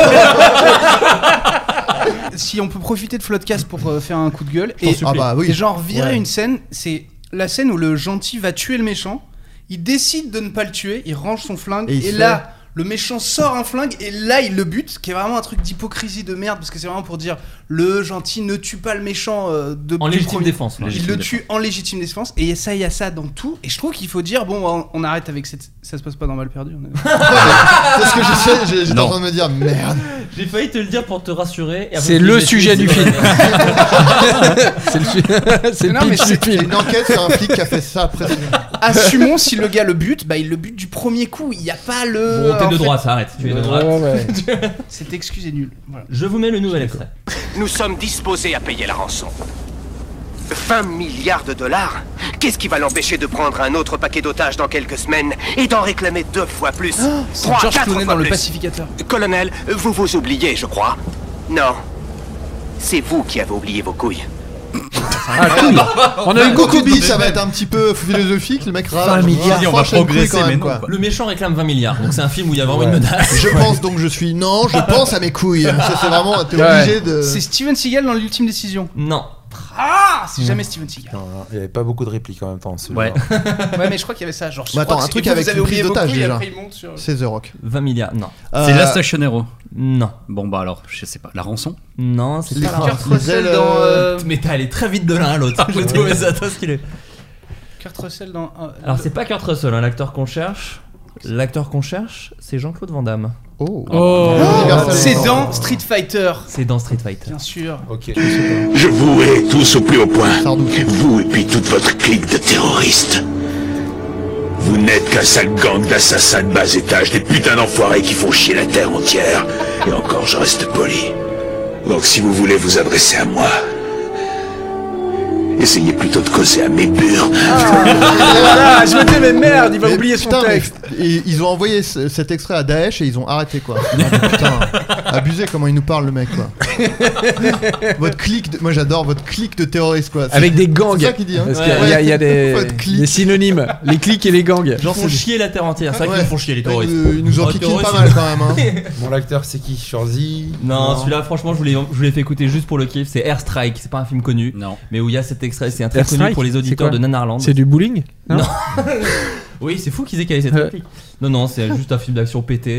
si on peut profiter de Floodcast pour euh, faire un coup de gueule Je t'en et, supplie. Ah bah oui. et genre virer Ouais. une scène, c'est la scène où le gentil va tuer le méchant, il décide de ne pas le tuer, il range son flingue Et et, il se là le méchant sort un flingue et là il le bute, qui est vraiment un truc d'hypocrisie de merde parce que c'est vraiment pour dire le gentil ne tue pas le méchant euh, de En du légitime premier. défense, Il ouais. le Légitime tue en légitime défense et ça il y a ça dans tout et je trouve qu'il faut dire bon on, on arrête avec cette ça se passe pas dans mal perdu. on est- C'est ce que je sais, j'ai- j'étais en train de me dire merde. J'ai failli te le dire pour te rassurer. et après, C'est je le l'ai sujet tué, du c'est film. vrai. C'est le su- c'est le Non, mais pitch c'est- du film. une enquête sur un flic qui a fait ça après. Assumons si le gars le bute, bah il le bute du premier coup, il n'y a pas le. Bon, t'es en de fait- droite, ça, arrête, tu es de droite. Cette excuse est nulle. Voilà. Je vous mets le nouvel extrait. Nous sommes disposés à payer la rançon. 20 milliards de dollars Qu'est-ce qui va l'empêcher de prendre un autre paquet d'otages dans quelques semaines et d'en réclamer deux fois plus Ah, c'est Trois, George quatre Clooney fois dans le plus. pacificateur. Colonel, vous vous oubliez, je crois. Non. C'est vous qui avez oublié vos couilles. Ah, cool. On a eu Kokobi, ça va être un petit peu philosophique, le mec rage. on va Franchement, j'aime progresser, plus quand même, mais non. quoi. Le méchant réclame 20 milliards, donc c'est un film où il y a vraiment une menace. Je pense donc je suis non, je pense à mes couilles. Ça, c'est vraiment, t'es Ouais. obligé de. C'est Steven Seagal dans l'ultime décision. Non. Ah, c'est Mm. jamais Steven Seagal. Non, non, il n'y avait pas beaucoup de répliques en même temps. celui-là. Ouais. ouais, mais je crois qu'il y avait ça, genre. je Mais crois attends, que un c'est- truc vous avec avez une oublié prise vos d'otage couilles, déjà. après, il monte sur- C'est The Rock. 20 milliards, non. C'est la Station Hero. Non. Bon, bah alors, je sais pas, la rançon Non, c'est pas la Kurt rançon. Russell dans, euh, Mais t'es allé très vite de l'un à l'autre. J'ai trouvé ça très stylé. Kurt Russell dans. euh, Alors, c'est pas Kurt Russell, hein, l'acteur qu'on cherche. L'acteur qu'on cherche, c'est Jean-Claude Van Damme. Oh, C'est dans Street Fighter. C'est dans Street Fighter. Bien sûr. Ok. Je vous hais tous au plus haut point. Vous et puis toute votre clique de terroristes. Vous n'êtes qu'un sale gang d'assassins de bas étage, des putains d'enfoirés qui font chier la terre entière. Et encore, je reste poli. Donc si vous voulez vous adresser à moi, essayez plutôt de causer à mes murs. Voilà, je me dis, mais merde, il va oublier son texte. ils ont envoyé ce- cet extrait à Daesh et ils ont arrêté quoi. Ah, putain, abusé comment il nous parle le mec quoi. votre clique, de- moi j'adore votre clique de terroristes quoi. C'est- Avec des gangs. C'est ça qu'il dit. Hein. Parce qu'il y a- il y a, il y a des, des synonymes. Les clics et les gangs. Genre, font chier la terre entière, c'est vrai qu'ils nous font chier les terroristes. Oh, terroristes, ils- hein. Bon, l'acteur, c'est qui Shorzy Non, celui-là, franchement, je vous l'ai- je vous l'ai fait écouter juste pour le kiff. C'est Airstrike, c'est pas un film connu. Non. Mais où il y a cet extrait, c'est un très Airstrike, connu pour les c'est auditeurs quoi de Nanarland. C'est du bowling Non. oui, c'est fou qu'ils aient calé cette réplique. Non, non, c'est juste un film d'action pété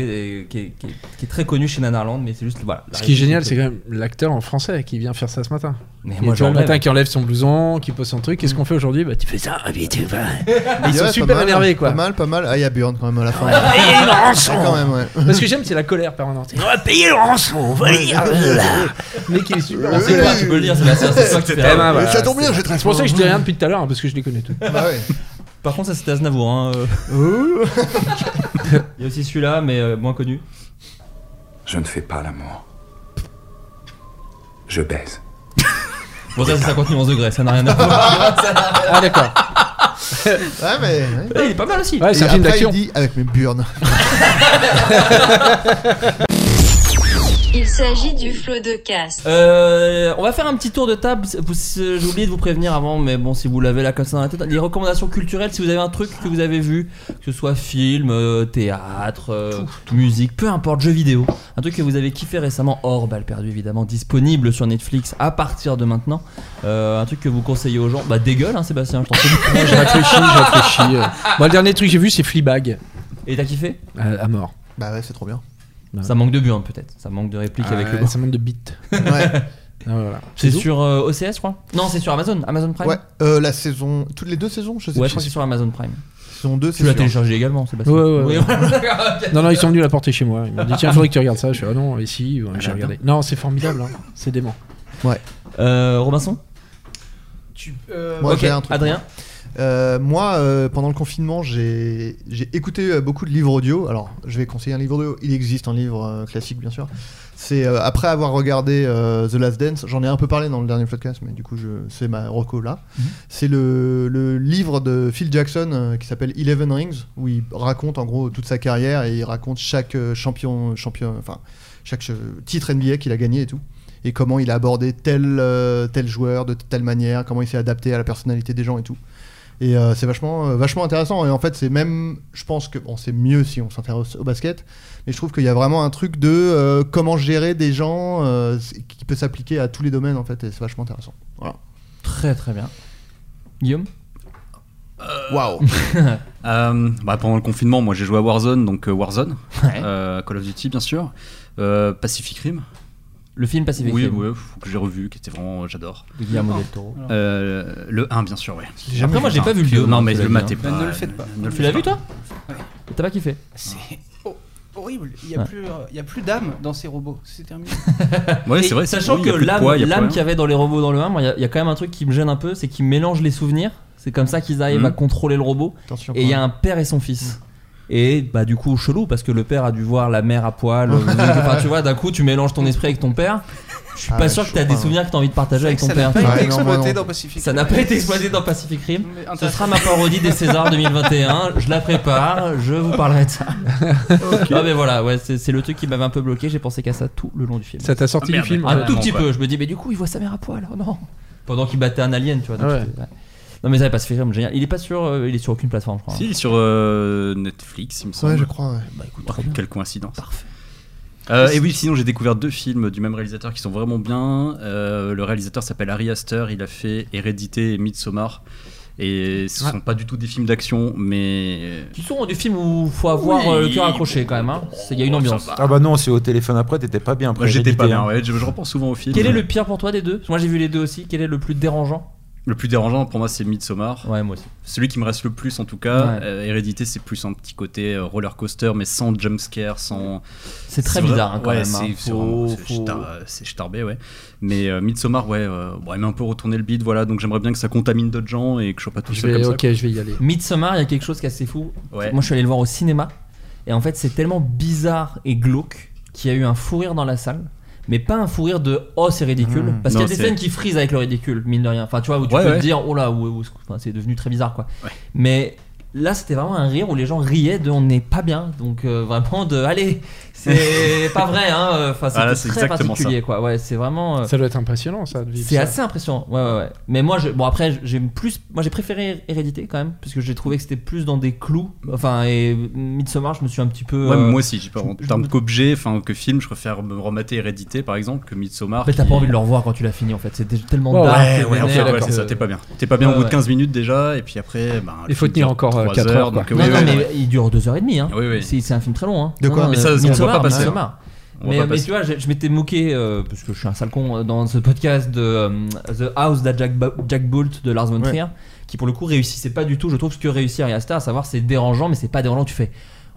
et qui, est, qui est- qui est très connu chez Nanarland, mais c'est juste. Voilà, la Ce qui est réplique génial, de- c'est quand même l'acteur en français qui vient faire ça ce matin. Mais Il y a moi, tout le j'en matin rêve. qui enlève son blouson, qui pose son truc. Qu'est-ce qu'on fait aujourd'hui Bah, tu fais ça, ah, mais tu vas. Ils sont Ouais, pas super mal, hein. énervés, quoi. Pas mal, pas mal. Ah, il y a Björn quand même à la fin. Payez le rançon Ouais, quand même, ouais. Parce que j'aime, c'est la colère permanente. On va payer le rançon, on va lire. Mais qui est super. On sait pas, tu peux le dire, Sébastien, c'est toi qui fais. Eh ben, voilà, Ça tombe bien, c'est- j'ai très C'est pour ça faim. que je dis rien depuis tout à l'heure, hein, parce que je les connais tous. Par contre, ça c'était Aznavour. Hein. euh. Il y a aussi celui-là, mais euh, moins connu. Je ne fais pas l'amour. Je baise. Bon, ça c'est 50 nuances de grès, ça n'a rien à voir. ah, d'accord. Ouais, Ah, mais. Ouais, Eh, il est pas mal aussi. Et Ouais, c'est un après, film d'action. Il dit avec mes burnes. Il s'agit du flot de caste. Euh, on va faire un petit tour de table. Vous- euh, J'ai oublié de vous prévenir avant, mais bon, si vous l'avez là comme ça dans la tête, les recommandations culturelles, si vous avez un truc que vous avez vu, que ce soit film, euh, théâtre, euh, musique, peu importe, jeux vidéo, un truc que vous avez kiffé récemment, hors balle perdue évidemment, disponible sur Netflix à partir de maintenant, Euh, un truc que vous conseillez aux gens, bah dégueule, hein, Sébastien, je t'en prie. Je réfléchis, je réfléchis. euh. Bon, le dernier truc que j'ai vu, c'est Fleabag. Et t'as kiffé Euh, à mort. Bah ouais, c'est trop bien. Ça manque de burn peut-être, ça manque de réplique Euh, avec le Ça manque de beat. Ah, voilà. C'est C'est tout sur euh, OCS, je crois Non, c'est sur Amazon, Amazon Prime Ouais, euh, la saison. Toutes les deux saisons, je sais Ouais, plus. je crois que c'est sur Amazon Prime. Saison 2, c'est Tu l'as sûr. téléchargé également, Sébastien Ouais, ouais, ouais. Oui, voilà. Non, non, ils sont venus la porter chez moi. Ils m'ont dit, tiens, faudrait que tu regardes ça. Je suis ah non, ici, ouais, j'ai regardé. Non, c'est formidable, hein. c'est dément. Ouais. Euh, Robinson Tu, euh, Moi, Ok, j'ai un truc. Adrien Euh, moi, euh, pendant le confinement, j'ai j'ai écouté euh, beaucoup de livres audio. Alors, je vais conseiller un livre audio. Il existe un livre euh, classique, bien sûr. C'est euh, après avoir regardé euh, The Last Dance. J'en ai un peu parlé dans le dernier podcast, mais du coup, je- c'est ma reco là. C'est le, le livre de Phil Jackson euh, qui s'appelle Eleven Rings, où il raconte en gros toute sa carrière et il raconte chaque euh, champion, champion, enfin chaque euh, titre NBA qu'il a gagné et tout. Et comment il a abordé tel, euh, tel joueur de telle manière, comment il s'est adapté à la personnalité des gens et tout. Et euh, c'est vachement, euh, vachement intéressant. Et en fait, c'est même, je pense que bon, c'est mieux si on s'intéresse au basket. Mais je trouve qu'il y a vraiment un truc de euh, comment gérer des gens euh, c- qui peut s'appliquer à tous les domaines en fait. Et c'est vachement intéressant. Voilà. Très très bien. Guillaume Waouh Euh, bah, pendant le confinement, moi j'ai joué à Warzone, donc euh, Warzone, Euh, Call of Duty bien sûr, Euh, Pacific Rim. Le film Pacific oui, Rim. Oui, faut que j'ai revu, qui était vraiment, euh, j'adore. De Guillermo del Toro. Euh, le 1, bien sûr, ouais. l'ai jamais Après, moi, vu. j'ai pas vu le deux, Non, moi, mais je le l'ai maté vu, pas. hein. Ne le faites pas. ne le Tu faites l'as vu, pas. toi T'as pas kiffé C'est ho- horrible. Il n'y a, Ouais. plus, euh, il y a plus d'âme dans ces robots. C'est terminé. Ouais, Et c'est vrai, c'est Sachant bon, il y que a plus de l'âme poids, il y a plus l'âme rien. qu'il y avait dans les robots dans le 1, moi, il y a- il y, a quand même un truc qui me gêne un peu, c'est qu'ils mélangent les souvenirs. C'est comme ça qu'ils arrivent Mhm. à contrôler le robot. Attention, et il y a un père et son fils. Et bah du coup chelou parce que le père a dû voir la mère à poil. euh, enfin tu vois d'un coup tu mélanges ton esprit avec ton père. Je suis Ah pas ouais, sûr je que t'as des crois, souvenirs que t'as envie de partager avec ton Ça père. n'a pas tu vois. été exploité dans Pacific Ça n'a pas été exploité dans Pacific Rim. Mais Ce intéressant. sera ma parodie des Césars 2021. Je la prépare, je vous parlerai de ça. Non mais voilà, ouais, c'est c'est le truc qui m'avait un peu bloqué. J'ai pensé qu'à ça tout le long du film. Ça t'a sorti Ah, merde, du film, Un carrément, tout petit quoi. peu. Je me dis mais du coup il voit sa mère à poil. Oh non. Pendant qu'il battait un alien, tu vois. donc Ah Ouais. c'était- ouais. Non mais ça Pacific Rim génial. Il est pas sur, euh, il est sur aucune plateforme, je crois. Si, il est sur euh, Netflix, il me semble. je crois, ouais. Bah écoute, quelle coïncidence. Parfait. et oui, sinon j'ai découvert deux films du même réalisateur qui sont vraiment bien. Euh, le réalisateur s'appelle Ari Aster, il a fait Hérédité et Midsommar. Et ce Ouais. sont pas du tout des films d'action, mais. Qui sont des films où faut avoir Oui, Oh, euh, le cœur accroché quand même. hein. C'est- Il y a une ambiance. Ah bah non, c'est au téléphone après, t'étais pas bien. hein. Moi, J'étais pas bien, ouais, je, je repense souvent au film. hein. Quel est le pire pour toi des deux Parce que Moi j'ai vu les deux aussi. Quel est le plus dérangeant Le plus dérangeant pour moi, c'est Midsommar. Ouais, moi aussi. Celui qui me reste le plus, en tout cas. Ouais. Euh, Hérédité, c'est plus un petit côté euh, roller coaster, mais sans jumpscare, sans. C'est très vrai- bizarre, hein, quand ouais, même, hein. C'est c'est Faut- vraiment- c'est faut- shtar- euh, c'est starbé, ouais. Mais euh, Midsommar, ouais, euh, bon, il m'a un peu retourné le bide, voilà. Donc j'aimerais bien que ça contamine d'autres gens et que je sois pas tout Je seul vais- comme ok, ça. je vais y aller. Midsommar, il y a quelque chose qui est assez fou. Ouais. Moi je suis allé le voir au cinéma. Et en fait c'est tellement bizarre et glauque qu'il y a eu un fou rire dans la salle. Mais pas un fou rire de oh c'est ridicule. Mmh. Parce qu'il y a Non, des c'est- scènes qui frisent avec le ridicule, mine de rien. Enfin tu vois, où tu Ouais, peux ouais. te dire oh là, où- où- enfin, c'est devenu très bizarre quoi. Mais. Là, c'était vraiment un rire où les gens riaient de on n'est pas bien, donc euh, vraiment de allez, c'est pas vrai, hein. euh, Enfin, Ah, là, c'était c'est très exactement ça. particulier, quoi. Ouais, c'est vraiment. euh, Ça doit être impressionnant, ça. de vivre c'est ça. assez impressionnant, ouais, ouais, ouais. Mais moi, je, bon après, j'ai plus, moi j'ai préféré Hérédité quand même, parce que j'ai trouvé que c'était plus dans des clous. Enfin, et Midsommar, je me suis un petit peu. Ouais, mais euh, moi aussi, j'ai pas en je- je termes me- qu'objet, enfin que film, je préfère me remater Hérédité par exemple que Midsommar. Mais t'as qui- pas envie de le revoir quand tu l'as fini en fait, c'était tellement Ouais, dark. ouais, et ouais, en vénère fait, ouais, que- euh, c'est ça, t'es pas bien. T'es pas bien Ouais, au bout de ouais. 15 minutes déjà, et puis après, ben, le Il faut film tenir dure encore, euh, trois 4 heures, donc, quoi. oui, non, non, oui, mais ouais. il dure 2h30. Hein. Oui, oui. C'est, c'est un film très long. Hein. De quoi Non, non, Mais ça, euh, on va Midsommar, pas passer. Midsommar. On va Mais, pas mais passer. tu vois, je, je m'étais moqué, euh, parce que je suis un sale con, euh, dans ce podcast de euh, The House d'A Jack, Ba- Jack Bolt de Lars von Ouais. Trier, qui pour le coup réussissait pas du tout, je trouve, ce que réussit Ari Aster, à savoir c'est dérangeant, mais c'est pas dérangeant, tu fais.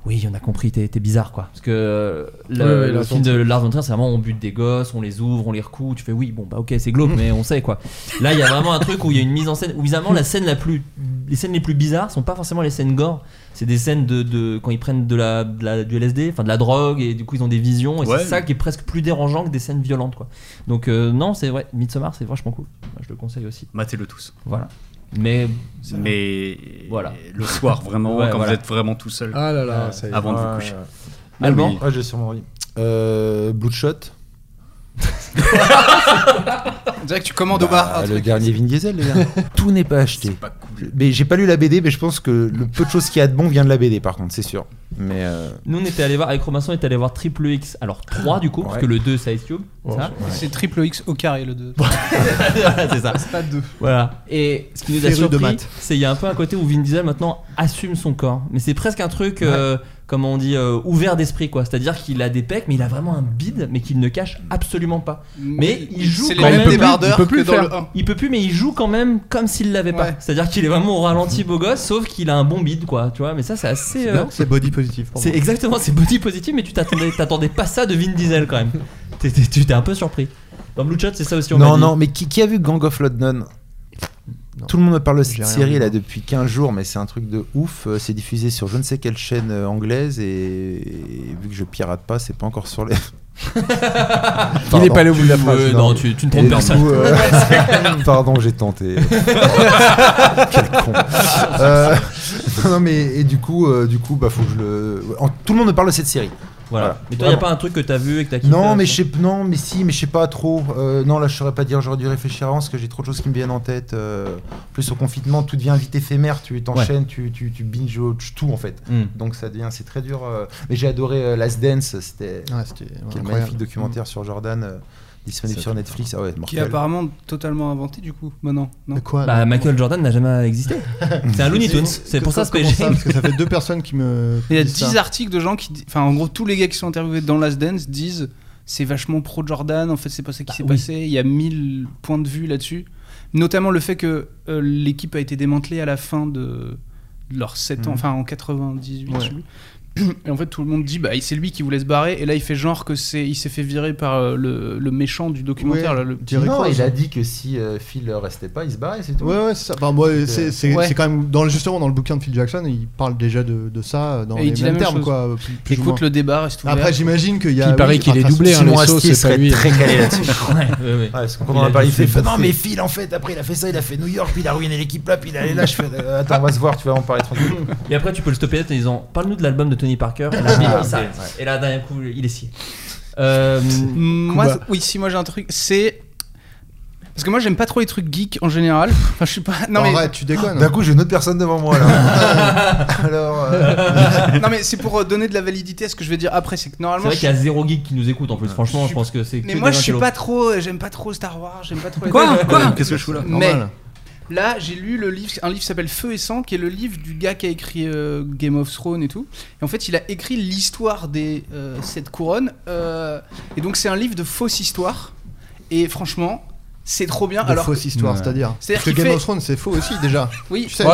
Oui, on a compris, t'es t'es bizarre quoi. Parce que euh, le, Ouais, ouais, le Lars film von de Lars von Trier, c'est vraiment on bute des gosses, on les ouvre, on les recoue, tu fais oui, bon bah ok, c'est glauque, mais on sait quoi. Là, il y a vraiment un truc où il y a une mise en scène, où bizarrement la scène la plus. Les scènes les plus bizarres sont pas forcément les scènes gore, c'est des scènes de, de- quand ils prennent de la, de la- du LSD, enfin de la drogue, et du coup ils ont des visions, et Ouais. c'est ça qui est presque plus dérangeant que des scènes violentes quoi. Donc euh, non, c'est vrai, Midsommar c'est vachement cool, Moi, je le conseille aussi. Matez-le tous. Voilà. Mais. Mais Voilà. le soir, vraiment, Ouais, quand voilà. vous êtes vraiment tout seul. Ah là là, ça y est. Avant de Ouais, vous coucher. ouais. Ah Allemand oui. Ouais, j'ai sûrement envie. Euh, Bloodshot On dirait que tu commandes au Bah, bar. un Ah, le truc. dernier Vin Diesel, les gars. Tout n'est pas acheté. Mais j'ai pas lu la BD, mais je pense que le peu de choses qu'il y a de bon vient de la BD, par contre, c'est sûr. Mais euh, Nous on était allé voir, avec Robinson on était allé voir Triple X, alors 3 du coup, parce que le 2 c'est Ice Cube, c'est ça C'est triple X au carré le 2. Voilà, c'est ça. Stade 2. Voilà. Et ce qui nous a Féru de surpris, maths. c'est il y a un peu un côté où Vin Diesel maintenant assume son corps. Mais c'est presque un truc, euh, comment on dit, euh, ouvert d'esprit quoi. C'est-à-dire qu'il a des pecs, mais il a vraiment un bide, mais qu'il ne cache absolument pas. Mais il joue C'est les quand mêmes même. débardeurs il peut plus que dans faire. le un. Il peut plus, mais il joue quand même comme s'il l'avait pas. C'est-à-dire qu'il est vraiment au ralenti beau gosse, sauf qu'il a un bon bide quoi. Tu vois, mais ça c'est assez. euh, Non, c'est body positif. pour c'est moi. exactement, c'est body positif, mais tu t'attendais, t'attendais pas ça de Vin Diesel quand même. T'es- t'es- Tu t'es un peu surpris. Dans Blue Shot, c'est ça aussi. on m'a non, dit. non, mais qui, qui a vu Gang of London Tout le monde me parle de cette J'ai rien série vu, là moi. depuis 15 jours, mais c'est un truc de ouf. Euh, C'est diffusé sur je ne sais quelle chaîne euh, anglaise et, et vu que je pirate pas, c'est pas encore sur les. Il est pas allé au bout de la phrase, Euh, non, tu- tu ne trompes et du personne. coup, euh, Ouais, c'est clair. Pardon, j'ai tenté. Quel con. Euh, non, non, mais et du coup, euh, du coup, bah faut que je le. en- tout le monde me parle de cette série. Voilà. Mais toi, y a pas un truc que t'as vu et que t'as kiffé Non, mais là-dessus je sais, non, mais si, mais je sais pas trop. Euh, non, là, je saurais pas dire. J'aurais dû réfléchir avant parce que j'ai trop de choses qui me viennent en tête. Euh, en plus au confinement, tout devient vite éphémère. Tu t'enchaînes, tu, tu, tu binge watch tout en fait. Hmm. Mm. Donc ça devient, c'est très dur. euh. Mais j'ai adoré euh, Last Dance. C'était Ouais, c'était, ouais, quel incroyable. Mm. magnifique documentaire sur Jordan. euh, Disponible C'est sur Netflix, ah ouais, Qui est mortel. apparemment totalement inventé du coup, maintenant. Mm. Non Bah, Michael Jordan n'a jamais existé. C'est un Looney Tunes. C'est pour ça que Space Jam. Parce que ça fait deux personnes qui me. Il y a disent 10 ça. articles de gens qui. di- Enfin, en gros, tous les gars qui sont interviewés dans Last Dance disent c'est vachement pro Jordan, en fait, c'est pas ça qui Bah s'est oui. passé. Il y a 1000 points de vue là-dessus. Notamment le fait que euh, l'équipe a été démantelée à la fin de leurs 7 Mm. ans, Mhm. enfin en 98. je Ouais. sais plus. Et en fait, tout le monde dit bah, c'est lui qui voulait se barrer, et là, il fait genre que c'est il s'est fait virer par euh, le, le méchant du documentaire. là, le petit- non, il a dit que si euh, Phil restait pas, il se barrait, c'est tout. Ouais, ouais, c'est ça. Enfin, moi, Donc, euh, c'est c'est- ouais. c'est quand même. Dans, le- justement, dans le bouquin de Phil Jackson, il parle déjà de, de ça euh, dans Et il les dit la mêmes même termes, chose. quoi. plus- plus ou Écoute moins. le débat, reste ouvert. Après, j'imagine qu'il y a. Il paraît oui, qu'il est enfin, doublé, hein, Simon les Astier sauces, c'est serait pas lui. très calé là-dessus. Ouais, ouais, ouais. hein. parce qu'on Il en a a parlé, il dû fait, se non bosser. mais Phil en fait, après il a fait ça, il a fait New York, puis il a ruiné l'équipe là, puis il est allé là, je fais, euh, attends, on va se voir, tu vas en parler tranquille. Et après, tu peux le stopper net en disant Parle-nous de l'album de Tony Parker. Et là, bim, Ah, il ok, s'arrête. ouais. Et là, d'un coup, il est scié. Euh, Moi, Kuba. c'est- oui, si moi j'ai un truc, c'est parce que moi j'aime pas trop les trucs geeks en général. Enfin, je suis pas. Non mais Arrête, tu déconnes. D'un coup, j'ai une autre personne devant moi là. Alors. euh, non mais c'est pour euh, donner de la validité à ce que je vais dire après, c'est que C'est normalement. vrai je- qu'il y a zéro geek qui nous écoute en plus. Franchement, je pense que c'est. Mais que moi des je suis intellos. pas trop, euh, j'aime pas trop Star Wars, j'aime pas trop. les- Quoi Quoi Qu'est-ce que je fous là Mais Normal. hein, là j'ai lu le livre, un livre qui s'appelle Feu et sang, qui est le livre du gars qui a écrit euh, Game of Thrones et tout. Et en fait il a écrit l'histoire des euh, sept couronnes. euh, et donc c'est un livre de fausse histoire. Et franchement. C'est trop bien. De Alors fausse que- histoire, c'est-à-dire. C'est-à-dire Parce que qu'il Game fait- of Thrones, c'est faux aussi déjà. Oui, Tu sais. Ah.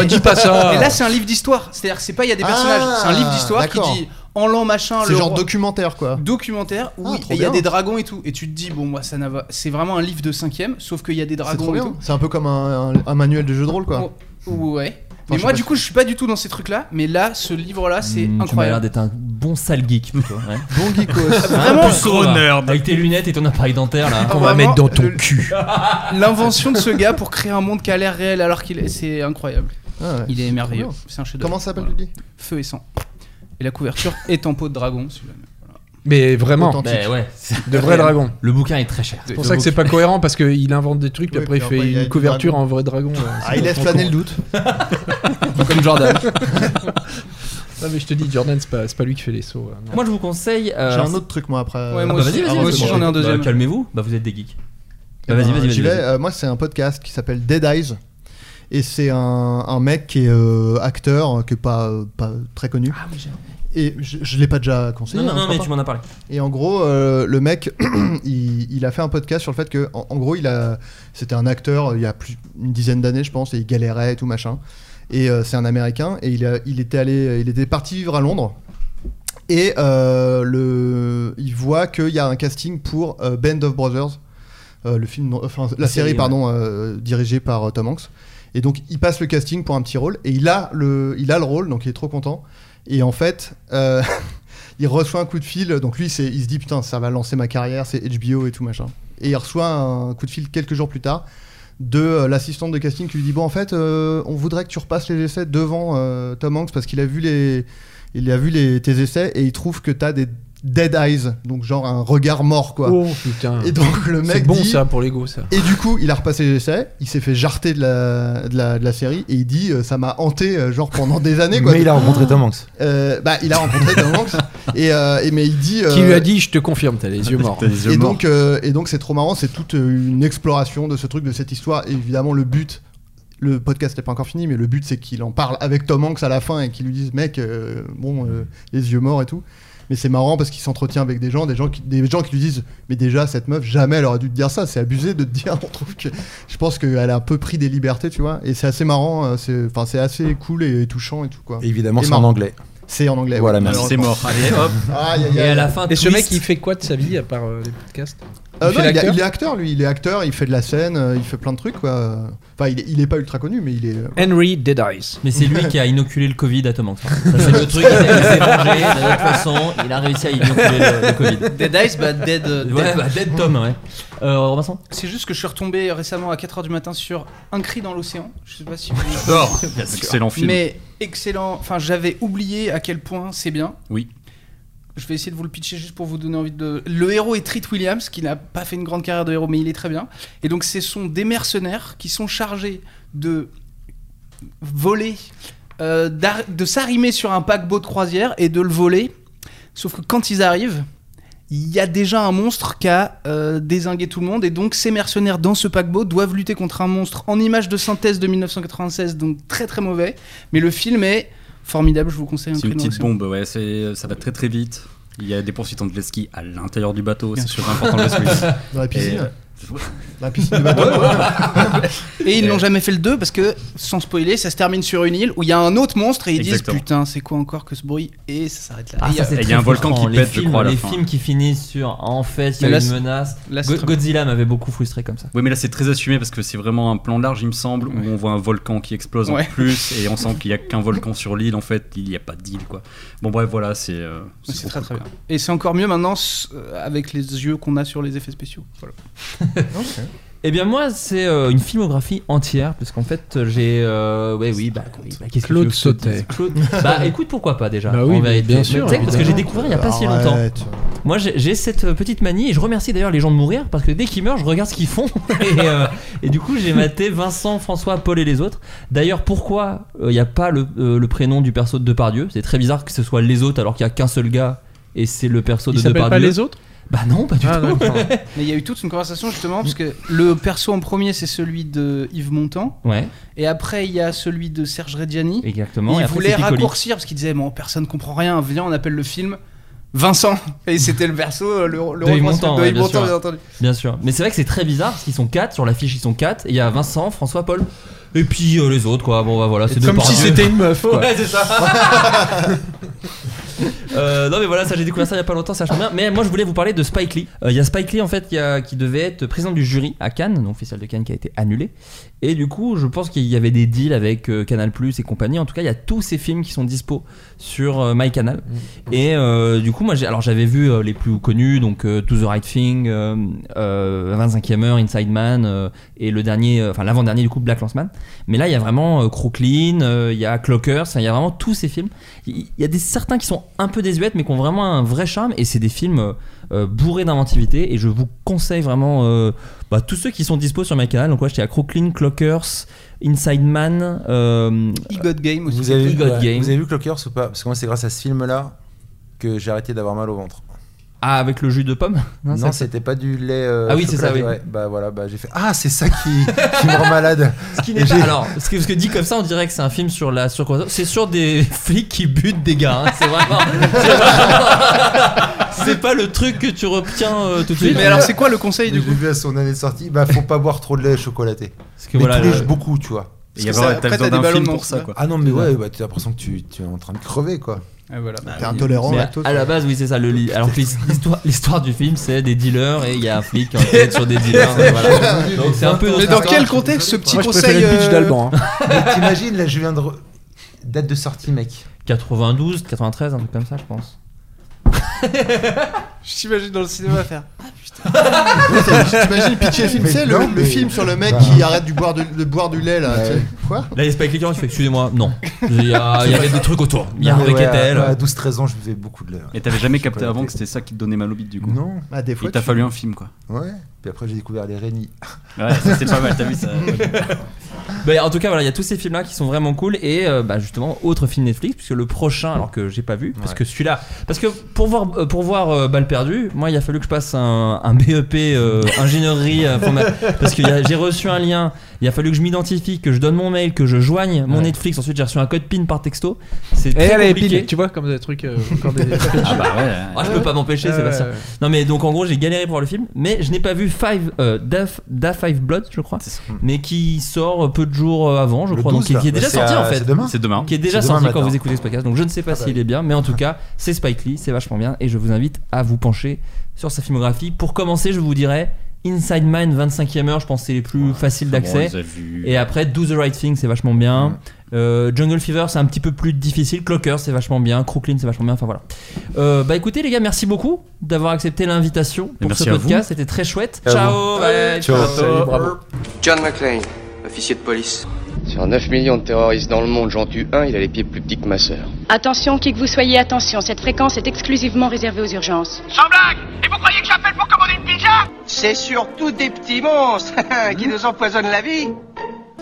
Mais là, c'est un livre d'histoire. C'est-à-dire que c'est pas il y a des Ah, personnages, c'est un livre d'histoire qui d'accord. dit en l'an machin. C'est le genre roi- documentaire, quoi. Documentaire où trop il y a bien. des dragons et tout. Et tu te dis, bon, moi, ça n'a va- C'est vraiment un livre de cinquième, sauf qu'il y a des C'est trop dragons et bien. tout. C'est un peu comme un, un- un manuel de jeu de rôle, quoi. Ouais. Enfin, mais je moi, sais du pas coup, je suis pas du tout dans ces trucs-là. Mais là, ce livre-là, c'est Mmh, Tu m'as l'air incroyable. d'être un bon sale geek plutôt. ouais. Bon geekos. Vraiment. Un gros Gros nerd. Avec tes lunettes et ton appareil dentaire là. Vraiment, le- cul. L'invention de ce gars pour créer un monde qui a l'air réel alors qu'il est. C'est incroyable. Ah ouais, il est c'est merveilleux. Euh, trop bien. C'est un chef Comment ça s'appelle, Voilà. tu dis Feu et sang. Et la couverture est en peau de dragon, celui-là. Mais vraiment, Authentique. Bah ouais. de vrais dragons. Le bouquin est très cher. C'est pour ça que c'est pas cohérent parce qu'il invente des trucs, Oui, après il puis après, fait il y a une du couverture dragon. en vrai dragon. ouais, Ah, c'est il laisse trop planer con. le doute. Comme Jordan. non, Ah, mais je te dis, Jordan, c'est pas, c'est pas lui qui fait les sauts. euh, non. Moi je vous conseille. euh, J'ai un autre truc, moi, après. Ah, bah, vas-y, vas-y, vas-y. Bah, Calmez-vous, bah vous êtes des geeks. Eh Bah, vas-y, ben, vas-y, vas-y. j'y vais. vas-y. Euh, moi, c'est un podcast qui s'appelle Dead Eyes. Et c'est un, un mec qui est euh, acteur, euh, qui est pas, euh, pas très connu. et je, je l'ai pas déjà conseillé. Ah, Non, non, hein, non, mais je crois pas. tu m'en as parlé. Et en gros, euh, le mec, il, il a fait un podcast sur le fait que, en, en gros, il a, c'était un acteur euh, il y a plus une dizaine d'années, je pense, et il galérait et tout machin. Et euh, c'est un Américain, et il, a- il était allé, euh, il était parti vivre à Londres. Et euh, le, il voit qu'il y a un casting pour euh, Band of Brothers, euh, le film, non- enfin, la, La série, série, ouais. pardon, euh, dirigée par euh, Tom Hanks. Et donc il passe le casting pour un petit rôle et il a le, il a le rôle, donc il est trop content. Et en fait, euh, il reçoit un coup de fil. Donc lui, c'est, il se dit putain, ça va lancer ma carrière, c'est HBO et tout machin. Et il reçoit un coup de fil quelques jours plus tard de euh, l'assistante de casting qui lui dit bon en fait euh, on voudrait que tu repasses les essais devant euh, Tom Hanks parce qu'il a vu les il a vu les, tes essais et il trouve que t'as des dead eyes donc genre un regard mort quoi Oh putain. et donc le C'est mec bon dit- ça pour l'ego ça. et du coup, il a repassé les essais, il s'est fait jarter de la, de la, de la série et il dit euh, ça m'a hanté euh, genre pendant des années quoi. Mais il a rencontré Tom Hanks. Euh, bah, il a rencontré Tom Hanks et, euh, et mais il dit euh, Qui lui a dit, je te confirme, t'as Ah, les yeux morts. et donc, euh, et donc c'est trop marrant, c'est toute euh, une exploration de ce truc, de cette histoire. Et évidemment, le but, le podcast n'est pas encore fini, mais le but c'est qu'il en parle avec Tom Hanks à la fin et qu'il lui dise, mec, euh, bon, euh, les yeux morts et tout. Mais c'est marrant parce qu'il s'entretient avec des gens, des gens, qui, des gens qui lui disent, mais déjà cette meuf jamais elle aurait dû te dire ça, c'est abusé de te dire. On trouve que je pense qu'elle a un peu pris des libertés, tu vois. Et c'est assez marrant, euh, c'est enfin c'est assez cool et, touchant et tout quoi. Et évidemment, Et c'est en marrant. anglais. C'est en anglais. Ah, Voilà, oui. merci. C'est mort. Allez, hop. Aïe, aïe, Et à aïe. la fin, Et ce twist. mec, il fait quoi de sa vie à part euh, les podcasts Euh, Il fait non, il, a- l'acteur il est acteur, lui. Il est acteur, il fait de la scène, euh, il fait plein de trucs, quoi. Enfin, il est, il est pas ultra connu, mais il est. euh, Henry Deadeyes. Mais c'est lui qui a inoculé le Covid à Tom Hanks. Ça, c'est le truc, il s'est il s'est vengé, de toute façon, il a réussi à inoculer le, le Covid. Dead Eyes, bah Dead. euh, Ouais, bah, Dead Tom, ouais. Euh, Vincent C'est juste que je suis retombé récemment à 4h du matin sur Un cri dans l'océan. Je sais pas si vous. J'adore. Bien sûr. Excellent film. Mais excellent. Enfin, j'avais oublié à quel point c'est bien. Oui. Je vais essayer de vous le pitcher juste pour vous donner envie de. Le héros est Treat Williams, qui n'a pas fait une grande carrière de héros, mais il est très bien. Et donc, ce sont des mercenaires qui sont chargés de voler, euh, d'ar- de s'arrimer sur un paquebot de croisière et de le voler. Sauf que quand ils arrivent, il y a déjà un monstre qui a euh, dézingué tout le monde. Et donc, ces mercenaires dans ce paquebot doivent lutter contre un monstre en image de synthèse de 1996, donc très très mauvais. Mais le film est formidable, je vous conseille un C'est une cri dans petite l'océan. bombe, ouais, c'est- ça va très très vite. Il y a des poursuites en jet ski à l'intérieur du bateau, Bien c'est sûr. chose importante de Suisse. Dans la piscine. Et, euh, Dans la piscine du bateau. Ouais, ouais. Et ils n'ont jamais fait le 2 parce que, sans spoiler, ça se termine sur une île où il y a un autre monstre et ils Exactement. disent Putain, c'est quoi encore que ce bruit Et ça s'arrête là. Ah, Et euh, ça, c'est il y a très un volcan frustrant. qui Les pète, je films, crois, à la les fin. films qui finissent sur en fait, il y Mais a là, une c'est- menace. là, c'est Go- très- Godzilla m'avait beaucoup frustré comme ça. Oui, mais là c'est très assumé parce que c'est vraiment un plan large, il me semble, où on voit un volcan qui explose Ouais. en plus et on sent qu'il n'y a qu'un volcan sur l'île en fait, il n'y a pas d'île quoi. Bon, bref, voilà, c'est. euh, C'est trop très cool, très quoi. bien. Et c'est encore mieux maintenant s- euh, avec les yeux qu'on a sur les effets spéciaux. Voilà. Eh bien moi c'est euh, une filmographie entière parce qu'en fait j'ai euh, ouais oui bah, oui, bah, qu'est-ce que Claude tu veux que je te Sautet. dise, Claude bah écoute pourquoi pas déjà Bah en oui, mais vérité. bien Mais sûr, tu sais, parce que j'ai évidemment. découvert il y a pas si Bah, Arrête. longtemps moi j'ai j'ai cette euh, petite manie et je remercie d'ailleurs les gens de mourir parce que dès qu'ils meurent je regarde ce qu'ils font et, euh, et du coup j'ai maté Vincent François Paul et les autres d'ailleurs pourquoi euh, il n'y a pas le, euh, le prénom du perso de Depardieu c'est très bizarre que ce soit les autres alors qu'il y a qu'un seul gars et c'est le perso Il de s'appelle Depardieu pas les autres bah non pas du Ah, tout d'accord. Mais il y a eu toute une conversation justement parce que le perso en premier c'est celui de Yves Montand. Ouais. Et après il y a celui de Serge Reggiani. Exactement, Il et après, voulait c'est Piccoli. raccourcir parce qu'il disait bon personne comprend rien. Viens on appelle le film Vincent. Et c'était le perso euh, le, le de Yves roman Montand, de ouais, Yves bien, Montand, sûr. bien entendu. Bien sûr. Mais c'est vrai que c'est très bizarre parce qu'ils sont quatre sur l'affiche, ils sont quatre. et Il y a Vincent, François, Paul, et puis euh, les autres quoi. Bon bah voilà, c'est deux Comme par si Dieu. c'était une meuf. quoi. Ouais, c'est ça. Euh, non mais voilà ça j'ai découvert ça il y a pas longtemps ça change bien mais moi je voulais vous parler de Spike Lee Euh, il y a Spike Lee en fait qui, a- qui devait être président du jury à Cannes donc festival de Cannes qui a été annulé et du coup je pense qu'il y avait des deals avec euh, Canal Plus et compagnie en tout cas il y a tous ces films qui sont dispo sur euh, MyCanal et euh, du coup moi j'ai alors j'avais vu euh, les plus connus donc euh, To the Right Thing euh, euh, 25e heure Inside Man euh, et le dernier euh, enfin l'avant dernier du coup Black Lanceman mais là il y a vraiment euh, Crooklyn euh, il y a Clockers enfin, il y a vraiment tous ces films il il y a des certains qui sont un peu désuètes mais qui ont vraiment un vrai charme et c'est des films euh, euh, bourrés d'inventivité et je vous conseille vraiment euh, bah, tous ceux qui sont dispo sur mes canaux donc ouais j'étais à Crooklyn Clockers Inside Man euh, E God Game aussi. Vous avez, He Got ouais. Game. vous avez vu Clockers ou pas Parce que moi, c'est grâce à ce film-là que j'ai arrêté d'avoir mal au ventre. ah avec le jus de pomme Non, ça- c'était pas du lait. euh, Ah oui, c'est ça, chocolaté, oui. ouais. Bah voilà, bah, j'ai fait. Ah, c'est ça qui, qui me rend malade. Ce qui n'est Et pas- j'ai- Alors, ce que, ce que dit comme ça, on dirait que c'est un film sur la surcroissance. C'est sur des flics qui butent des gars. hein. C'est vraiment. c'est vraiment- C'est pas le truc que tu retiens euh, tout de suite. Mais alors, c'est quoi le conseil du coup vu à son année de sortie, bah faut pas boire trop de lait chocolaté. Parce que Mais voilà, euh, tu lèches le- beaucoup, tu vois. Et il y a vraiment- t'as besoin d'un film pour ça quoi. Ah non, mais ouais, bah, t'as l'impression que tu, tu es en train de crever quoi. Mais à- À la base, oui, c'est ça. Le li- Alors que l'his- l'histoire, l'histoire du film, c'est des dealers et il y a un flic qui enquête sur des dealers. voilà. Donc c'est un peu. Mais notre dans histoire. quel contexte ce petit Moi, je préférais conseil le pitch euh, d'Alban, hein. Mais T'imagines, là, je viens de. re- Date de sortie, mec. 92, 93, un truc comme ça, je pense. Je t'imagine euh, dans le cinéma faire. T'imagines pitcher le film, Mais c'est le, non, le mais- film sur le mec bah. qui arrête de boire, du- de boire du lait là. Ouais. tu sais. Quoi Là, il se paye avec les gens, il fait Excusez-moi, non. Il y, a- il y avait des trucs autour. Il y a Non, mais Harvey ouais, à- Keitel. ouais, À 12-13 ans, je buvais beaucoup de lait. Et t'avais jamais capté Chocolaté. avant que c'était ça qui te donnait mal au bide du coup Non. Ah, des fois, Et t'as tu- fallu un film quoi. Ouais. Puis après, j'ai découvert les Rénis. Ah, Ouais, ça, c'est pas mal, t'as vu ça Bah, en tout cas, voilà, il y a tous ces films-là qui sont vraiment cool. Et euh, bah, justement, autre film Netflix, puisque le prochain, alors que j'ai pas vu, parce Ouais. que celui-là. Parce que pour voir, euh, pour voir euh, Balle perdue, moi, il a fallu que je passe un, un BEP euh, ingénierie. euh, pour ma- parce que il y a- j'ai reçu un lien, il a fallu que je m'identifie, que je donne mon mail, que je joigne mon Ouais. Netflix. Ensuite, j'ai reçu un code PIN par texto. C'est Et très elle est compliqué. pile, Eh, tu vois, comme des trucs. euh, encore des- Ah bah ouais, Ah, je peux pas m'empêcher, Ouais, Sébastien. ouais, ouais. Non mais donc en gros j'ai galéré Hmm. pour voir le film, mais je n'ai pas vu Five euh, Da, Da Five Blood, je crois, mais qui sort peu de peu de jours avant, je Le crois, donc 12, qui, qui est là. déjà C'est sorti à- en fait. c'est demain C'est demain. Qui est déjà C'est sorti demain quand matin. vous écoutez ce podcast. Donc je ne sais pas Ah bah s'il oui. est bien, mais en tout cas, c'est Spike Lee, c'est vachement bien. Et je vous invite à vous pencher sur sa filmographie. Pour commencer, je vous dirais. Inside Mind, 25e heure, je pense que c'est les plus faciles comment d'accès. on les a vus. Et après, Do the Right Thing, c'est vachement bien. Euh, Jungle Fever, c'est un petit peu plus difficile. Clocker, c'est vachement bien. Crooklyn, c'est vachement bien. Enfin voilà. Euh, bah écoutez, les gars, merci beaucoup d'avoir accepté l'invitation pour merci ce à podcast. vous. C'était très chouette. À Ciao, vous. bye, Ciao. Salut, bravo. John McLean, officier de police. Sur 9 millions de terroristes dans le monde, j'en tue un, il a les pieds plus petits que ma sœur. Attention, qui que vous soyez, attention, cette fréquence est exclusivement réservée aux urgences. Sans blague Et vous croyez que j'appelle pour commander une pizza C'est surtout des petits monstres qui nous empoisonnent la vie.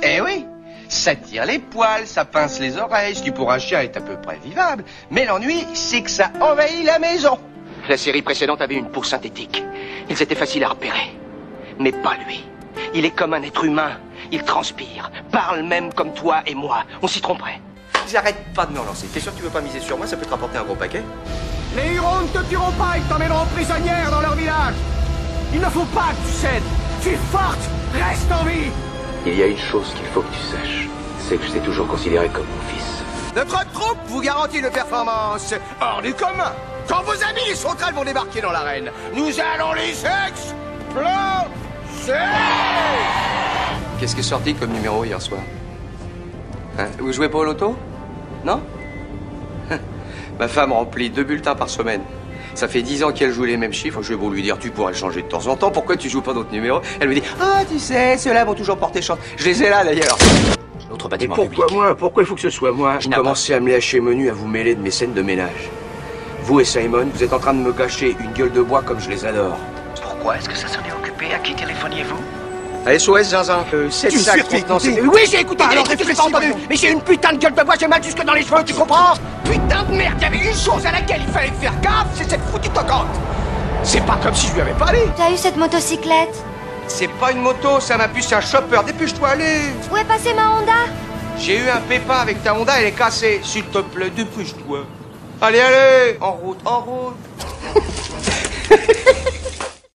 Eh oui ça tire les poils, ça pince les oreilles, ce qui pour un chien est à peu près vivable. Mais l'ennui, c'est que ça envahit la maison. La série précédente avait une peau synthétique. Ils étaient faciles à repérer. Mais pas lui. Il est comme un être humain. Il transpire, parle même comme toi et moi. On s'y tromperait. J'arrête pas de me relancer. T'es sûr que tu veux pas miser sur moi Ça peut te rapporter un gros paquet Les Hurons ne te tueront pas, ils t'emmèneront prisonnière dans leur village. Il ne faut pas que tu cèdes. Tu es forte, reste en vie. Il y a une chose qu'il faut que tu saches, c'est que je t'ai toujours considéré comme mon fils. Notre troupe vous garantit une performance hors du commun. Quand vos amis les sauterelles vont débarquer dans l'arène, nous allons les exploser Qu'est-ce qui est sorti comme numéro hier soir Hein, Vous jouez pas au loto Non Ma femme remplit deux bulletins par semaine. Ça fait dix ans qu'elle joue les mêmes chiffres. Je vais vous lui dire, tu pourrais le changer de temps en temps. Pourquoi tu joues pas d'autres numéros Elle me dit, ah, tu sais, ceux-là vont toujours porter chance. Je les ai là, d'ailleurs. Notre Mais bâtiment public. pourquoi moi Pourquoi il faut que ce soit moi Vous commencez à me lâcher menu, à vous mêler de mes scènes de ménage. Vous et Simon, vous êtes en train de me gâcher une gueule de bois comme je les adore. Pourquoi est-ce que ça s'en est occupé À qui téléphoniez-vous À SOS Zinzin. Euh, c'est Tu me ça suis que fait contenant- écouter. Oui, j'ai écouté, Bah, alors alors tu réfléchis, pas entendu. voyons. Mais j'ai une putain de gueule de bois, j'ai mal jusque dans les cheveux, tu comprends Putain de merde, il y avait une chose à laquelle il fallait faire gaffe, c'est cette foutue cocotte. C'est pas comme si je lui avais parlé. T'as eu cette motocyclette C'est pas une moto, ça m'a pu, c'est un chopper. Dépêche-toi, allez Où est passée ma Honda J'ai eu un pépin avec ta Honda, elle est cassée. S'il te plaît, dépêche-toi. Allez, allez En route, en route